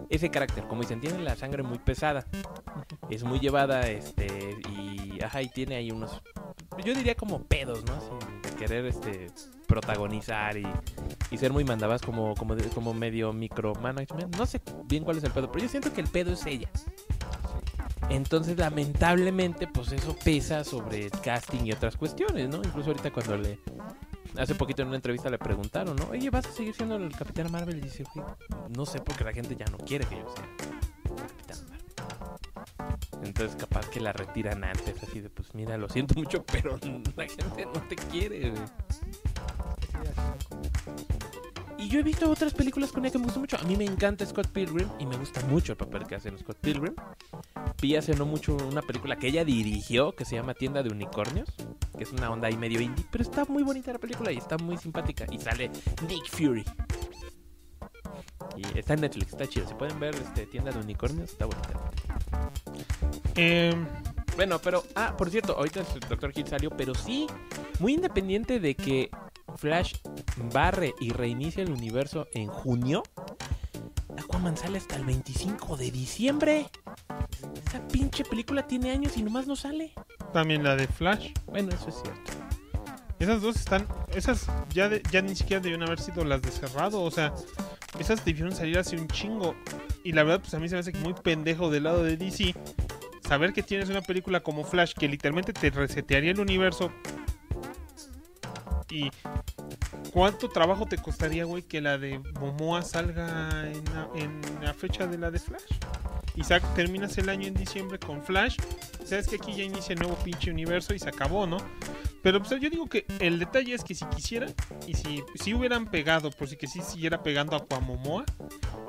D: ese carácter, como dicen, tiene la sangre muy pesada, es muy llevada, este, y ajá, y tiene ahí unos, yo diría como pedos, ¿no? Así, de querer este protagonizar y, y ser muy mandabas como, como, de- como medio micromanagement, no sé bien cuál es el pedo, pero yo siento que el pedo es ella. Entonces, lamentablemente, pues eso pesa sobre el casting y otras cuestiones, ¿no? Incluso ahorita cuando le... Hace poquito en una entrevista le preguntaron, ¿no? Oye, ¿vas a seguir siendo el Capitán Marvel? Y dice, "Güey, no sé, porque la gente ya no quiere que yo sea el Capitán Marvel. Entonces, capaz que la retiran antes, así de, pues mira, lo siento mucho, pero la gente no te quiere, güey". Y yo he visto otras películas con ella que me gustan mucho. A mí me encanta Scott Pilgrim y me gusta mucho el papel que hace en Scott Pilgrim. Vi hace no mucho una película que ella dirigió que se llama Tienda de Unicornios, que es una onda ahí medio indie, pero está muy bonita la película y está muy simpática. Y sale Nick Fury. Y está en Netflix, está chido. Si pueden ver este, Tienda de Unicornios, está bonita.
B: Em,
D: Bueno, pero, ah, por cierto, ahorita el Dr. Hill salió, pero sí, muy independiente de que Flash barre y reinicia el universo en junio, Aquaman sale hasta el 25 de diciembre. Esa pinche película tiene años y nomás no sale.
B: también la de Flash.
D: Bueno, eso es cierto.
B: Esas dos están. Esas ya, de- ya ni siquiera debieron haber sido las de cerrado. O sea, esas debieron salir hace un chingo. Y la verdad, pues a mí se me hace que muy pendejo del lado de DC. Saber que tienes una película como Flash que literalmente te resetearía el universo. ¿Y cuánto trabajo te costaría, güey, que la de Momoa salga en la, en la fecha de la de Flash? Y sa- terminas el año en diciembre con Flash. Sabes que aquí ya inicia el nuevo pinche universo y se acabó, ¿no? Pero pues, yo digo que el detalle es que si quisiera y si, si hubieran pegado, por si que sí siguiera pegando a Cuamomoa,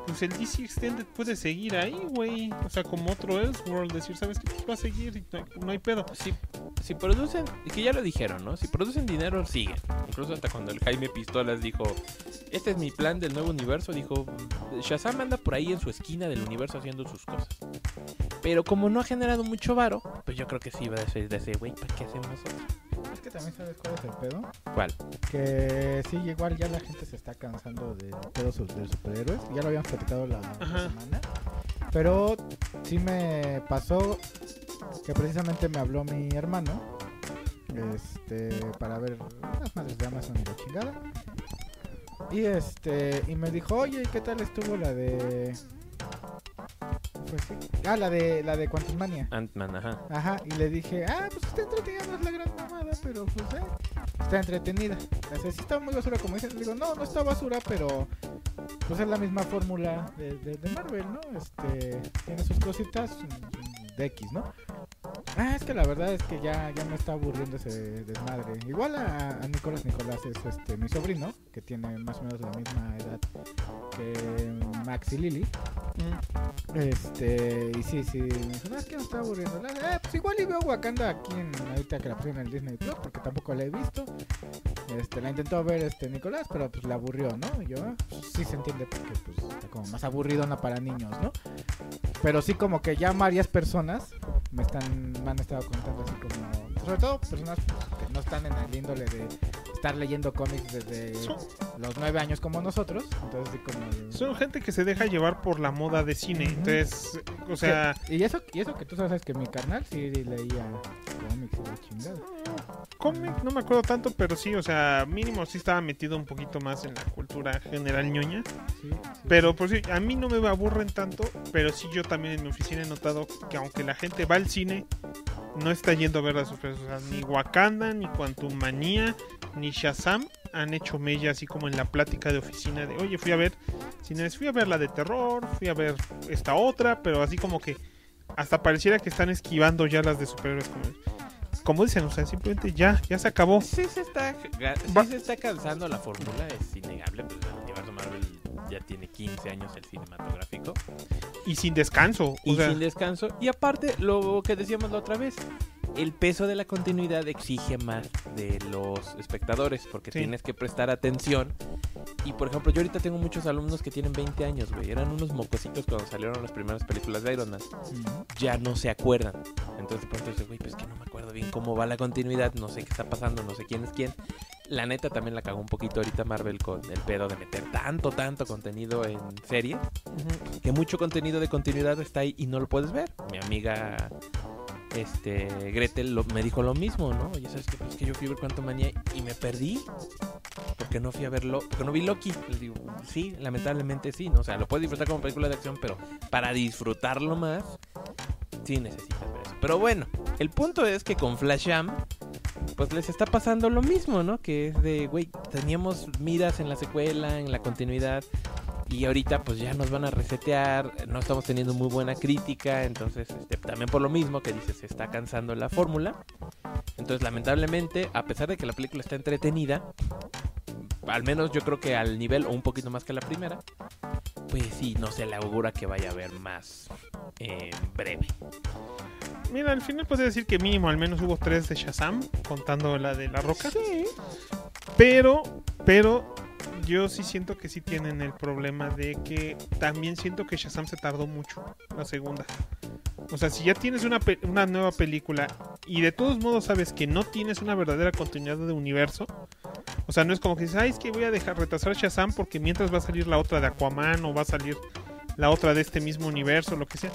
B: pues el DC Extended puede seguir ahí, güey. O sea, como otro Elseworld, decir, ¿sabes qué? Pues va a seguir y no hay, no hay pedo.
D: Si, si producen, es que ya lo dijeron, ¿no? Si producen dinero, siguen. Incluso hasta cuando el Jaime Pistolas dijo, este es mi plan del nuevo universo, dijo, Shazam anda por ahí en su esquina del universo haciendo sus cosas. Pero como no ha generado mucho varo, pues yo creo que sí va a decir, decir, güey, ¿para qué hacemos otro?
C: Es que también sabes cuál es el pedo.
D: ¿Cuál?
C: Que sí, igual ya la gente se está cansando de pedos su- de superhéroes. Ya lo habíamos platicado la otra
B: Ajá.
C: semana. Pero sí me pasó que precisamente me habló mi hermano. Este, para ver las madres de Amazon y la chingada. Y este, y me dijo, oye, ¿qué tal estuvo la de. Pues sí. Ah, la de la de Quantum Mania.
D: Ant-Man, ajá.
C: Ajá, y le dije, ah, pues está entretenida, no es la gran mamada, pero pues eh, está entretenida. O sea, sí está muy basura, como dicen. Le digo, no, no está basura, pero pues es la misma fórmula de, de- de Marvel, ¿no? Este, tiene sus cositas mm, de X, ¿no? Ah, es que la verdad es que ya, ya me está aburriendo ese desmadre. Igual a, a Nicolás Nicolás es este mi sobrino, que tiene más o menos la misma edad que Max y Lily. Este, y sí, sí, me dijo, no, es que me está aburriendo. La- eh, pues igual y veo Wakanda aquí en, ahorita que la pusieron en el Disney Plus, porque tampoco la he visto. Este, la intentó ver este Nicolás, pero pues la aburrió, ¿no? Y yo, ah, pues, sí se entiende porque pues está como más aburridona para niños, ¿no? Pero sí como que ya varias personas me están, me han estado contando así como, sobre todo personas pues, que no están en el índole de estar leyendo cómics desde
B: Son,
C: los nueve años como nosotros. Entonces sí como... de-
B: son gente que se deja llevar por la moda de cine.
C: Ujú.
B: Entonces, o sea,
C: Sí, y eso, y eso que tú sabes que mi carnal sí leía cómics y la chingada.
B: cómic, no me acuerdo tanto, pero sí, o sea, mínimo sí estaba metido un poquito más en la cultura general ñoña.
C: Sí, sí.
B: Pero por si a mí no me aburren tanto, pero sí yo también en mi oficina he notado que aunque la gente va al cine, no está yendo a ver las sorpresas. O sea, ni Wakanda, ni Quantum Manía, ni Shazam han hecho mella así como en la plática de oficina de, oye, fui a ver, si no es, fui a ver la de terror, fui a ver esta otra, pero así como que hasta pareciera que están esquivando ya las de superhéroes. Como, como dicen, o sea, simplemente ya, ya se acabó.
D: Sí se está, ga- sí
B: Va-
D: se está cansando la fórmula, es innegable. Pues, el universo Marvel ya tiene 15 años el cinematográfico.
B: Y sin descanso.
D: y
B: o sea,
D: sin descanso. Y aparte, lo que decíamos la otra vez, el peso de la continuidad exige más de los espectadores porque
B: Sí.
D: tienes que prestar atención. Y por ejemplo, yo ahorita tengo muchos alumnos que tienen 20 años, güey. Eran unos mocositos cuando salieron las primeras películas de Iron Man. Ya no se acuerdan. Entonces de pronto dices, güey, pues que no me acuerdo bien cómo va la continuidad, no sé qué está pasando, no sé quién es quién. La neta también la cagó un poquito ahorita Marvel con el pedo de meter tanto, tanto contenido en serie
B: ujú,
D: que mucho contenido de continuidad está ahí y no lo puedes ver. Mi amiga este, Gretel lo- me dijo lo mismo, ¿no? Oye, ¿sabes qué? Pues que yo fui a ver Quantumania y me perdí. Porque no fui a verlo, porque no vi Loki. Les digo, sí, lamentablemente sí, ¿no? O sea, lo puedes disfrutar como película de acción, pero para disfrutarlo más, sí necesitas ver eso. Pero bueno, el punto es que con Flasham, pues les está pasando lo mismo, ¿no? Que es de, güey, teníamos miras en la secuela, en la continuidad, y ahorita pues ya nos van a resetear, no estamos teniendo muy buena crítica, entonces este, también por lo mismo que dices, se está cansando la fórmula. Entonces lamentablemente, a pesar de que la película está entretenida, al menos yo creo que al nivel o un poquito más que la primera, pues sí, no se le augura que vaya a haber más eh, breve.
B: Mira, al final podría decir que mínimo, al menos hubo tres de Shazam, contando la de la roca. Pero, pero yo sí siento que sí tienen el problema de que también siento que Shazam se tardó mucho, la segunda. O sea, si ya tienes una, pe- una nueva película y de todos modos sabes que no tienes una verdadera continuidad de universo, o sea, no es como que dices, ay, es que voy a dejar retrasar Shazam porque mientras va a salir la otra de Aquaman o va a salir la otra de este mismo universo, lo que sea.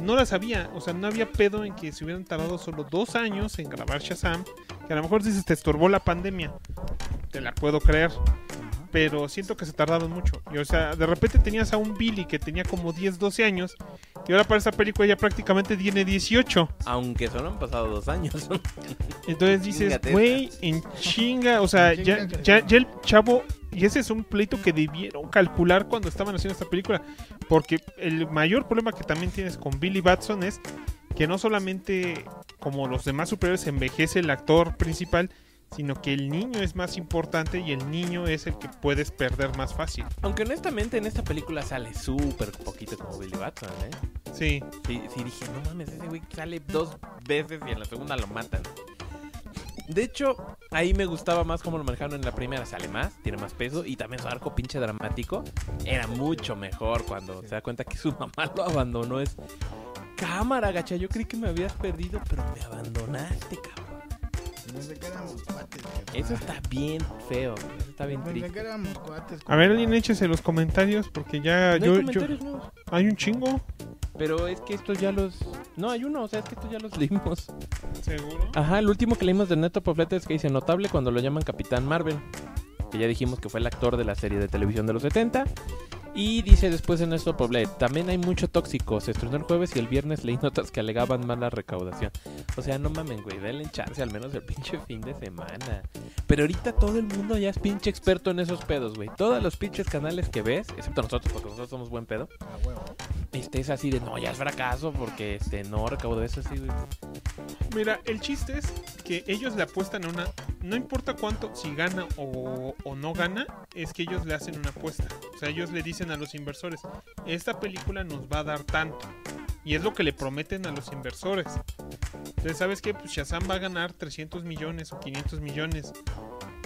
B: No las había, o sea, no había pedo en que se hubieran tardado solo dos años en grabar Shazam, que a lo mejor dices, te estorbó la pandemia, te la puedo creer. Pero siento que se tardaron mucho. Y, o sea, de repente tenías a un Billy que tenía como 10, 12 años. Y ahora para esta película ya prácticamente tiene 18.
D: Aunque solo han pasado dos años.
B: Entonces dices,
D: Chingate
B: güey, en chinga. O sea,
E: En chinga
B: ya,
E: que
B: ya,
E: se
B: ya el chavo. Y ese es un pleito que debieron calcular cuando estaban haciendo esta película. Porque el mayor problema que también tienes con Billy Batson es que no solamente, como los demás superhéroes, envejece el actor principal, sino que el niño es más importante y el niño es el que puedes perder más fácil.
D: Aunque honestamente en esta película sale súper poquito como Billy Batson, ¿eh?
B: Sí,
D: Sí, sí, dije, no mames, ese güey sale dos veces y en la segunda lo matan. De hecho, ahí me gustaba más cómo lo manejaron en la primera. Sale más, tiene más peso y también su arco pinche dramático era mucho mejor cuando se da cuenta que su mamá lo abandonó. Es cámara, gacha, yo creí que me habías perdido, pero me abandonaste, cabrón.
E: Pensé que éramos cuates. jefa.
D: Eso está bien feo, güey, eso está bien
E: Pensé que
D: triste.
E: éramos cuates.
B: a ver, alguien échese los comentarios porque ya
D: No hay
B: yo, yo-
D: comentarios nuevos.
B: hay un chingo,
D: Pero es que estos ya los... No, hay uno, o sea, es que estos ya los leímos.
B: seguro.
D: Ajá, el último que leímos de Neto Poblete es que dice notable cuando lo llaman Capitán Marvel. Que ya dijimos que fue el actor de la serie de televisión de los 70. Y dice después de Neto Poblete, también hay mucho tóxico. Se estrenó el jueves y el viernes leí notas que alegaban mala recaudación. O sea, no mamen, güey, denle chance al menos el pinche fin de semana. Pero ahorita todo el mundo ya es pinche experto en esos pedos, güey. Todos los pinches canales que ves, excepto nosotros, porque nosotros somos buen pedo. Este es así de, no, ya es fracaso porque este no recaudó eso así, güey.
B: Mira, el chiste es que ellos le apuestan a una. No importa cuánto, si gana o, o no gana, es que ellos le hacen una apuesta. O sea, ellos le dicen a los inversores: Esta película nos va a dar tanto. Y es lo que le prometen a los inversores. Entonces, ¿sabes qué? Pues Shazam va a ganar 300 millones o 500 millones.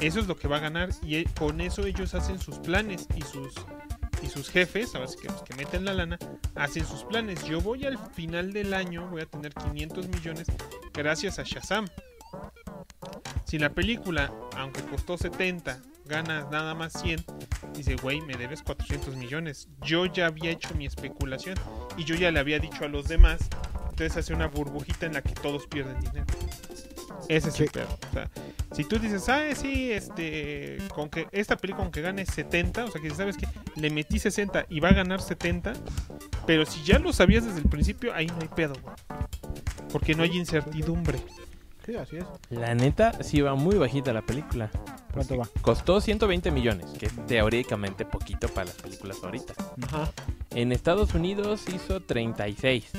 B: Eso es lo que va a ganar. Y eh, con eso ellos hacen sus planes y sus. Y sus jefes, ahora sí que los que meten la lana, hacen sus planes. Yo voy al final del año, voy a tener 500 millones gracias a Shazam. Si la película, aunque costó 70, gana nada más 100, dice, güey, me debes 400 millones. Yo ya había hecho mi especulación y yo ya le había dicho a los demás. Entonces hace una burbujita en la que todos pierden dinero. Ese es el pedo. O sea, si tú dices, ah, sí, este, con que esta película, aunque gane 70, o sea, que si sabes que le metí 60 y va a ganar 70, pero si ya lo sabías desde el principio, ahí no hay pedo, güey. Porque no hay incertidumbre.
C: Sí, así es.
D: La neta, sí va muy bajita la película.
C: ¿Cuánto va?
D: Costó 120 millones, que es teóricamente poquito para las películas ahorita.
B: Ajá.
D: En Estados Unidos hizo 36.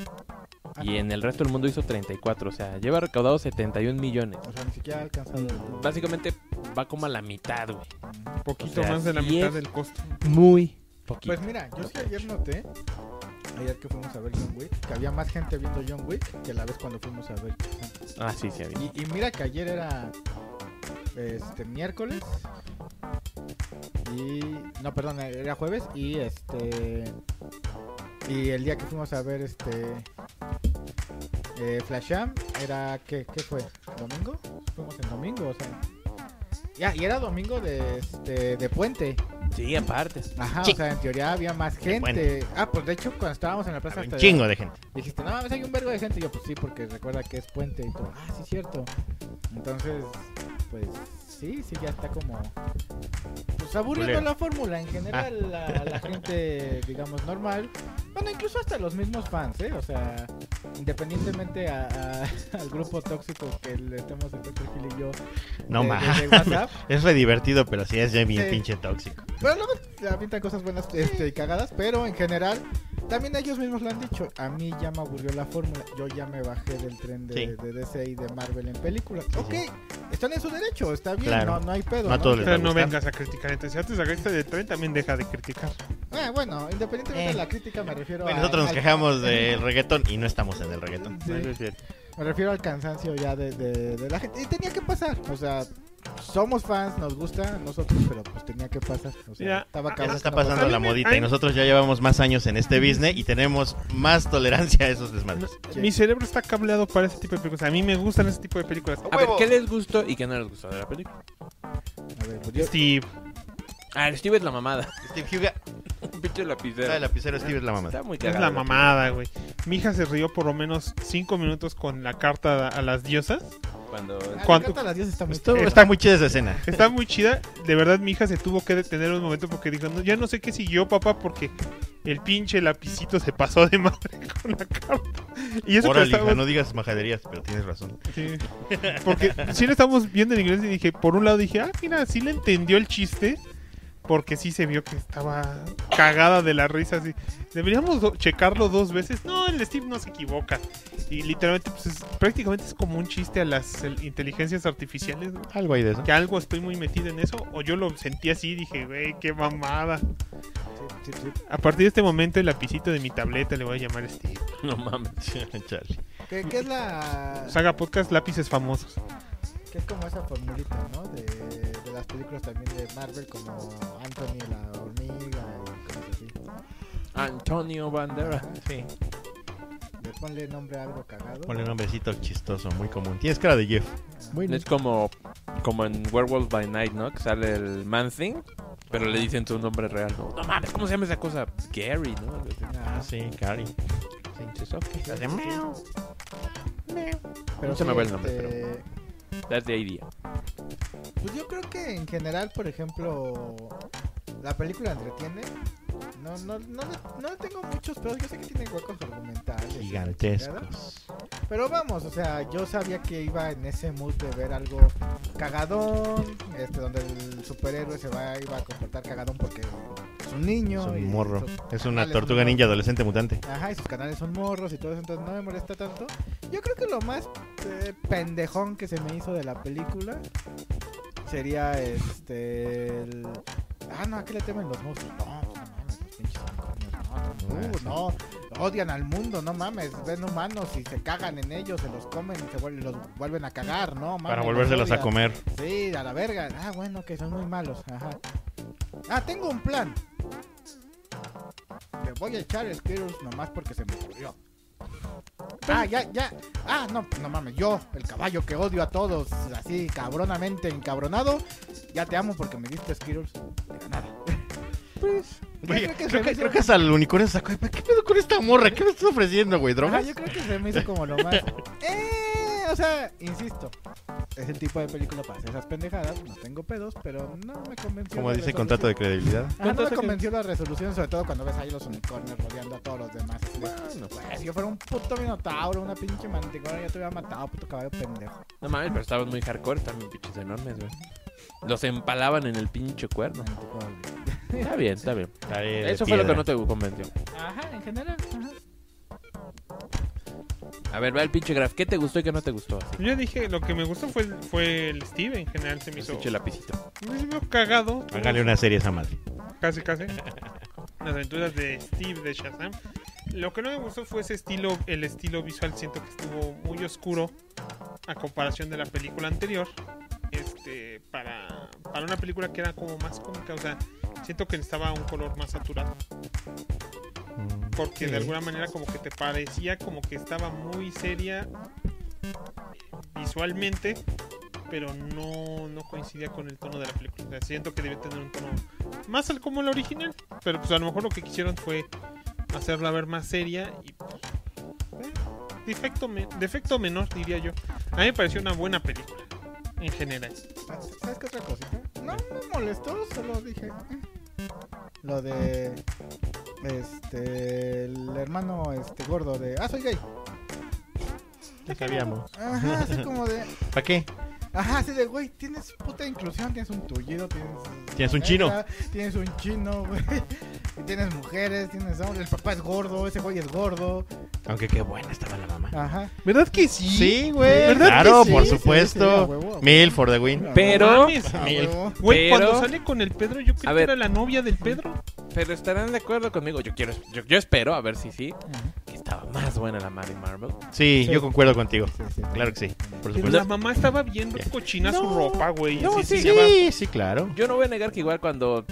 D: Y en el resto del mundo hizo 34. O sea, lleva recaudado 71 millones.
C: O sea, ni siquiera ha alcanzado. el-
D: Básicamente va como a la mitad, güey.
B: Poquito
D: O sea,
B: más de la
D: sí
B: mitad
D: es.
B: del costo.
D: Muy poquito.
C: Pues mira, yo sí ayer noté, ayer que fuimos a ver John Wick, que había más gente viendo John Wick que la vez cuando fuimos a ver.
D: Ah, sí, sí, había.
C: Y, y mira que ayer era este miércoles y no, perdón, era jueves y este y el día que fuimos a ver este eh, Flasham era ¿qué, qué fue? ¿Domingo? Fuimos en domingo, o sea. Ya, y era domingo de este de puente.
D: Sí, aparte.
C: Ajá,
A: Sí.
C: o sea, en teoría había más gente.
A: puente.
C: Ah, pues de hecho cuando estábamos en la plaza
A: Había Un
C: hasta-
A: chingo de gente.
C: Dijiste, no mames, hay un vergo de gente. Y yo, pues sí, porque recuerda que es puente. Y tú, ah, sí, cierto. Entonces, pues sí, sí, ya está como. Pues aburriendo
A: Culero. Ah.
C: la fórmula. En general, a la gente, digamos, normal. Bueno, incluso hasta los mismos fans, ¿eh? O sea, independientemente a- a- al grupo tóxico que le estemos el Dr. Gil y yo.
A: No
C: de- de-
A: más.
C: de WhatsApp.
A: Es re divertido, pero sí es ya bien
C: Sí.
A: pinche tóxico.
C: Pero luego te avientan cosas buenas este, y cagadas, pero en general, también ellos mismos lo han dicho. A mí ya me aburrió la fórmula. Yo ya me bajé del tren de,
A: Sí.
C: de DC y de Marvel en películas.
A: sí.
C: ok, están en su derecho, está bien,
A: Claro.
C: no, no hay pedo.
A: No a todos les va
B: Pero
A: a
B: no
A: gustar.
B: vengas a criticar. Entonces, si antes sacaste de tren, también deja de criticar.
C: Ah, bueno, independientemente
A: Eh.
C: de la crítica, me refiero
A: Bueno,
C: a.
A: nosotros nos
C: al-
A: quejamos del reggaetón y no estamos en el reggaetón.
C: Sí. Me refiero al cansancio ya de, de- de la gente. Y tenía que pasar, o sea. Somos fans, nos gusta a nosotros, pero pues tenía que pasar. O sea,
B: Mira,
C: estaba cabrón
A: Eso
C: que
A: está
C: no
A: pasando
C: pasara.
A: la
B: Ay,
A: modita
B: ay.
A: y nosotros ya llevamos más años en este business y tenemos más tolerancia a esos
B: No,
A: desmadres.
B: Mi cerebro está cableado para ese tipo de películas. A mí me gustan ese tipo de películas.
D: A ver, ¿qué les gustó y qué no les gustó de la película?
C: A ver, pues yo-
B: Steve,
D: Ah, el Steve es la mamada.
A: Steve Huga,
D: Un pinche lapicero.
A: la lapicero Steve es la mamá.
D: Está muy
B: es
D: cagado.
B: la mamada, güey. Mi hija se rió por lo menos cinco minutos con la carta a las diosas.
D: Cuando...
C: Ah,
B: ¿Cuánto?
C: me encanta las 10 está muy
B: Eh,
A: Está muy chida esa escena.
B: Está muy chida. De verdad, mi hija se tuvo que detener un momento porque dijo, no, ya no sé qué siguió, papá, porque el pinche lapicito se pasó de madre con la carta. Y eso
A: Órale,
B: que
A: hija,
B: estábamos...
A: no digas majaderías, pero tienes razón.
B: sí. porque sí lo estamos viendo en inglés y dije, por un lado dije, ah, mira, sí le entendió el chiste. Porque sí se vio que estaba cagada de la risa. Así. Deberíamos do- checarlo dos veces. No, el Steve no se equivoca. Y literalmente, pues es- prácticamente es como un chiste a las el- inteligencias artificiales. güey
A: Algo ahí de eso.
B: que algo estoy muy metido en eso o yo lo sentí así y dije, güey, qué mamada.
C: Sí, sí, sí.
B: A partir de este momento el lapicito de mi tableta le voy a llamar Steve.
D: No mames.
A: Chale.
C: ¿Qué, qué es la.?
B: Saga podcast lápices famosos.
C: Que es como esa formulita, ¿no? De, de las películas también de Marvel, como Anthony la hormiga y cosas así.
D: Antonio Bandera.
A: Sí.
C: De ponle nombre a algo cagado.
A: Ponle un nombrecito chistoso, muy común. Tienes cara de Jeff.
C: Muy
D: Es como, como en Werewolf by Night, ¿no? Que sale el Man Thing, pero le dicen su nombre real. No, no mames, ¿cómo se llama esa cosa? Gary, ¿no? Algo así.
C: Ah,
A: sí, Cari.
D: Pinches, ok.
C: pero
D: Ah, no se me
C: sí,
D: va el nombre,
C: este,
D: That's the idea.
C: Pues yo creo que en general, por ejemplo, la película entretiene. No, no, no, le- no le tengo muchos pedos. Yo sé que tiene huecos argumentales. y la chingada.
A: Gigantescos.
C: Pero vamos, o sea, yo sabía que iba en ese mood de ver algo cagadón, este, donde el superhéroe se va iba a comportar cagadón porque es un niño.
A: Es
C: y
A: un morro.
C: sus-
A: Es una
C: canales son
A: tortuga
C: morros.
A: ninja adolescente mutante.
C: Ajá, y sus canales son morros y todo eso, entonces no me molesta tanto. Yo creo que lo más eh, pendejón que se me hizo de la película sería este. el- Ah, no, ¿a qué le temen los monstruos? No, no mames, los pinches unicornios, no, no,
A: Ah, sí.
C: no, odian al mundo, no mames, ven humanos y se cagan en ellos, se los comen y se vuelven, los vuelven a cagar, no mames.
A: Para volvérselos a
C: odian.
A: comer.
C: Sí, a la verga. Ah, bueno, que son muy malos. Ajá. Ah, tengo un plan. Le voy a echar el Skirus nomás porque se me ocurrió. Ah, ya, ya. Ah, no, no mames, yo, el caballo que odio a todos, así cabronamente encabronado, ya te amo porque me diste Skirus de la nada. Pues, yo
A: Güey,
C: creo que se
A: creo,
C: me
A: que,
C: hizo-
A: creo que hasta el unicornio sacó. ¿Qué pedo con esta morra? ¿Qué me estás ofreciendo, güey?
C: Ajá,
A: ¿Drogas?
C: yo creo que se me hizo como lo más. Eh, o sea, insisto. es el tipo de película para hacer esas pendejadas. No tengo pedos, pero no me convenció.
A: Como
C: la
A: dice el contrato de credibilidad.
C: resolución. Ajá, no me
B: Contrato que-
C: convenció la resolución, sobre todo cuando ves ahí los unicornios rodeando a todos los demás. así de, "Güey, si yo fuera un puto minotauro, una pinche manticora, ya te hubiera matado, puto caballo pendejo.
D: No mames, pero estaban muy hardcore, también pinches enormes, güey. Los empalaban en el pinche cuerno.
C: Manticora, güey.
D: Está bien, está bien.
A: Pared de
D: Eso fue lo que
A: piedra.
D: no te convenció.
C: Ajá, en general. ajá.
D: A ver, va el pinche graf. ¿Qué te gustó y qué no te gustó? Así,
B: Yo dije, lo que me gustó fue, el- fue el Steve en general, se me
D: el
B: hizo...
D: pinche lapicito.
B: Me veo cagado.
A: Hágale una serie a esa madre.
B: Casi, casi. Las aventuras de Steve de Shazam. Lo que no me gustó fue ese estilo, el estilo visual. Siento que estuvo muy oscuro a comparación de la película anterior. Este, para, para una película que era como más cómica, o sea, siento que necesitaba un color más saturado. Porque de alguna manera como que te parecía como que estaba muy seria visualmente, pero no, no coincidía con el tono de la película. O sea, siento que debe tener un tono más al como el original, pero pues a lo mejor lo que quisieron fue hacerla ver más seria y pues, eh, defecto, me- defecto menor diría yo. A mí me pareció una buena película en general.
C: ¿Sabes qué otra cosita? No me molestó, solo dije. "Eh". Lo de. Este. El hermano este gordo de. Ah, soy gay.
A: Ya sabíamos.
C: Ajá, así como de.
A: ¿Para qué?
C: Ajá, así de, güey, tienes puta inclusión, tienes un tullido, tienes.
A: Tienes un
C: una
A: chino.
C: neta, Tienes un chino, güey. Y tienes mujeres, tienes hombres. El papá es gordo, ese güey es gordo.
A: Aunque qué buena estaba la mamá.
C: Ajá.
B: ¿Verdad que sí?
A: Sí, güey.
C: Ah, ¿Verdad que
A: Claro,
C: sí?
A: por
C: Sí, sí, sí, a
A: supuesto.
C: huevo, a
A: Mil for the win.
C: huevo.
D: Pero-
C: A
A: Mil.
C: huevo.
B: Güey,
D: Pero-
B: cuando sale con el Pedro, yo creo
D: A
B: que
D: ver.
B: era la novia del Pedro.
D: Pero estarán de acuerdo conmigo. Yo quiero, yo, yo espero, a ver si sí,
C: Ajá.
D: que estaba más buena la Mary Marvel.
A: Sí,
C: Sí.
A: yo concuerdo contigo.
C: Sí, sí, sí.
A: Claro que sí. Por
B: Pero
A: supuesto.
B: la mamá estaba viendo
A: Ya.
B: cochina su
D: No.
B: ropa, güey.
D: No,
B: así se
D: sí.
B: llama.
A: Sí, sí, claro.
D: Yo no voy a negar que igual cuando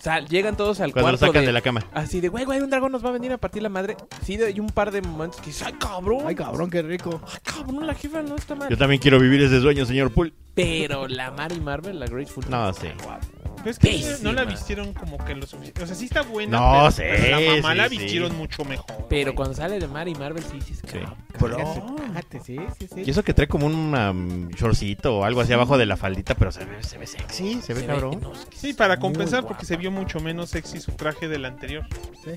D: sal- llegan todos al
A: Cuando lo
D: cuarto
A: sacan
D: de-
A: de la cama.
D: Así de, güey, güey, un dragón nos va a venir a partir la madre. Sí, de- hay un par de momentos que dices, ay, cabrón.
C: Ay, cabrón, qué rico.
D: Ay, cabrón, la jefa no está mal.
A: Yo también quiero vivir ese sueño, señor Pool.
D: Pero la Mary Marvel, la Grateful
A: No,
D: Dead,
A: sí.
D: está guapa.
B: Pero es que
D: Pésima.
B: no la vistieron como que lo suficiente. O sea, sí está buena.
A: No,
B: pero,
A: sí,
B: pero la mamá
A: sí,
B: la
A: sí.
B: vistieron mucho mejor.
D: Pero
B: güey.
D: cuando sale de Mary Marvel, sí, sí, es cabrón.
C: Cállate, cállate, sí, sí, sí.
A: Y eso que trae como un um, shortcito o algo así abajo de la faldita, pero se ve, se ve sexy, se ve cabrón.
D: no, es que
B: Sí,
D: es
B: para
D: muy
B: compensar
D: guapa.
B: porque se vio mucho menos sexy su traje del anterior.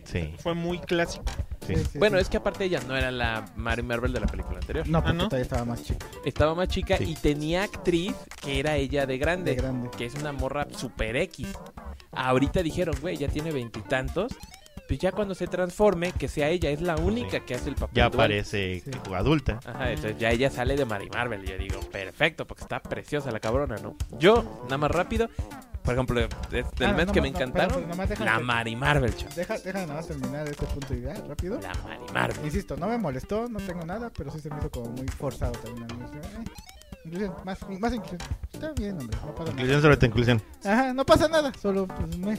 A: Sí,
B: Fue muy clásico.
A: sí.
D: Bueno, es que aparte ella no era la Mary Marvel de la película anterior.
C: No, porque
B: Ah, ¿no?
C: todavía estaba más chica,
D: Estaba más chica
A: Sí.
D: y tenía actriz que era ella de grande,
C: de grande.
D: que es una morra super X. Ahorita dijeron, güey, ya tiene veintitantos. Pues ya cuando se transforme, que sea ella, es la única que hace el papel.
A: Ya
D: dual.
A: parece
C: Sí.
A: adulta.
D: Ajá, entonces ya ella sale de Mary Marvel. Y yo digo, perfecto, porque está preciosa la cabrona, ¿no? Yo, nada más rápido, por ejemplo, es del
C: Ah,
D: mes
C: no,
D: que
C: no,
D: me
C: no,
D: encantaron,
C: espera, nomás deja
D: la
C: que-
D: Mary Marvel, chaval.
C: Deja, deja nada más terminar este punto de idea rápido.
D: La Mary Marvel.
C: Insisto, no me molestó, no tengo nada, pero sí se me hizo como muy forzado también. la inclusión. Eh, inclusión, más, más inclusión. Está bien, hombre, no pasa
A: Inclusión
C: nada.
A: sobre tu inclusión.
C: Ajá, no pasa nada, solo pues me.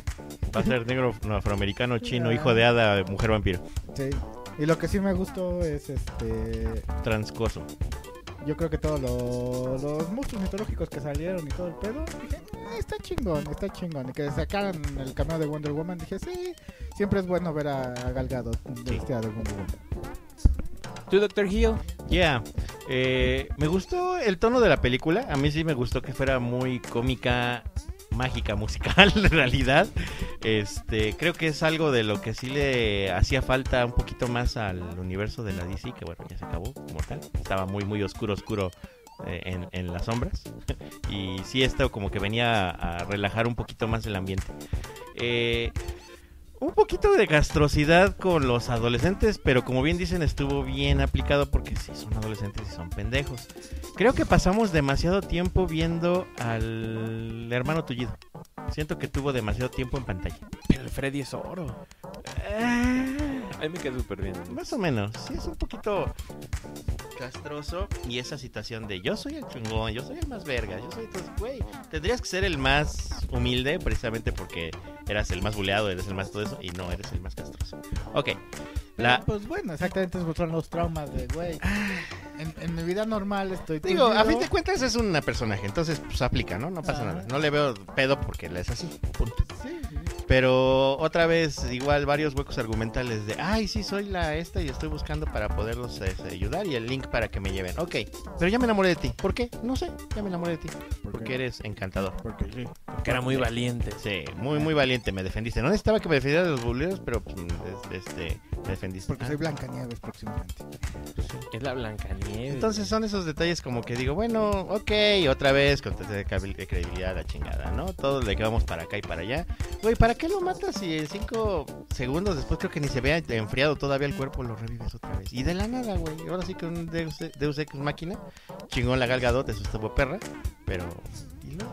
A: Va a ser negro, no, afroamericano, chino,
C: Ah.
A: hijo de hada, mujer vampiro.
C: Sí. Y lo que sí me gustó es este.
A: Transcoso.
C: Yo creo que todos los, los monstruos mitológicos que salieron y todo el pedo, dije, "Ah, está chingón, está chingón. Y que sacaran el cameo de Wonder Woman, dije, sí, siempre es bueno ver a, a Gal Gadot vestida de Wonder Woman.
D: ¿Tú, Doctor Hill?
A: Ya, eh, me gustó el tono de la película. A mí sí me gustó que fuera muy cómica, mágica, musical, en realidad. Este, creo que es algo de lo que sí le hacía falta un poquito más al universo de la DC, que bueno, ya se acabó como tal. Estaba muy, muy oscuro, oscuro eh, en, en las sombras. y sí, esto como que venía a relajar un poquito más el ambiente. Eh, un poquito de castrosidad con los adolescentes, pero como bien dicen, estuvo bien aplicado porque sí son adolescentes y son pendejos. Creo que pasamos demasiado tiempo viendo al hermano tullido. Siento que tuvo demasiado tiempo en pantalla.
D: Pero el Freddy es oro. A mí me quedó súper bien.
A: Más o menos, sí es un poquito castroso. Y esa situación de yo soy el chungón, yo soy el más verga, yo soy todo, güey. Tendrías que ser el más humilde precisamente porque eras el más buleado, eres el más todo eso, y no eres el más castroso. Ok, la,
C: Pero, Pues bueno, exactamente esos son los traumas de, güey. En, en mi vida normal estoy.
A: Digo, a
C: tullido,
A: fin de cuentas es un personaje, entonces pues aplica, ¿no? No pasa
C: Ajá.
A: nada. No le veo pedo porque le es así. Punto.
C: Sí, sí.
A: Pero otra vez, igual varios huecos argumentales de, ay, sí, soy la esta y estoy buscando para poderlos este, ayudar y el link para que me lleven. Ok, pero ya me enamoré de ti. ¿Por qué? No sé, ya me enamoré de ti. Porque eres encantador.
E: Porque sí.
D: Que era muy valiente.
A: Sí, muy, muy valiente, me defendiste. No necesitaba que me defendiera de los buleros, pero pues, es- este, me defendiste.
C: Porque soy
A: Ah,
C: Blanca Nieves próximamente.
D: Es la Blancanieves.
A: Entonces ah. son esos detalles como que digo, bueno, ok, otra vez, con de cabil- de credibilidad la chingada, ¿no? Todos le vamos para acá y para allá. Güey, ¿para qué lo matas si en cinco segundos después creo que ni se vea enfriado todavía el cuerpo, lo revives otra vez? Y de la nada, güey. Ahora sí que un Deus, Deus Ex Máquina, chingón la galgadot de su estuvo perra, pero... ¿Y no?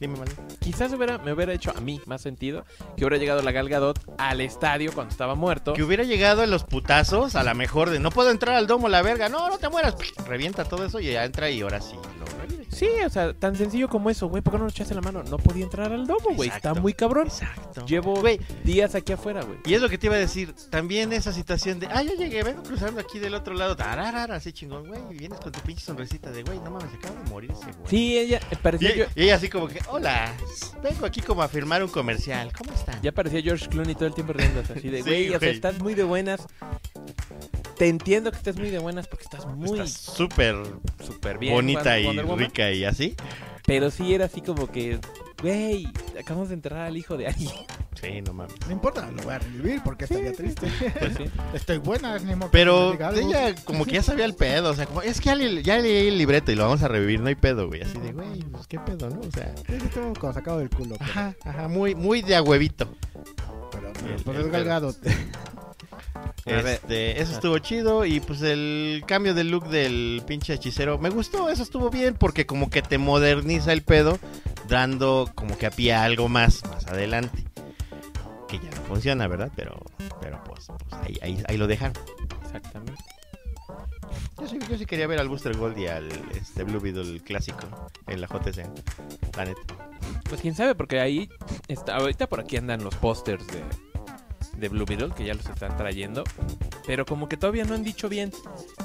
A: Dime, mal.
D: Quizás hubiera, me hubiera hecho a mí más sentido que hubiera llegado la Gal Gadot al estadio cuando estaba muerto.
A: Que hubiera llegado en los putazos, a la mejor de no puedo entrar al domo, la verga, no, no te mueras. Revienta todo eso y ya entra y ahora sí lo revive.
D: Sí, o sea, tan sencillo como eso, güey. ¿Por qué no lo echaste la mano? No podía entrar al domo, güey. Está
A: Exacto.
D: muy cabrón.
A: Exacto.
D: Llevo
A: Güey,
D: días aquí afuera, güey.
A: Y es lo que te iba a decir, también esa situación de, ah, ya llegué, vengo cruzando aquí del otro lado, tararara, así chingón, güey, y vienes con tu pinche sonrisita de, güey, no mames, se acaba de morir ese güey.
D: Sí, ella eh, parecía yo-
A: Y, y ella así como que, hola, vengo aquí como a firmar un comercial, ¿cómo están?
D: Ya parecía George Clooney todo el tiempo riendo así de,
A: Sí,
D: güey, o sea,
A: güey.
D: estás muy de buenas. Te entiendo que estás muy de buenas porque estás muy
A: Está súper
D: súper bien.
A: bonita
D: Wonder-
A: y
D: Wonder Woman,
A: rica y así.
D: Pero sí era así como que, güey, acabamos de enterrar al hijo de alguien.
A: Sí, no mames.
C: No importa, lo voy a revivir porque estaría triste.
D: Pues sí.
C: Estoy buena, ni modo que me
A: Pero
C: diga algo.
A: ella como que ya sabía el pedo, o sea, como, es que ya, le- ya leí el libreto y lo vamos a revivir, no hay pedo, güey, así de, güey, pues qué pedo, ¿no? O sea,
C: Sí, sí, estuvo como sacado del culo. Pero,
A: ajá, ajá, muy, muy de a huevito.
C: pero,
A: El-
C: pues
A: el
C: es galgado.
D: A ver.
A: Este, eso estuvo chido y pues el cambio de look del pinche hechicero me gustó, eso estuvo bien porque como que te moderniza el pedo dando como que a pie a algo más más adelante. Que ya no funciona, ¿verdad? Pero pero pues, pues, ahí, ahí, ahí lo dejan.
D: Exactamente.
A: Yo sí, yo sí quería ver al Booster Gold y al este Blue Beetle clásico en la JC. La neta.
D: Pues quién sabe, porque ahí, está, ahorita por aquí andan los pósters de, de Blue Beetle, que ya los están trayendo. Pero como que todavía no han dicho bien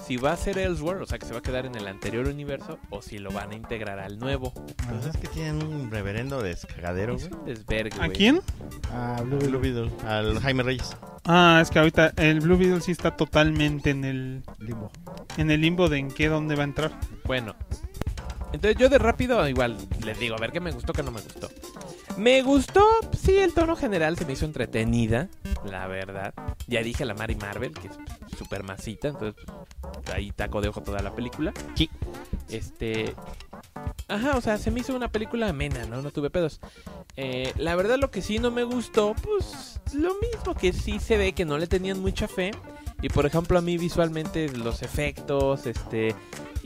D: si va a ser Elsewhere, o sea, que se va a quedar en el anterior universo, o si lo van a integrar al nuevo.
A: Pues es que tienen un reverendo descagadero,
D: Es
A: güey.
D: un desvergue,
B: ¿A
D: güey.
B: quién?
C: Ah, Blue
A: Blue Beetle, al Jaime Reyes.
B: Ah, es que ahorita el Blue Beetle sí está totalmente en el,
C: Limbo.
B: en el limbo de en qué, dónde va a entrar.
D: Bueno. Entonces yo de rápido igual les digo, a ver qué me gustó, qué no me gustó. Me gustó, sí, el tono general se me hizo entretenida, la verdad. Ya dije la Mary Marvel, que es pues, súper masita, entonces pues, ahí taco de ojo toda la película.
A: Sí.
D: Este... Ajá, o sea, se me hizo una película amena, ¿no? No tuve pedos. Eh, la verdad lo que sí no me gustó, pues lo mismo que sí se ve que no le tenían mucha fe. Y por ejemplo a mí visualmente los efectos, este,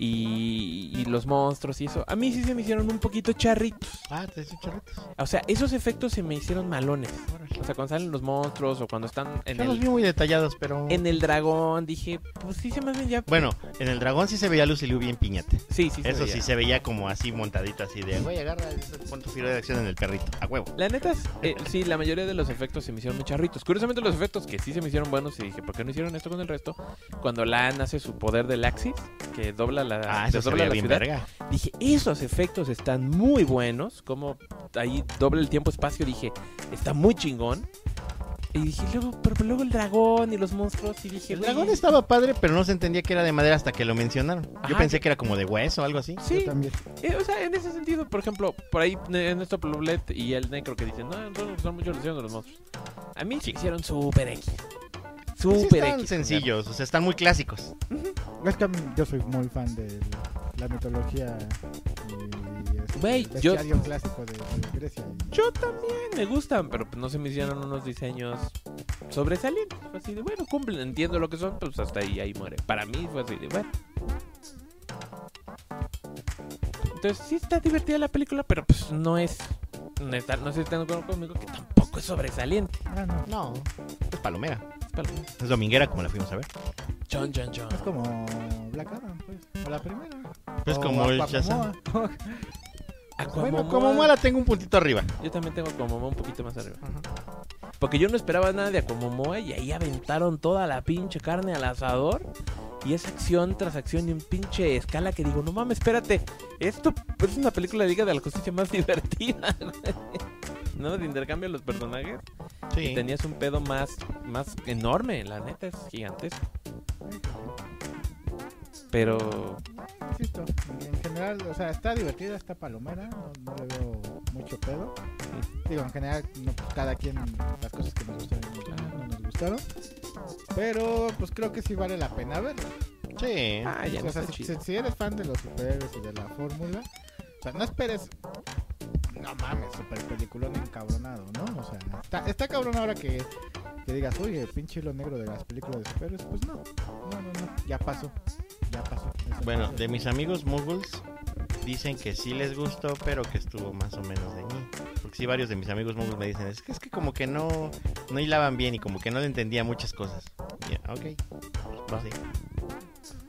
D: y, y los monstruos y eso. A mí sí se me hicieron un poquito charritos.
A: Ah, te hizo charritos.
D: O sea, esos efectos se me hicieron malones. O sea, cuando salen los monstruos o cuando están en
A: Yo los vi
D: el,
A: muy detallados, pero.
D: en el dragón, dije, pues sí se me hacen ya.
A: Bueno, en el dragón sí se veía a Lucy Liu bien piñate.
D: Sí, sí, se
A: Eso
D: veía.
A: sí se veía como así montadito, así de, güey, agarra, ese- pon tu filo de acción en el perrito, a huevo.
D: La neta, es- eh, sí, la mayoría de los efectos se me hicieron muy charritos. Curiosamente, los efectos que sí se me hicieron buenos, y dije, ¿por qué no hicieron esto con el resto? Cuando Lan hace su poder del Axis, que dobla la,
A: Ah, eso se
D: dobla
A: veía
D: la
A: bien
D: ciudad,
A: verga.
D: dije, esos efectos están muy buenos. Como ahí doble el tiempo-espacio, dije, está muy chingón. Y dije, luego, pero luego el dragón y los monstruos, y dije,
A: El
D: güey,
A: dragón estaba padre, pero no se entendía que era de madera hasta que lo mencionaron. Yo
D: Ajá.
A: pensé que era como de hueso o algo así.
D: Sí,
C: Yo también.
D: Eh, o sea, en ese sentido, por ejemplo, por ahí eh, Ernesto Poblet y el Necro que dicen, no, no, son muchos los hicieron de los monstruos. A mí se hicieron super X.
A: Pues sí
D: Super
A: están
D: X.
A: sencillos, o sea, están muy clásicos.
C: Es que a mí- yo soy muy fan de la mitología y este,
D: Güey,
C: el
D: yo-
C: bestiario clásico de, de Grecia. y-
D: Yo también me gustan, pero pues, no se me hicieron unos diseños sobresalientes. Fue así de, bueno, cumplen, entiendo lo que son, pues hasta ahí, ahí muere. Para mí fue así de, bueno. Entonces sí está divertida la película, pero pues no es... No, está, no sé si están de acuerdo conmigo que tampoco es sobresaliente.
C: Ah, no.
A: No, es palomera.
D: Es para-
A: Es dominguera como la fuimos a ver.
D: Chon, chon, chon.
C: Es como Black Adam, pues. O la primera.
A: Pues
D: Oh,
C: O
A: como el Shazam.
C: Aquamomoa.
A: Bueno,
D: Aquamomoa.
A: como mala tengo un puntito arriba.
D: Yo también tengo Aquamomoa un poquito más arriba. Porque yo no esperaba nada de Aquamomoa y ahí aventaron toda la pinche carne al asador. Y es acción tras acción y un pinche escala que digo, no mames, espérate. Esto es una película de Liga de la Justicia más divertida. güey". funcionaba de intercambio los personajes.
A: Sí.
D: Y tenías un pedo más, más enorme, la neta, es gigantesco. Pero
C: Insisto, en general, o sea, está divertida, está palomera, no, no le veo mucho pedo. Digo, en general, no, pues, cada quien las cosas que nos gustaron y no nos gustaron. Pero, pues creo que sí vale la pena verla.
A: Sí.
D: Ah, ya
C: O
D: no
C: sea,
D: está
C: si,
D: chido.
C: si- si eres fan de los superhéroes y de la fórmula, o sea, no esperes. No mames, super peliculón encabronado, ¿no? O sea, está, está cabrón ahora que, que digas, oye, el pinche hilo negro de las películas de superhéroes. Pues no, no, no, no, ya pasó. Ya pasó. Eso
A: Bueno,
C: pasó.
A: de mis amigos muggles dicen que sí les gustó, pero que estuvo más o menos de mí. Porque sí, varios de mis amigos muggles me dicen, es que, es que como que no, no hilaban bien y como que no le entendía muchas cosas. Y yo, "Ah, ok, pues, pues, sí".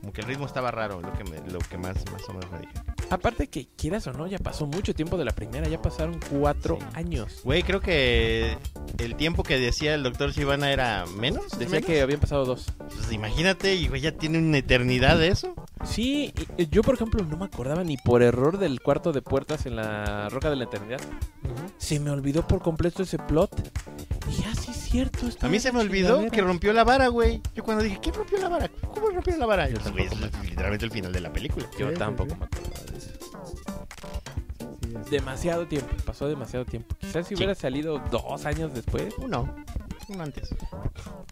A: Como que el ritmo estaba raro, lo que, me- lo que más, más o menos me dije.
D: Aparte que quieras o no, ya pasó mucho tiempo de la primera, ya pasaron cuatro
A: Sí.
D: años.
A: Güey, creo que el tiempo que decía el doctor Shivana era menos.
D: Decía
A: menos.
D: que habían pasado dos.
A: Pues imagínate, y güey, ya tiene una eternidad de eso.
D: Sí, y- y yo por ejemplo no me acordaba ni por error del cuarto de puertas en la Roca de la Eternidad. Se me olvidó por completo ese plot. Y así es cierto.
A: A
D: estaba
A: mí
D: en
A: se me
D: la
A: olvidó
D: chingadera.
A: que rompió la vara, güey. Yo cuando dije, ¿quién rompió la vara? ¿Cómo rompió la vara?
D: Yo
A: Pues,
D: tampoco
A: güey, es literalmente el final de la película.
D: Yo
C: Sí, sí,
D: tampoco
C: sí.
D: me acordaba de eso.
C: Sí, es-
D: Demasiado tiempo, pasó demasiado tiempo. Quizás
A: Sí.
D: si hubiera salido dos años después,
A: Uno. Uno Uh, antes.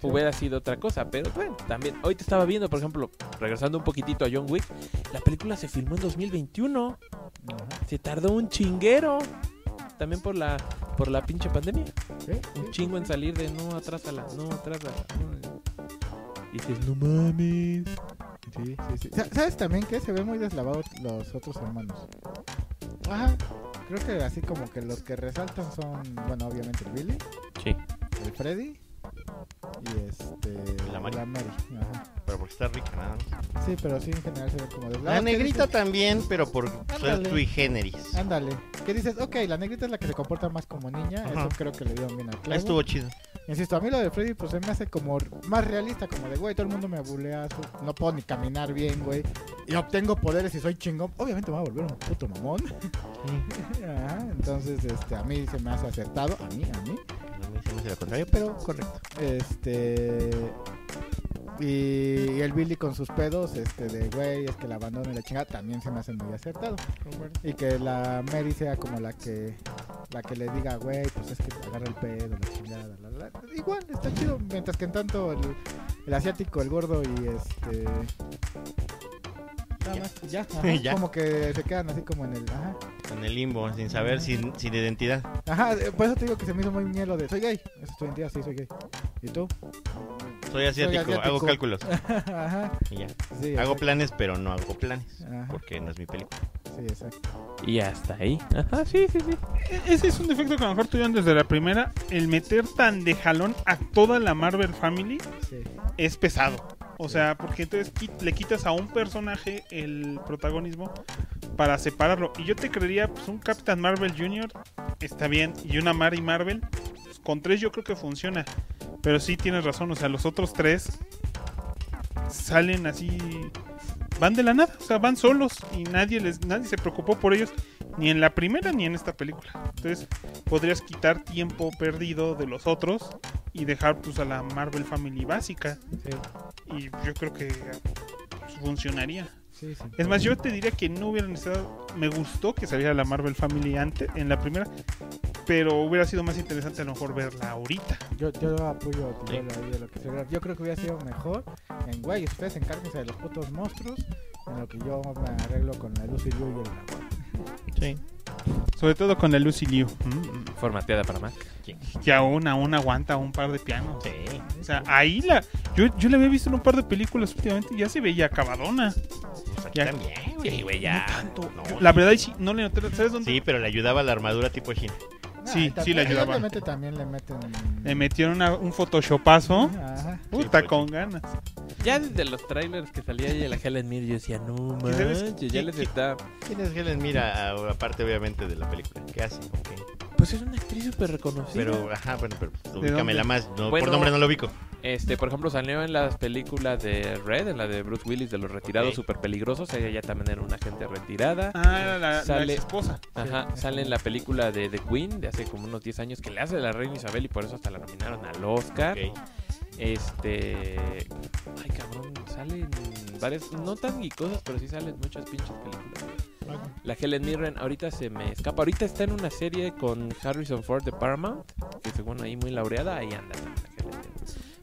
D: hubiera sido otra cosa. Pero bueno, también. Hoy te estaba viendo, por ejemplo, regresando un poquitito a John Wick, la película se filmó en 2021.
C: Ajá.
D: Se tardó un chinguero. También por la por la pinche pandemia.
C: Sí,
D: Un
C: sí,
D: chingo en salir de no atrásala, no atrásala. no". Y dices, no mames.
C: sí, sí, sí. Sa- ¿Sabes también que se ve muy deslavado los otros hermanos? Ajá. Creo que así como que los que resaltan son, bueno, obviamente el Billy,
D: Sí.
C: el Freddy y este.
A: La Mari.
C: Ajá.
A: Pero porque está rica, nada más.
C: Sí, pero sí en general se ve como
A: La
C: deslavado. ¿Qué
A: negrita
C: Ah, dices?
A: también, pero por ser
C: Ándale. Ah,
A: tui generis.
C: Ándale. ¿Qué dices? Ok, la negrita es la que se comporta más como niña.
A: Ajá.
C: Eso creo que le dieron bien al clavo.
A: Estuvo chido.
C: Insisto, a mí lo de Freddy pues se me hace como r- más realista, como de, güey, todo el mundo me bulea, so- no puedo ni caminar bien, güey, y obtengo poderes y soy chingón, obviamente me voy a volver un puto mamón. Ajá, entonces, este, a mí se me hace acertado, a mí, a mí,
A: No me hicimos lo contrario, pero correcto.
C: este... Y, y el Billy con sus pedos, este, de, güey, es que la abandono y la chingada, también se me hace muy acertado. Y que la Mary sea como la que la que le diga, güey, pues es que te agarra el pedo, la chingada, la, la, la". Igual, está chido. Mientras que en tanto el, el asiático, el gordo y este. Nada
A: Ya.
C: más, pues ya, ajá,
A: Ya.
C: Como que se quedan así como en el. Ajá.
A: En el limbo, sin saber, sin, sin identidad.
C: Ajá, eh, por eso te digo que se me hizo muy mielo de soy gay. Eso es tu identidad, sí, soy gay. ¿Y tú?
A: Soy asiático, hago
C: asiático.
A: cálculos.
C: ajá.
A: Y ya.
C: Sí,
A: Hago
C: exacto.
A: planes, pero no hago
B: Pues,
A: planes.
C: Ajá,
A: Porque no es mi película.
C: sí, exacto.
D: Y hasta ahí. Ajá, sí, sí, sí.
B: E- Ese es un defecto que a lo mejor tuvieron desde la primera. El meter tan de jalón a toda la Marvel Family
C: Sí.
B: es pesado. O sea, porque entonces qui- le quitas a un personaje el protagonismo para separarlo. Y yo te creería, pues un Captain Marvel Jr. está bien. Y una Mary Marvel, pues, con tres yo creo que funciona. Pero sí tienes razón, o sea, los otros tres salen así. Van de la nada, o sea, van solos y nadie les, nadie se preocupó por ellos, ni en la primera ni en esta película. Entonces, podrías quitar tiempo perdido de los otros y dejar pues a la Marvel Family básica. Y yo creo que pues, funcionaría.
C: Sí, sí.
B: Es más, yo te diría que no hubiera necesitado. Me gustó que saliera la Marvel Family antes, en la primera, pero hubiera sido más interesante a lo mejor verla ahorita.
C: Yo, yo apoyo a Tiguelo ahí de lo que se graba. Yo creo que hubiera sido mejor en, güey, ustedes encárguense de los putos monstruos, en lo que yo me arreglo con la luz y yo y el agua.
A: Sí.
B: Sobre todo con la Lucy Liu. Mm,
D: Formateada para más.
B: mm. Que aún, aún aguanta un par de pianos.
A: Sí.
B: O sea, ahí la. Yo, yo la había visto en un par de películas últimamente y ya se veía acabadona.
A: Pues aquí
B: Ya.
A: también, güey. güey, ya. No,
B: La verdad, y sí, no le noté. ¿Sabes dónde?
A: Sí, pero le ayudaba la armadura tipo Shin.
B: Sí,
C: y tam-
B: sí le
C: y
B: ayudaba.
C: Obviamente también le meten.
B: Le metieron una- un photoshopazo.
C: Ajá.
B: Puta,
A: pues,
B: con ganas.
D: Ya desde los trailers que salía ella, la Helen Mir, yo decía, no
B: sabes
D: manches, Ah, ya
A: qué-
D: les
A: qué-
D: está...
A: ¿Quién es Helen Mira? Ah, Aparte, obviamente, de la película. ¿Qué hace? Ok.
D: Pues es una actriz súper reconocida.
A: Pero, ajá, bueno, pero pues,
B: dónde?
A: ubícamela más. No,
D: Bueno,
A: por nombre no lo ubico.
D: Este, por ejemplo, salió en las películas de Red, en la de Bruce Willis de los retirados
A: Ok.
D: super peligrosos. Ella ya también era una gente retirada.
B: Ah, la,
D: Sale-
B: esposa.
D: Ajá, sale en la película de The Queen de hace como unos 10 años que le hace la reina Isabel y por eso hasta la nominaron al Oscar.
A: Ok.
D: Este. Ay, cabrón, salen varias. No tan guicosas, pero sí salen muchas pinches películas. La Helen Mirren ahorita se me escapa. Ahorita está en una serie con Harrison Ford de Paramount. Que según ahí muy laureada, ahí anda también la Helen Mirren.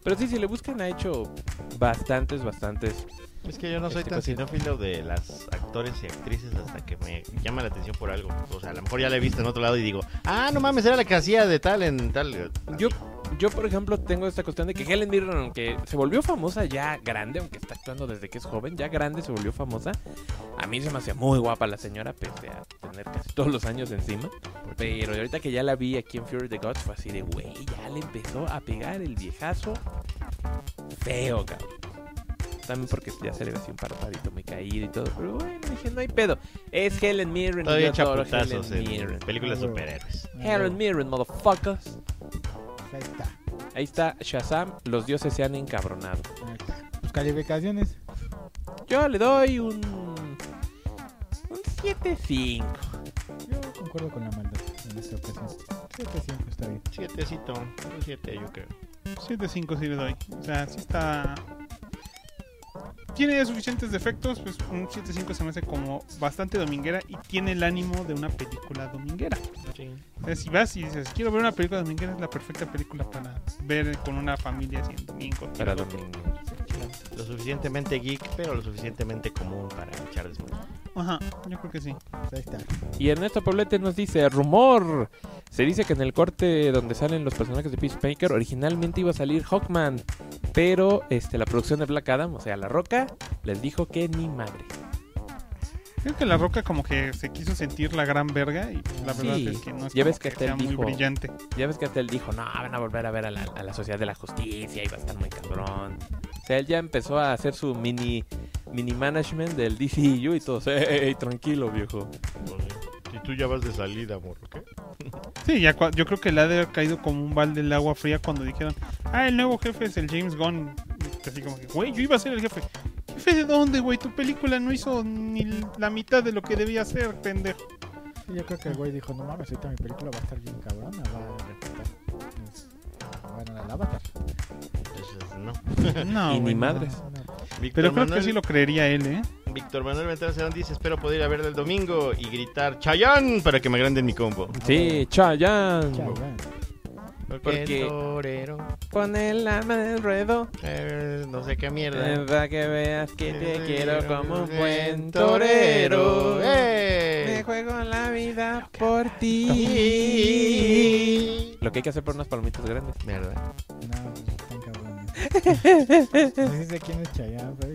D: Pero sí, si le buscan, ha hecho bastantes, bastantes.
A: Es que yo no soy
D: Este
A: tan
D: cosito.
A: cinófilo de las actores y actrices hasta que me llama la atención por algo. O sea, a lo mejor ya la he visto en otro lado y digo, ah, no mames, era la que hacía de tal en tal.
D: Yo, yo, por ejemplo, tengo esta cuestión de que Helen Mirren, aunque se volvió famosa ya grande, aunque está actuando desde que es joven, ya grande se volvió famosa. A mí se me hacía muy guapa la señora, pese a tener casi todos los años encima. Pero ahorita que ya la vi aquí en Fury the Gods, fue así de, güey, ya le empezó a pegar el viejazo feo, cabrón. También porque ya se le ve así un parpadito muy caído y todo. Pero bueno, dije, no hay pedo. Es Helen Mirren. y
A: Todavía
D: yo adoro
A: chaputazos
D: Helen
A: en
D: Mirren.
A: películas de
C: Huevo.
A: superhéroes.
D: Helen Mirren, motherfuckers.
C: Ahí está.
D: Ahí está Shazam, los dioses se han encabronado.
C: Ahí está. Pues calificaciones.
D: Yo le doy un. Un 7-5.
C: Yo concuerdo con la maldad en esta ocasión. 7-5 está bien.
A: Sietecito, un siete yo creo.
B: 7-5 sí le doy. O sea, sí está. Tiene suficientes defectos, pues un 7-5 se me hace como bastante dominguera y tiene el ánimo de una película dominguera. O sea, si vas y dices, quiero ver una película dominguera, es la perfecta película para ver con una familia así en domingo.
D: Para
B: Pero-
D: domingo.
A: Lo suficientemente geek, pero lo suficientemente común para echar desmadre.
B: Ajá, yo creo que sí.
C: Pues ahí está.
D: Y Ernesto Poblete nos dice: rumor. Se dice que en el corte donde salen los personajes de Peacemaker, originalmente iba a salir Hawkman. Pero este, la producción de Black Adam, o sea, La Roca, les dijo que ni madre.
B: Creo que La Roca como que se quiso sentir la gran verga y pues, la verdad
D: Sí.
B: es que no es
D: Ya
B: como
D: ves que hasta
B: sea
D: él
B: muy
D: dijo-
B: brillante.
D: Ya ves que hasta él dijo, no, van a volver a ver a la, a la sociedad de la justicia y va a estar muy cabrón. O sea, él ya empezó a hacer su mini mini management del DCU y todo. ¡Ey, tranquilo, viejo!
A: Si Pues tú ya vas de salida, amor, ¿ok?
B: Sí, ya cua- yo creo que le ha de haber caído como un balde el agua fría cuando dijeron, ah, el nuevo jefe es el James Gunn. Y Así como que, güey, yo iba a ser el jefe. ¿Jefe de dónde, güey? Tu película no hizo ni la mitad de lo que debía hacer, pendejo.
C: Sí, yo creo que el güey dijo, no mames, ahorita mi película va a estar bien cabrona, va a pues, repetar. Van a ganar el avatar.
A: Entonces, no.
B: No,
D: y ni
B: güey, no.
D: madres.
A: Víctor
B: Pero creo
A: Manuel-
B: que sí lo creería él, ¿eh?
A: Víctor Manuel Ventana Serán dice, espero poder ir a ver el domingo y gritar ¡Chayán! para que me agranden mi combo.
D: Sí, Chayanne.
C: Chao, ya.
D: Porque-
A: El torero,
D: Pon el alma en el ruedo
A: eh, no sé qué mierda.
D: eh, para que veas que te
A: Eh,
D: quiero como un buen torero. Me
A: ¡Eh!
D: juego la vida por ti.
A: Y-
D: Lo que hay que hacer por unas palomitas grandes.
A: Mierda.
C: No, pues, están cabrones. No sé de quién es Chayanne, güey.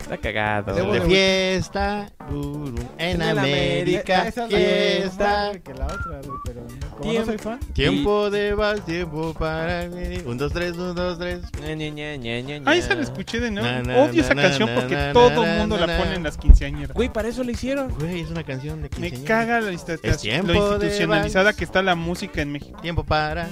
D: Está cagado.
C: Debo
A: de
C: de-
A: fiesta, gurú, en
D: En el América,
A: América,
C: Esa es la
A: fiesta.
C: más que la otra, güey, pero no, como
D: Tiempo.
C: no soy fan,
A: Tiempo de vals, tiempo para... Un, dos, tres, un, dos, tres.
D: Ña, ña, ña, ña, ña, ña.
B: Ahí se la escuché de nuevo.
A: Na, na,
B: Odio esa
A: na,
B: canción
A: na,
B: porque
A: na,
B: todo
A: na,
B: el mundo
A: na,
B: la pone
A: na.
B: en las quinceañeras.
D: Güey, para eso lo hicieron.
A: Güey, es una canción de
B: Me
A: quinceañera.
B: caga la insta-
A: Es tiempo
B: lo
A: de
B: institucionalizada
A: vals.
B: que está la música en México.
A: Tiempo para...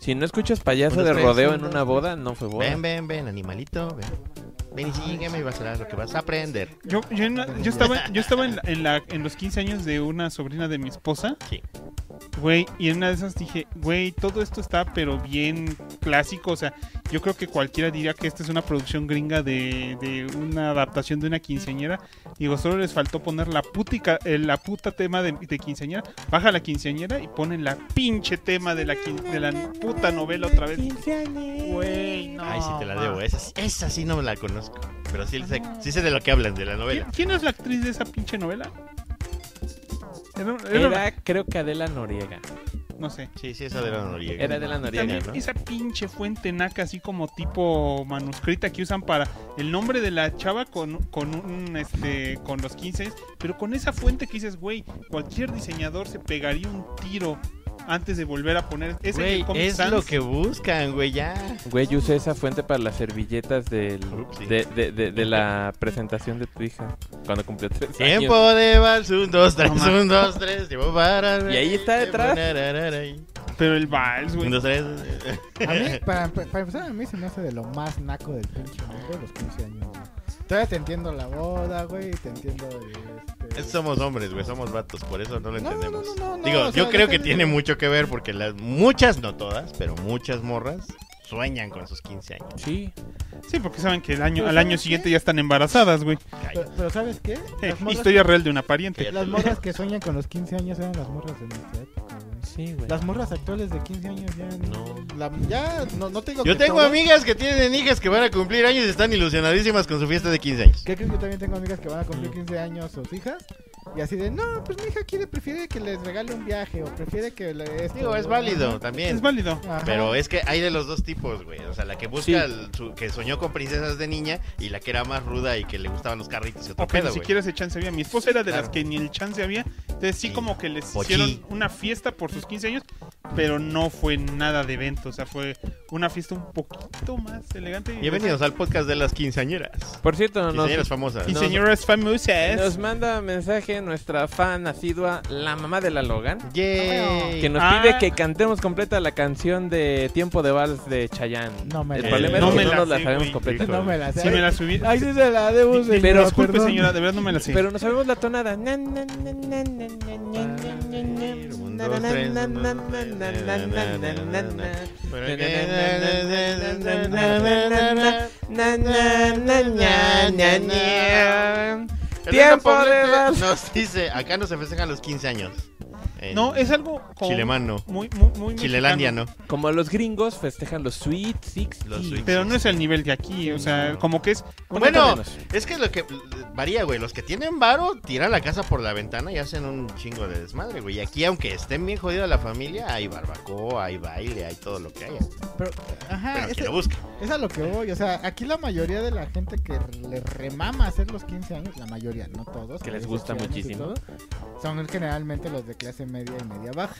D: Si no escuchas payaso de
A: Unos tres,
D: rodeo
A: un,
D: en
A: dos,
D: una
A: tres.
D: boda, no fue boda.
A: Ven, ven, ven, animalito, ven. Ven y sígueme y vas a ver lo que vas a aprender.
B: Yo, yo, en la- yo estaba, yo estaba en, la- en la- en los 15 años de una sobrina de mi esposa.
A: Sí.
B: Güey, y en una de esas dije, güey, todo esto está pero bien clásico. O sea, yo creo que cualquiera diría que esta es una producción gringa de, de una adaptación de una quinceañera. Digo, solo les faltó poner la, putica, eh, la puta tema de, de quinceañera. Baja la quinceañera y ponen la pinche tema de la, quin- de la puta novela otra vez. Güey, no.
A: Ay, sí te la debo.
B: ma.
A: Esa, esa sí no me la conozco. Pero sí sé, sí sé de lo que hablan, de la
B: ¿Qui-
A: novela.
B: ¿Quién es la actriz de esa pinche novela? Era- era-
D: Era, creo que Adela Noriega.
B: no sé.
A: Sí, sí, esa de la Noriega.
D: Era Adela Noriega,
B: También
D: ¿no?
B: esa pinche fuente naca, así como tipo manuscrita que usan para el nombre de la chava con, con un este con los 15, pero con esa fuente que dices, güey, cualquier diseñador se pegaría un tiro antes de volver a poner ese
A: Güey,
B: Comic
A: es
B: Sans.
A: lo que buscan, güey, ya.
D: Güey, yo usé esa fuente para las servilletas del,
A: Ups, sí.
D: de, de- de- de la presentación de tu hija. Cuando cumplió tres años.
A: Tiempo de vals, un, dos, tres,
B: No, ma.
A: un, dos, tres. Tiempo para...
D: Y ahí está detrás.
A: Tararararay.
B: Pero el vals, güey.
A: Un, dos, tres.
C: A mí, para, para empezar, a mí se me hace de lo más naco del pinche mundo los 15 años. güey. Todavía te entiendo la boda, güey, te entiendo. Este...
A: Somos hombres, güey, somos vatos, por eso no lo
C: No, no,
A: entendemos.
C: no, no, no,
A: Digo,
C: o sea,
A: yo creo que
C: déjame-
A: tiene mucho que ver porque las muchas, no todas, pero muchas morras sueñan con sus 15 años.
D: Sí.
B: Sí, porque saben que el año,
C: Pero
B: al
C: ¿sabes
B: año
C: qué?
B: siguiente ya están embarazadas, güey.
C: Pero,
A: Cállate.
C: pero ¿sabes qué?
B: Eh,
C: Las morras,
B: historia real de una pariente.
C: las morras que sueñan con los 15 años eran las morras de nuestra época, güey.
D: Sí, güey.
C: Las morras actuales de 15 años ya no. la- ya no, no te digo
A: Yo
C: que
A: tengo
C: todas.
A: amigas que tienen hijas que van a cumplir años y están ilusionadísimas con su fiesta de 15 años.
C: ¿Qué crees? Yo también tengo amigas que van a cumplir 15 años sus hijas. Y así de, no, pues mi hija quiere, prefiere que les regale un viaje o prefiere que le. esto,
A: Digo, es
C: ¿no?
A: válido también.
B: Es válido.
C: Ajá.
A: Pero es que hay de los dos tipos, güey. O sea, la que busca,
D: Sí.
A: el- su- que soñó con princesas de niña y la que era más ruda y que le gustaban los carritos y otro
B: O que ni
A: pedo, güey.
B: siquiera ese chance había. Mi esposa era de
A: Claro.
B: las que ni el chance había. Entonces sí
A: Sí.
B: como que les
A: Pochí.
B: hicieron una fiesta por sus 15 años, pero no fue nada de evento. O sea, fue una fiesta un poquito más elegante. y-
A: Bienvenidos al podcast de las quinceañeras.
D: Por cierto, nos,
A: Quinceañeras famosas.
B: Y
D: No.
B: señoras famosas.
D: nos manda mensaje nuestra fan asidua, la mamá de la Logan.
A: Yay.
D: Que nos
B: Ah.
D: pide que cantemos completa la canción de Tiempo de Vals de Chayanne.
C: No me
D: El
C: la-
D: problema
A: No
D: es que
A: me
D: no
B: Eh, la
D: nos la
B: sé,
D: sabemos
B: güey.
D: completa.
C: No me la sé.
B: Si me la subí.
C: Ay, sí se la debo,
B: Di-
C: señora.
D: pero-
B: Disculpe,
C: perdón.
B: señora, de verdad no me la sé.
D: Pero no sabemos la tonada. Na, na, na, na, na, na,
A: Un,
D: na,
A: dos, tres,
D: na, na, na, na,
A: un, dos,
D: na,
A: tres.
D: na, na, na, na, na, na. Na, na, na, na, na, na. Tiempo de vals.
A: Nos dice, acá no se festejan los 15 años. En
B: No, es algo como
A: Chilemano.
B: muy, muy, muy
A: Chilelandia,
B: mexicano.
A: ¿no?
D: Como los gringos festejan los Sweet Six.
A: Los Sweet
B: Pero no es el nivel de aquí, o sea,
A: No.
B: como que es...
A: Bueno, es que lo que varía, güey. Los que tienen varo tiran la casa por la ventana y hacen un chingo de desmadre, güey. Y aquí, aunque estén bien jodida la familia, hay barbacoa, hay baile, hay todo lo que haya.
C: Pero, ajá,
B: Ah,
A: Pero
C: ese-
A: que lo busque.
C: es a lo que voy. O sea, aquí la mayoría de la gente que le remama hacer los 15 años, la mayoría, no todos.
D: Que
C: hay
D: les gusta
C: 18 años y
D: muchísimo.
C: todo, son generalmente los de clase media y media baja.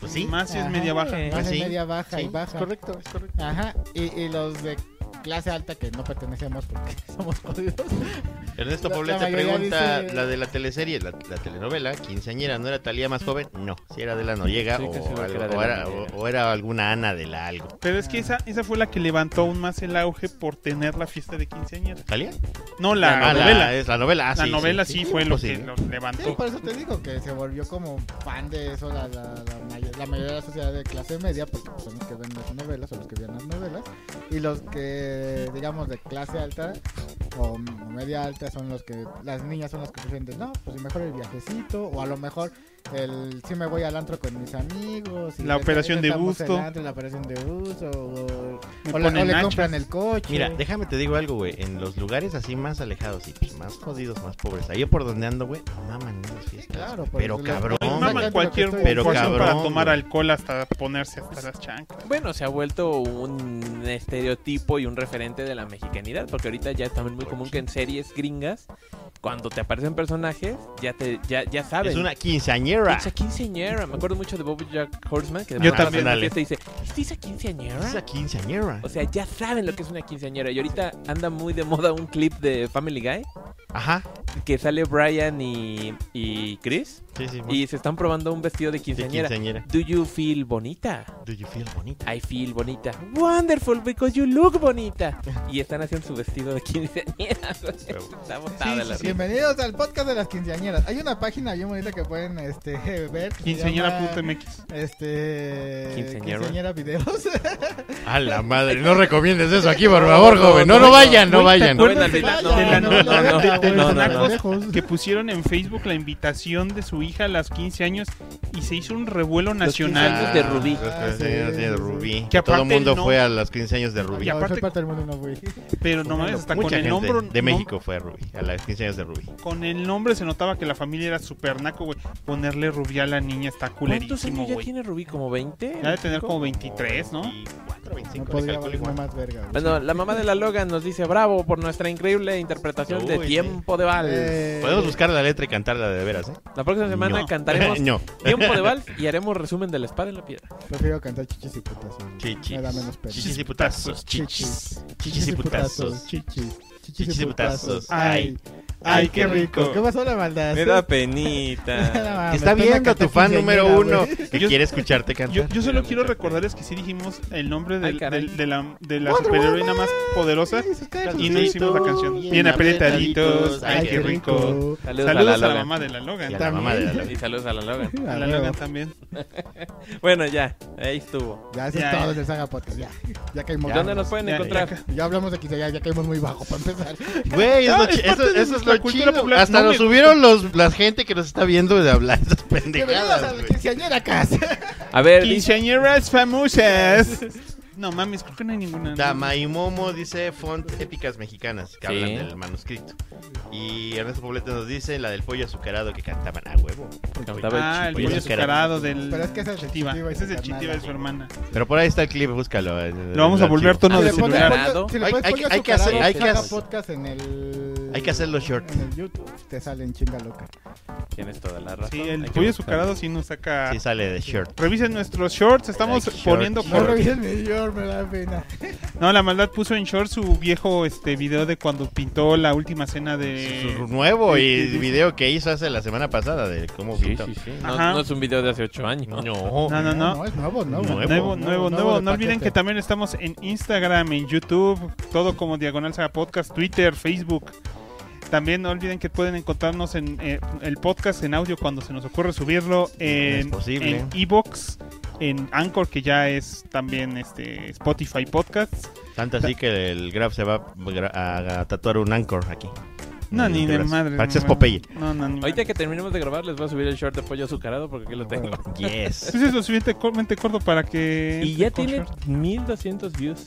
A: Pues sí.
B: Más si Ah, es
C: Ajá,
B: media baja.
C: Clase
A: Pues sí,
C: media baja
A: sí,
C: y baja.
F: Correcto, es correcto.
C: Ajá, y, y los de clase alta que no pertenecemos porque somos jodidos.
A: Ernesto
C: La-
A: Poblete
C: la mayoría
A: pregunta,
C: dice-
A: la de la teleserie, la, la telenovela, quinceañera, ¿no era Talía más joven? No, si era de la Noriega
D: Estoy
A: o,
D: casi seguro que
A: algo-
D: era de
A: o
D: la
A: era,
D: Noriega.
A: o- o era alguna Ana de la algo.
B: Pero es que esa, esa fue la que levantó aún más el auge por tener la fiesta de quinceañera.
A: ¿Talía?
B: No, la
A: Ah,
B: novela.
A: es la novela. ah,
B: la
A: sí, pues
B: novela sí, fue lo que
A: posible.
B: los
C: Sí, pues,
B: levantó.
C: por eso te digo que se volvió como fan de eso la, la, la may- la mayoría de la sociedad de clase media, porque pues, son los que ven las novelas o los que vean las novelas, y los que, digamos, de clase alta o m- media alta son los que, las niñas son las que prefieren de, no, pues mejor el viajecito, o a lo mejor el si me voy al antro con mis amigos. y
B: La
C: neta-
B: operación de
C: neta vamos
B: gusto.
C: al antro, la operación de gusto, o,
B: Me
C: o la- o
B: ponen
C: le
B: nachos.
C: compran el coche.
A: Mira, déjame te digo algo, güey. En los lugares así más alejados y pues, más jodidos, más pobres, ahí por donde ando, güey, maman esas
C: Sí,
A: fiestas.
C: claro,
A: güey. pero
C: por-
A: cabrón.
C: por-
B: Maman
C: Exactamente lo que
B: cualquier
C: estoy-
A: Pero
B: cosa
A: cabrón,
B: para tomar
A: güey.
B: alcohol hasta ponerse hasta las chancas.
D: Bueno, se ha vuelto un estereotipo y un referente de la mexicanidad, porque ahorita ya es también muy común que en series gringas, cuando te aparecen personajes, ya te ya, ya sabes.
A: es una quinceañera.
D: Esa quinceañera. Me acuerdo mucho de Bob Jack Horseman, que de
B: Yo
D: repente
B: también,
D: en la
A: dale.
D: fiesta dice, ¿es esa quinceañera?
A: Es una quinceañera.
D: O sea, ya saben lo que es una quinceañera. Y ahorita anda muy de moda un clip de Family Guy,
A: Ajá.
D: que sale Brian y, y Chris,
A: Sí, sí. bueno.
D: y se están probando un vestido de
A: Sí,
D: quinceañera.
A: quinceañera.
D: Do you feel bonita?
A: Do you feel bonita?
D: I feel bonita. Wonderful because you look bonita. Y están haciendo su vestido de quinceañera. güey.
A: Huevo.
D: Está
C: Sí,
D: botada
C: sí,
D: la
C: sí.
D: risa.
C: Bienvenidos al podcast de las quinceañeras. Hay una página bien bonita que pueden este, ver. que se llama,
B: Quinceañera.mx.
C: Este.
D: Quinceañera.
C: Quinceañera videos.
A: A la madre, no recomiendes eso aquí, por favor, joven. No, no vayan, no vayan.
D: Bueno, al final, no,
C: Vaya,
D: no,
C: no,
D: no,
C: no,
D: no,
C: de- de
D: no,
C: los
D: no, no.
C: nacos. Lejos.
B: Que pusieron en Facebook la invitación de su hija a los 15 años y se hizo un revuelo
D: Los 15
B: nacional.
D: años de Rubí.
C: Ah,
A: Los
C: sí,
A: quinceañeros de
C: sí, sí.
A: Rubí.
B: Que
A: Todo el
B: aparte
A: mundo
B: no-
A: fue a los 15 años de
B: Y
A: Rubí.
C: No,
B: aparte-
C: soy parte del mundo no fui.
B: Pero no mames, hasta con
A: Mucha
B: el
A: gente
B: nombre.
A: de México fue a Rubí, a los 15 años de Rubí.
B: Con el nombre se notaba que la familia era super naco, güey. Ponerle rubí a la niña está
D: ¿Cuántos
B: culerísimo,
D: años ya
B: güey.
D: tiene Rubí? ¿Como 20?
B: Ya de tener como 23, ¿no?
A: 24, 25, le
C: No podría
A: calculo
C: valer
A: igual.
C: más verga. güey.
D: Bueno, la mamá de la Logan nos dice bravo por nuestra increíble interpretación de
A: Uy,
D: Tiempo de Vals.
C: Eh,
A: Podemos buscar la letra y cantarla de veras, ¿eh?
D: La próxima semana
A: No.
D: cantaremos
A: no.
D: Tiempo de Vals y haremos resumen de la espada en la piedra.
C: Prefiero cantar chichis y putazos. güey.
A: Chichis.
C: Me da menos pena.
A: Chichis y putazos. Chichis. Chichis y putazos.
C: Chichis. Chichis
A: Chichis y putazos.
C: Ay.
B: Ay, qué rico.
C: ¿Qué pasó la maldad?
D: Me da penita.
C: Ah,
A: Que está
C: me
A: viendo tu fan número
C: quinceañera,
A: uno
C: güey.
A: que
B: Yo-
A: quiere escucharte cantar.
B: Yo, yo solo quiero recordarles que sí dijimos el nombre del-
D: Ay, caray.
B: del- de la, de la
C: Wonder
B: superheroína
C: Woman.
B: más poderosa
C: Sí, sus caras,
B: y no
C: sí.
B: hicimos la canción.
A: Bien
B: Bien
A: apretaditos,
B: apretaditos, ay, qué rico.
D: Saludos,
B: Saludos a la
D: Logan.
B: mamá de
A: Y
B: la
A: a
B: Logan.
A: la mamá de la-
D: Y saludos a la Logan.
C: Sí,
B: A
C: a
B: la
C: huevo.
B: Logan también.
D: Bueno, ya, ahí estuvo.
C: Ya, eso
B: Ya,
C: es
B: ya.
C: todo en el Saga Podcast. Ya, ya caímos. Ya,
D: ¿Dónde nos pueden
B: Ya,
D: encontrar?
B: ya.
C: ya hablamos de quince, ya, ya caímos muy bajo para empezar.
A: Güey, es
B: Ah,
A: lo
B: es
A: chi-
B: parte
A: eso,
B: de
A: eso es
B: nuestra
A: lo
B: cultura
A: chido.
B: popular.
A: Hasta
B: No
A: nos
B: me-
A: subieron los, la gente que nos está viendo de hablar esas
C: Bienvenidos a
A: pendejadas,
C: la
A: güey.
C: quinceañera casi.
D: A ver, dice-
B: Quinceañeras famosas. No mames, creo que no hay ninguna. ¿no?
A: Damaimomo dice font épicas mexicanas que
D: Sí.
A: hablan del manuscrito. Y Ernesto Poblete nos dice la del pollo azucarado que cantaban a huevo.
D: Cantaba
B: Ah, el
A: Pollo
B: pollo
A: azucarado.
B: azucarado del.
C: Pero es que ese es el
B: Chitiva.
C: Chitiva y
B: Ese es
C: su
B: el chitiva de
C: carnala.
B: su hermana.
A: Pero por ahí está el clip, búscalo. Eh, en- en
B: Lo vamos a
A: el
B: volver
A: archivo.
B: tono de
C: Si Ah, le pones
B: celular.
C: pollo- si le
A: Hay-
C: pones
A: hay-
C: pollo
A: hay que hacer-
C: azucarado,
A: hay que
C: Saga
A: hacer-
C: Podcast en el...
A: Hay que hacerlo short.
C: En el YouTube te salen chinga loca.
D: Tienes toda la razón.
B: Sí,
D: Hay
B: el
D: que
B: pollo
D: buscar.
B: azucarado sí nos saca.
A: Sí, sale de shirt.
B: Revisen nuestros shorts, estamos
A: Like shorts.
B: poniendo
C: No
A: Short.
B: por...
C: revises mi York, me da pena.
B: No, la maldad puso en shorts su viejo este video de cuando pintó la última cena
A: Su
B: de
A: nuevo
B: sí,
A: y
B: sí, sí.
A: video que hizo hace la semana pasada de cómo
D: Sí,
A: pintó.
D: sí, sí. No,
B: Ajá.
D: no es un video de hace 8 años.
A: No,
B: No, no, no.
C: es nuevo, nuevo.
A: Nuevo.
B: Nuevo, nuevo, nuevo.
C: de
B: No olviden
C: paquete.
B: que también estamos en Instagram, en YouTube, todo como Diagonal Saga Podcast, Twitter, Facebook. También no olviden que pueden encontrarnos en eh, el podcast en audio cuando se nos ocurre subirlo
A: Es
B: en
A: posible.
B: en Evox, en Anchor que ya es también este Spotify Podcasts.
A: Tanto así que el Graf se va a gra- a, a tatuar un anchor aquí.
B: No,
A: En
B: ni
A: el
B: de
A: brazo.
B: madre.
A: Pareces
B: no,
A: Popeye.
B: No, no, ni
D: Ahorita que terminemos de grabar, les voy a subir el short de pollo azucarado porque aquí lo tengo.
A: Yes.
B: Entonces es lo suficientemente corto para que.
D: Y ya
B: con
D: tiene
B: este short.
D: 1200 views.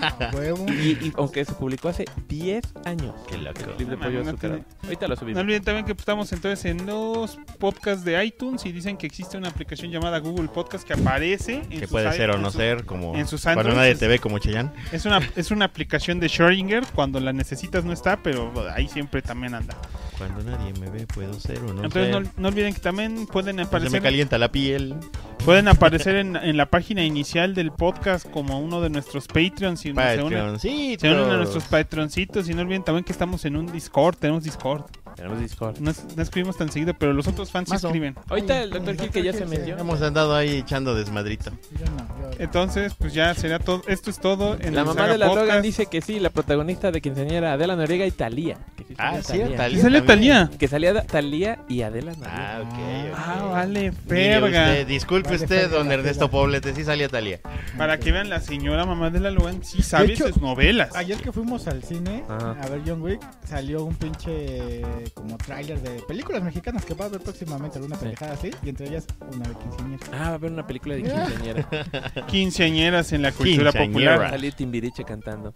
C: A huevo.
D: Y, y aunque se publicó hace 10 años.
A: Qué loco.
D: El clip de
B: No,
D: pollo
B: no
D: azucarado. Ahorita lo
B: No
D: subimos.
B: olviden también que estamos entonces en los podcasts de iTunes y dicen que existe una aplicación llamada Google Podcast que aparece. En
A: Que
B: sus
A: puede
B: i-
A: ser o
B: en
A: no
B: su-
A: ser, como
B: en sus
A: cuando
B: Androids
A: nadie
B: es-
A: te ve como Cheyenne.
B: Es una, es una aplicación de Schrödinger. Cuando la necesitas no está, pero ahí siempre también anda.
A: Cuando nadie me ve, puedo ser o no
B: entonces
A: ser.
B: no, no olviden que también
A: Pues Se
B: pueden
A: me
B: aparecer,
A: calienta la piel.
B: pueden aparecer en, en la página inicial del podcast como uno de nuestros Patreons y uno se unen-
A: Patreoncitos.
B: Se unen a nuestros patroncitos y no olviden también que estamos en un Discord, tenemos Discord.
D: Tenemos Discord.
B: No, es- no escribimos tan seguido, pero los otros fans sí
A: Mazo.
B: escriben.
D: Ahorita
C: Ay,
D: el doctor
C: el
D: Gil que ya
C: Dr.
D: se
C: Gil se
D: metió.
A: Hemos andado ahí echando desmadrito.
C: Yo no, yo-
B: Entonces, pues ya será todo. Esto es todo. En
D: La
B: el
D: mamá
B: Saga
D: de la
B: Podcast.
D: Logan dice que sí, la protagonista de quinceañera Adela Noriega y Talía. Que sí
A: Ah,
D: salió
A: sí,
D: Thalía.
A: Talía.
B: ¿Y sale Talía?
D: Que salía Talía y Adela Noriega.
A: Ah, ok. ok.
B: Ah, vale,
A: Mire
B: verga.
A: usted, disculpe
C: Vale,
A: usted,
C: verga,
A: don
C: la
A: Ernesto
C: verga.
A: Poblete, sí salía Talía.
B: Para que vean, la señora mamá de la Logan sí sabe
C: hecho,
B: sus novelas.
C: Ayer que fuimos al cine
D: Ajá.
C: a ver John Wick, salió un pinche como tráiler de películas mexicanas que va a ver próximamente, alguna pendejada así, y entre ellas una de quinceañera.
D: Ah, va a haber una película de quinceañera.
B: Quinceañeras en la cultura
A: Quinceañera.
B: popular.
D: Salió Timbiriche cantando.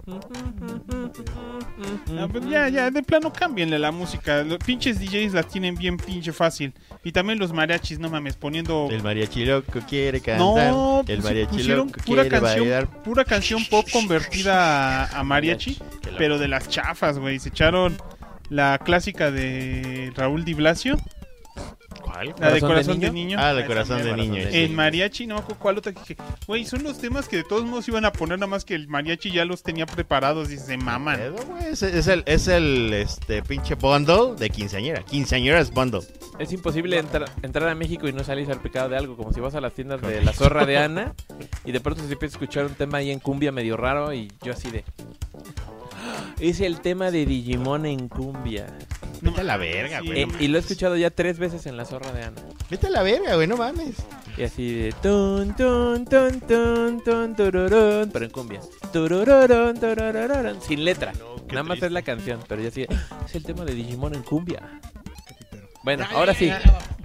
B: Ah, pues ya, ya, de plano cámbienle la música. Los pinches DJs la tienen bien pinche fácil. Y también los mariachis, no mames, poniendo...
A: El mariachi loco quiere cantar.
B: No,
A: el
B: pusi-
A: mariachi
B: pusieron
A: loco
B: pura
A: quiere
B: canción,
A: bailar.
B: pura canción pop convertida a, a mariachi,
A: Qué loco.
B: pero de las chafas, güey. Se echaron la clásica de Raúl Di Blasio,
A: ¿Cuál?
B: la de Corazón
D: ¿Corazón de
B: de Niño.
A: Ah,
D: Esa
A: de corazón de
D: mierda.
A: niño.
D: Corazón de
B: En mariachi, no, ¿cu- ¿cuál otra que dije? Güey, son los temas que de todos modos iban a poner, nada más que el mariachi ya los tenía preparados y se maman.
A: Pedo, güey, Eh, Es, es el, es el este, pinche bundle de quinceañera. Quinceañeras bundle.
D: Es imposible entrar, entrar a México y no salir salpicado de algo, como si vas a las tiendas de la zorra de Ana y de pronto se empieza a escuchar un tema ahí en cumbia medio raro y yo así de... "Ah, Es el tema de Digimon en cumbia.
B: No
A: Vete a la
B: mames,
A: verga,
B: sí.
A: güey,
D: Eh,
A: no
D: y lo he escuchado ya tres veces en la zorra de Ana.
A: Vete a la verga, güey, no mames.
D: Y así de... Tun, tun, tun, tun, tun, tururún, pero en cumbia. Turururun, turururun, sin letra.
A: qué
D: Nada más
A: triste.
D: es la canción, pero ya así de... "Ah, Es el tema de Digimon en cumbia. Bueno, ahora sí.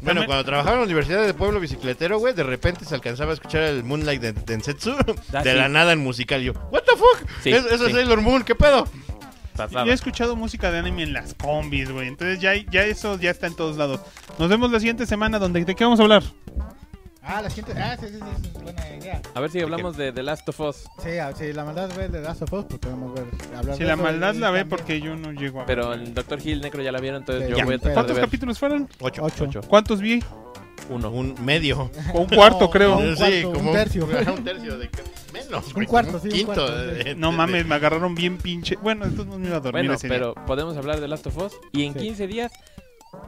A: Bueno,
B: Dame-
A: cuando trabajaba en la Universidad de Pueblo Bicicletero, güey, de repente se alcanzaba a escuchar el Moonlight de Densetsu
D: Ah,
A: de
D: sí.
A: la nada en musical. Yo, ¿What the fuck?
D: Sí,
A: Es- eso es
D: sí.
A: Sailor Moon, ¿qué pedo?
D: Pasaba.
B: Yo he escuchado música de anime en las combis, güey. Entonces ya, ya eso ya está en todos lados. Nos vemos la siguiente semana donde de qué vamos a hablar.
C: Ah, la gente. Ah, sí, sí, sí, es buena idea.
D: A ver si hablamos de The Last of Us.
C: Sí, ah, sí, la maldad ve de Last of Us, pues podemos ver. hablar
B: Si
C: de
B: la
C: eso
B: maldad
C: y
B: la ve
C: también-
B: porque yo no llego a ver.
D: Pero el Doctor Hill Necro ya la vieron, entonces
C: Sí,
D: yo
C: ya.
D: voy a tratar de
B: ¿Cuántos
D: ver
B: capítulos fueron?
A: Ocho.
C: Ocho.
D: Ocho.
B: ¿Cuántos vi?
D: uno.
A: Un medio.
B: O un cuarto,
C: No,
B: creo.
C: no. Un cuarto, un tercio.
A: ajá, un tercio de- menos. menos.
C: Un
A: güey,
C: cuarto, sí, un
A: Quinto.
C: cuarto, sí.
A: de- de-
B: No
A: de-
B: mames, me agarraron bien pinche. Bueno, entonces no me iba a dormir
D: Bueno,
B: ese día.
D: pero podemos hablar de Last of Us. Y en
C: Sí.
D: 15 días,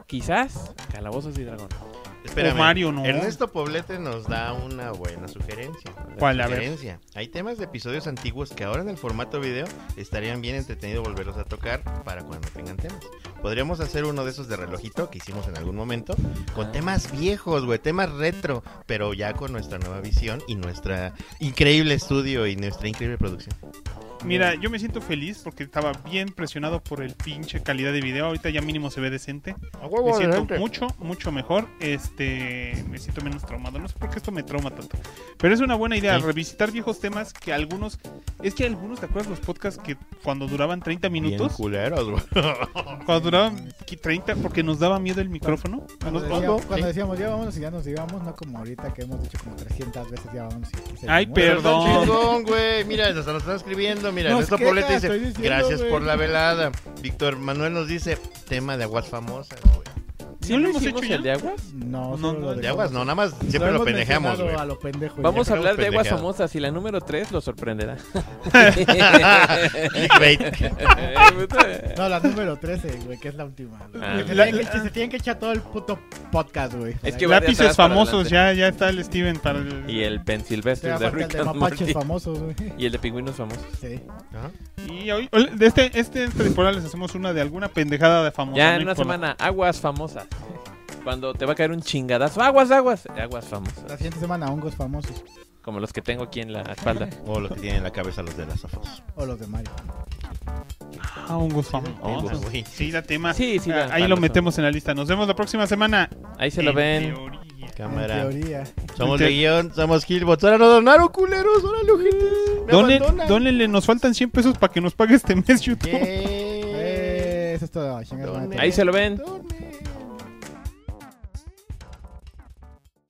D: quizás, Calabozos y Dragones.
A: Espérame.
B: O Mario, no.
A: Ernesto Poblete nos da una buena sugerencia.
B: ¿Cuál? A ver.
A: Sugerencia. Hay temas de episodios antiguos que ahora en el formato video estarían bien entretenido volverlos a tocar para cuando tengan temas. Podríamos hacer uno de esos de relojito que hicimos en algún momento con
D: Ah.
A: temas viejos, güey, temas retro, pero ya con nuestra nueva visión y nuestra increíble estudio y nuestra increíble producción.
B: Mira, yo me siento feliz porque estaba bien presionado por el pinche calidad de video. Ahorita ya mínimo se ve decente.
F: A
B: Me
F: huevo,
B: siento
F: adelante.
B: mucho, mucho mejor. Este, me siento menos traumado. No sé por qué esto me trauma tanto. Pero es una buena idea
A: Sí.
B: revisitar viejos temas que algunos. Es que algunos, ¿te acuerdas los podcasts que cuando duraban 30 minutos?
A: culeros, güey.
B: Cuando duraban qui- 30 porque nos daba miedo el micrófono.
C: Cuando,
B: Nos-
C: decía-
A: no,
C: cuando
A: sí.
C: decíamos ya vámonos y ya nos íbamos, no como ahorita que hemos dicho como 300 veces ya vámonos y aquí se
B: Ay,
C: muere.
A: Pero está
B: Perdón.
A: chingón, güey. Mira, hasta nos están escribiendo. Mira,
C: Nos
A: Ernesto
C: queda,
A: Poblete dice:
C: estoy diciendo,
A: Gracias
C: güey".
A: por la velada. Víctor Manuel nos dice: Tema de aguas famosas, güey.
B: ¿No lo hemos
D: hicimos
B: hecho ya?
D: el de aguas?
C: No,
B: No,
C: solo lo
B: no, de
A: De
C: dejamos.
A: aguas, no, nada más siempre lo,
C: hemos
A: pendejamos,
C: mencionado
A: güey.
C: A lo pendejo,
D: Vamos
A: ya
D: a
A: creo
D: hablar de aguas
A: pendejada.
D: famosas y la número 3 lo sorprenderá.
A: Clickbait.
C: ya. No, la número 13, güey, que es la última. güey.
D: Ah,
C: Que se,
B: la-
C: tienen que, que se tienen que echar todo el puto podcast, güey.
D: Es
C: Ahí
D: que va de
B: Lápices
D: atrás para
B: famosos,
D: adelante.
B: ya, ya está el Steven para el.
D: y el Ben
C: te
D: Silvestre
C: va a
D: de
C: faltar el
D: Rick
C: de
D: and
C: mapaches
D: Morty.
C: famosos, güey.
D: Y el de pingüinos famosos.
C: Sí.
A: Ajá.
B: Y hoy, hoy- de este, este temporada les hacemos una de alguna pendejada de famosa.
D: Ya
B: no
D: en una
B: importa.
D: semana, aguas famosas. Cuando te va a caer un chingadazo. Aguas, aguas. Aguas
C: La
D: famosas.
C: siguiente semana, hongos famosos.
D: Como los que tengo aquí en la espalda.
A: O lo que tienen en la cabeza los de las afos.
C: O los de Mario.
B: Ah, hongos famosos.
C: Oh,
A: Hongos, güey.
B: Sí, da tema.
D: Sí, sí,
B: Ah,
D: da-
B: ahí
D: da
B: lo
D: razón.
B: metemos en la lista. Nos vemos la próxima semana.
D: Ahí se lo
B: En
D: ven.
B: teoría.
A: Cámara.
C: En teoría.
A: Somos
B: Te-
A: de guión, somos Gilbots. Ahora no donaron, culeros. Órale, ojetes. Me
B: Donen-
A: abandonan.
B: Dónenle, nos faltan 100 pesos para que nos pague este mes YouTube.
A: Yeah.
C: Eh, eso es todo. chingas,
A: ¿Dónde?
C: madre.
D: Ahí se lo ven.
A: Donen.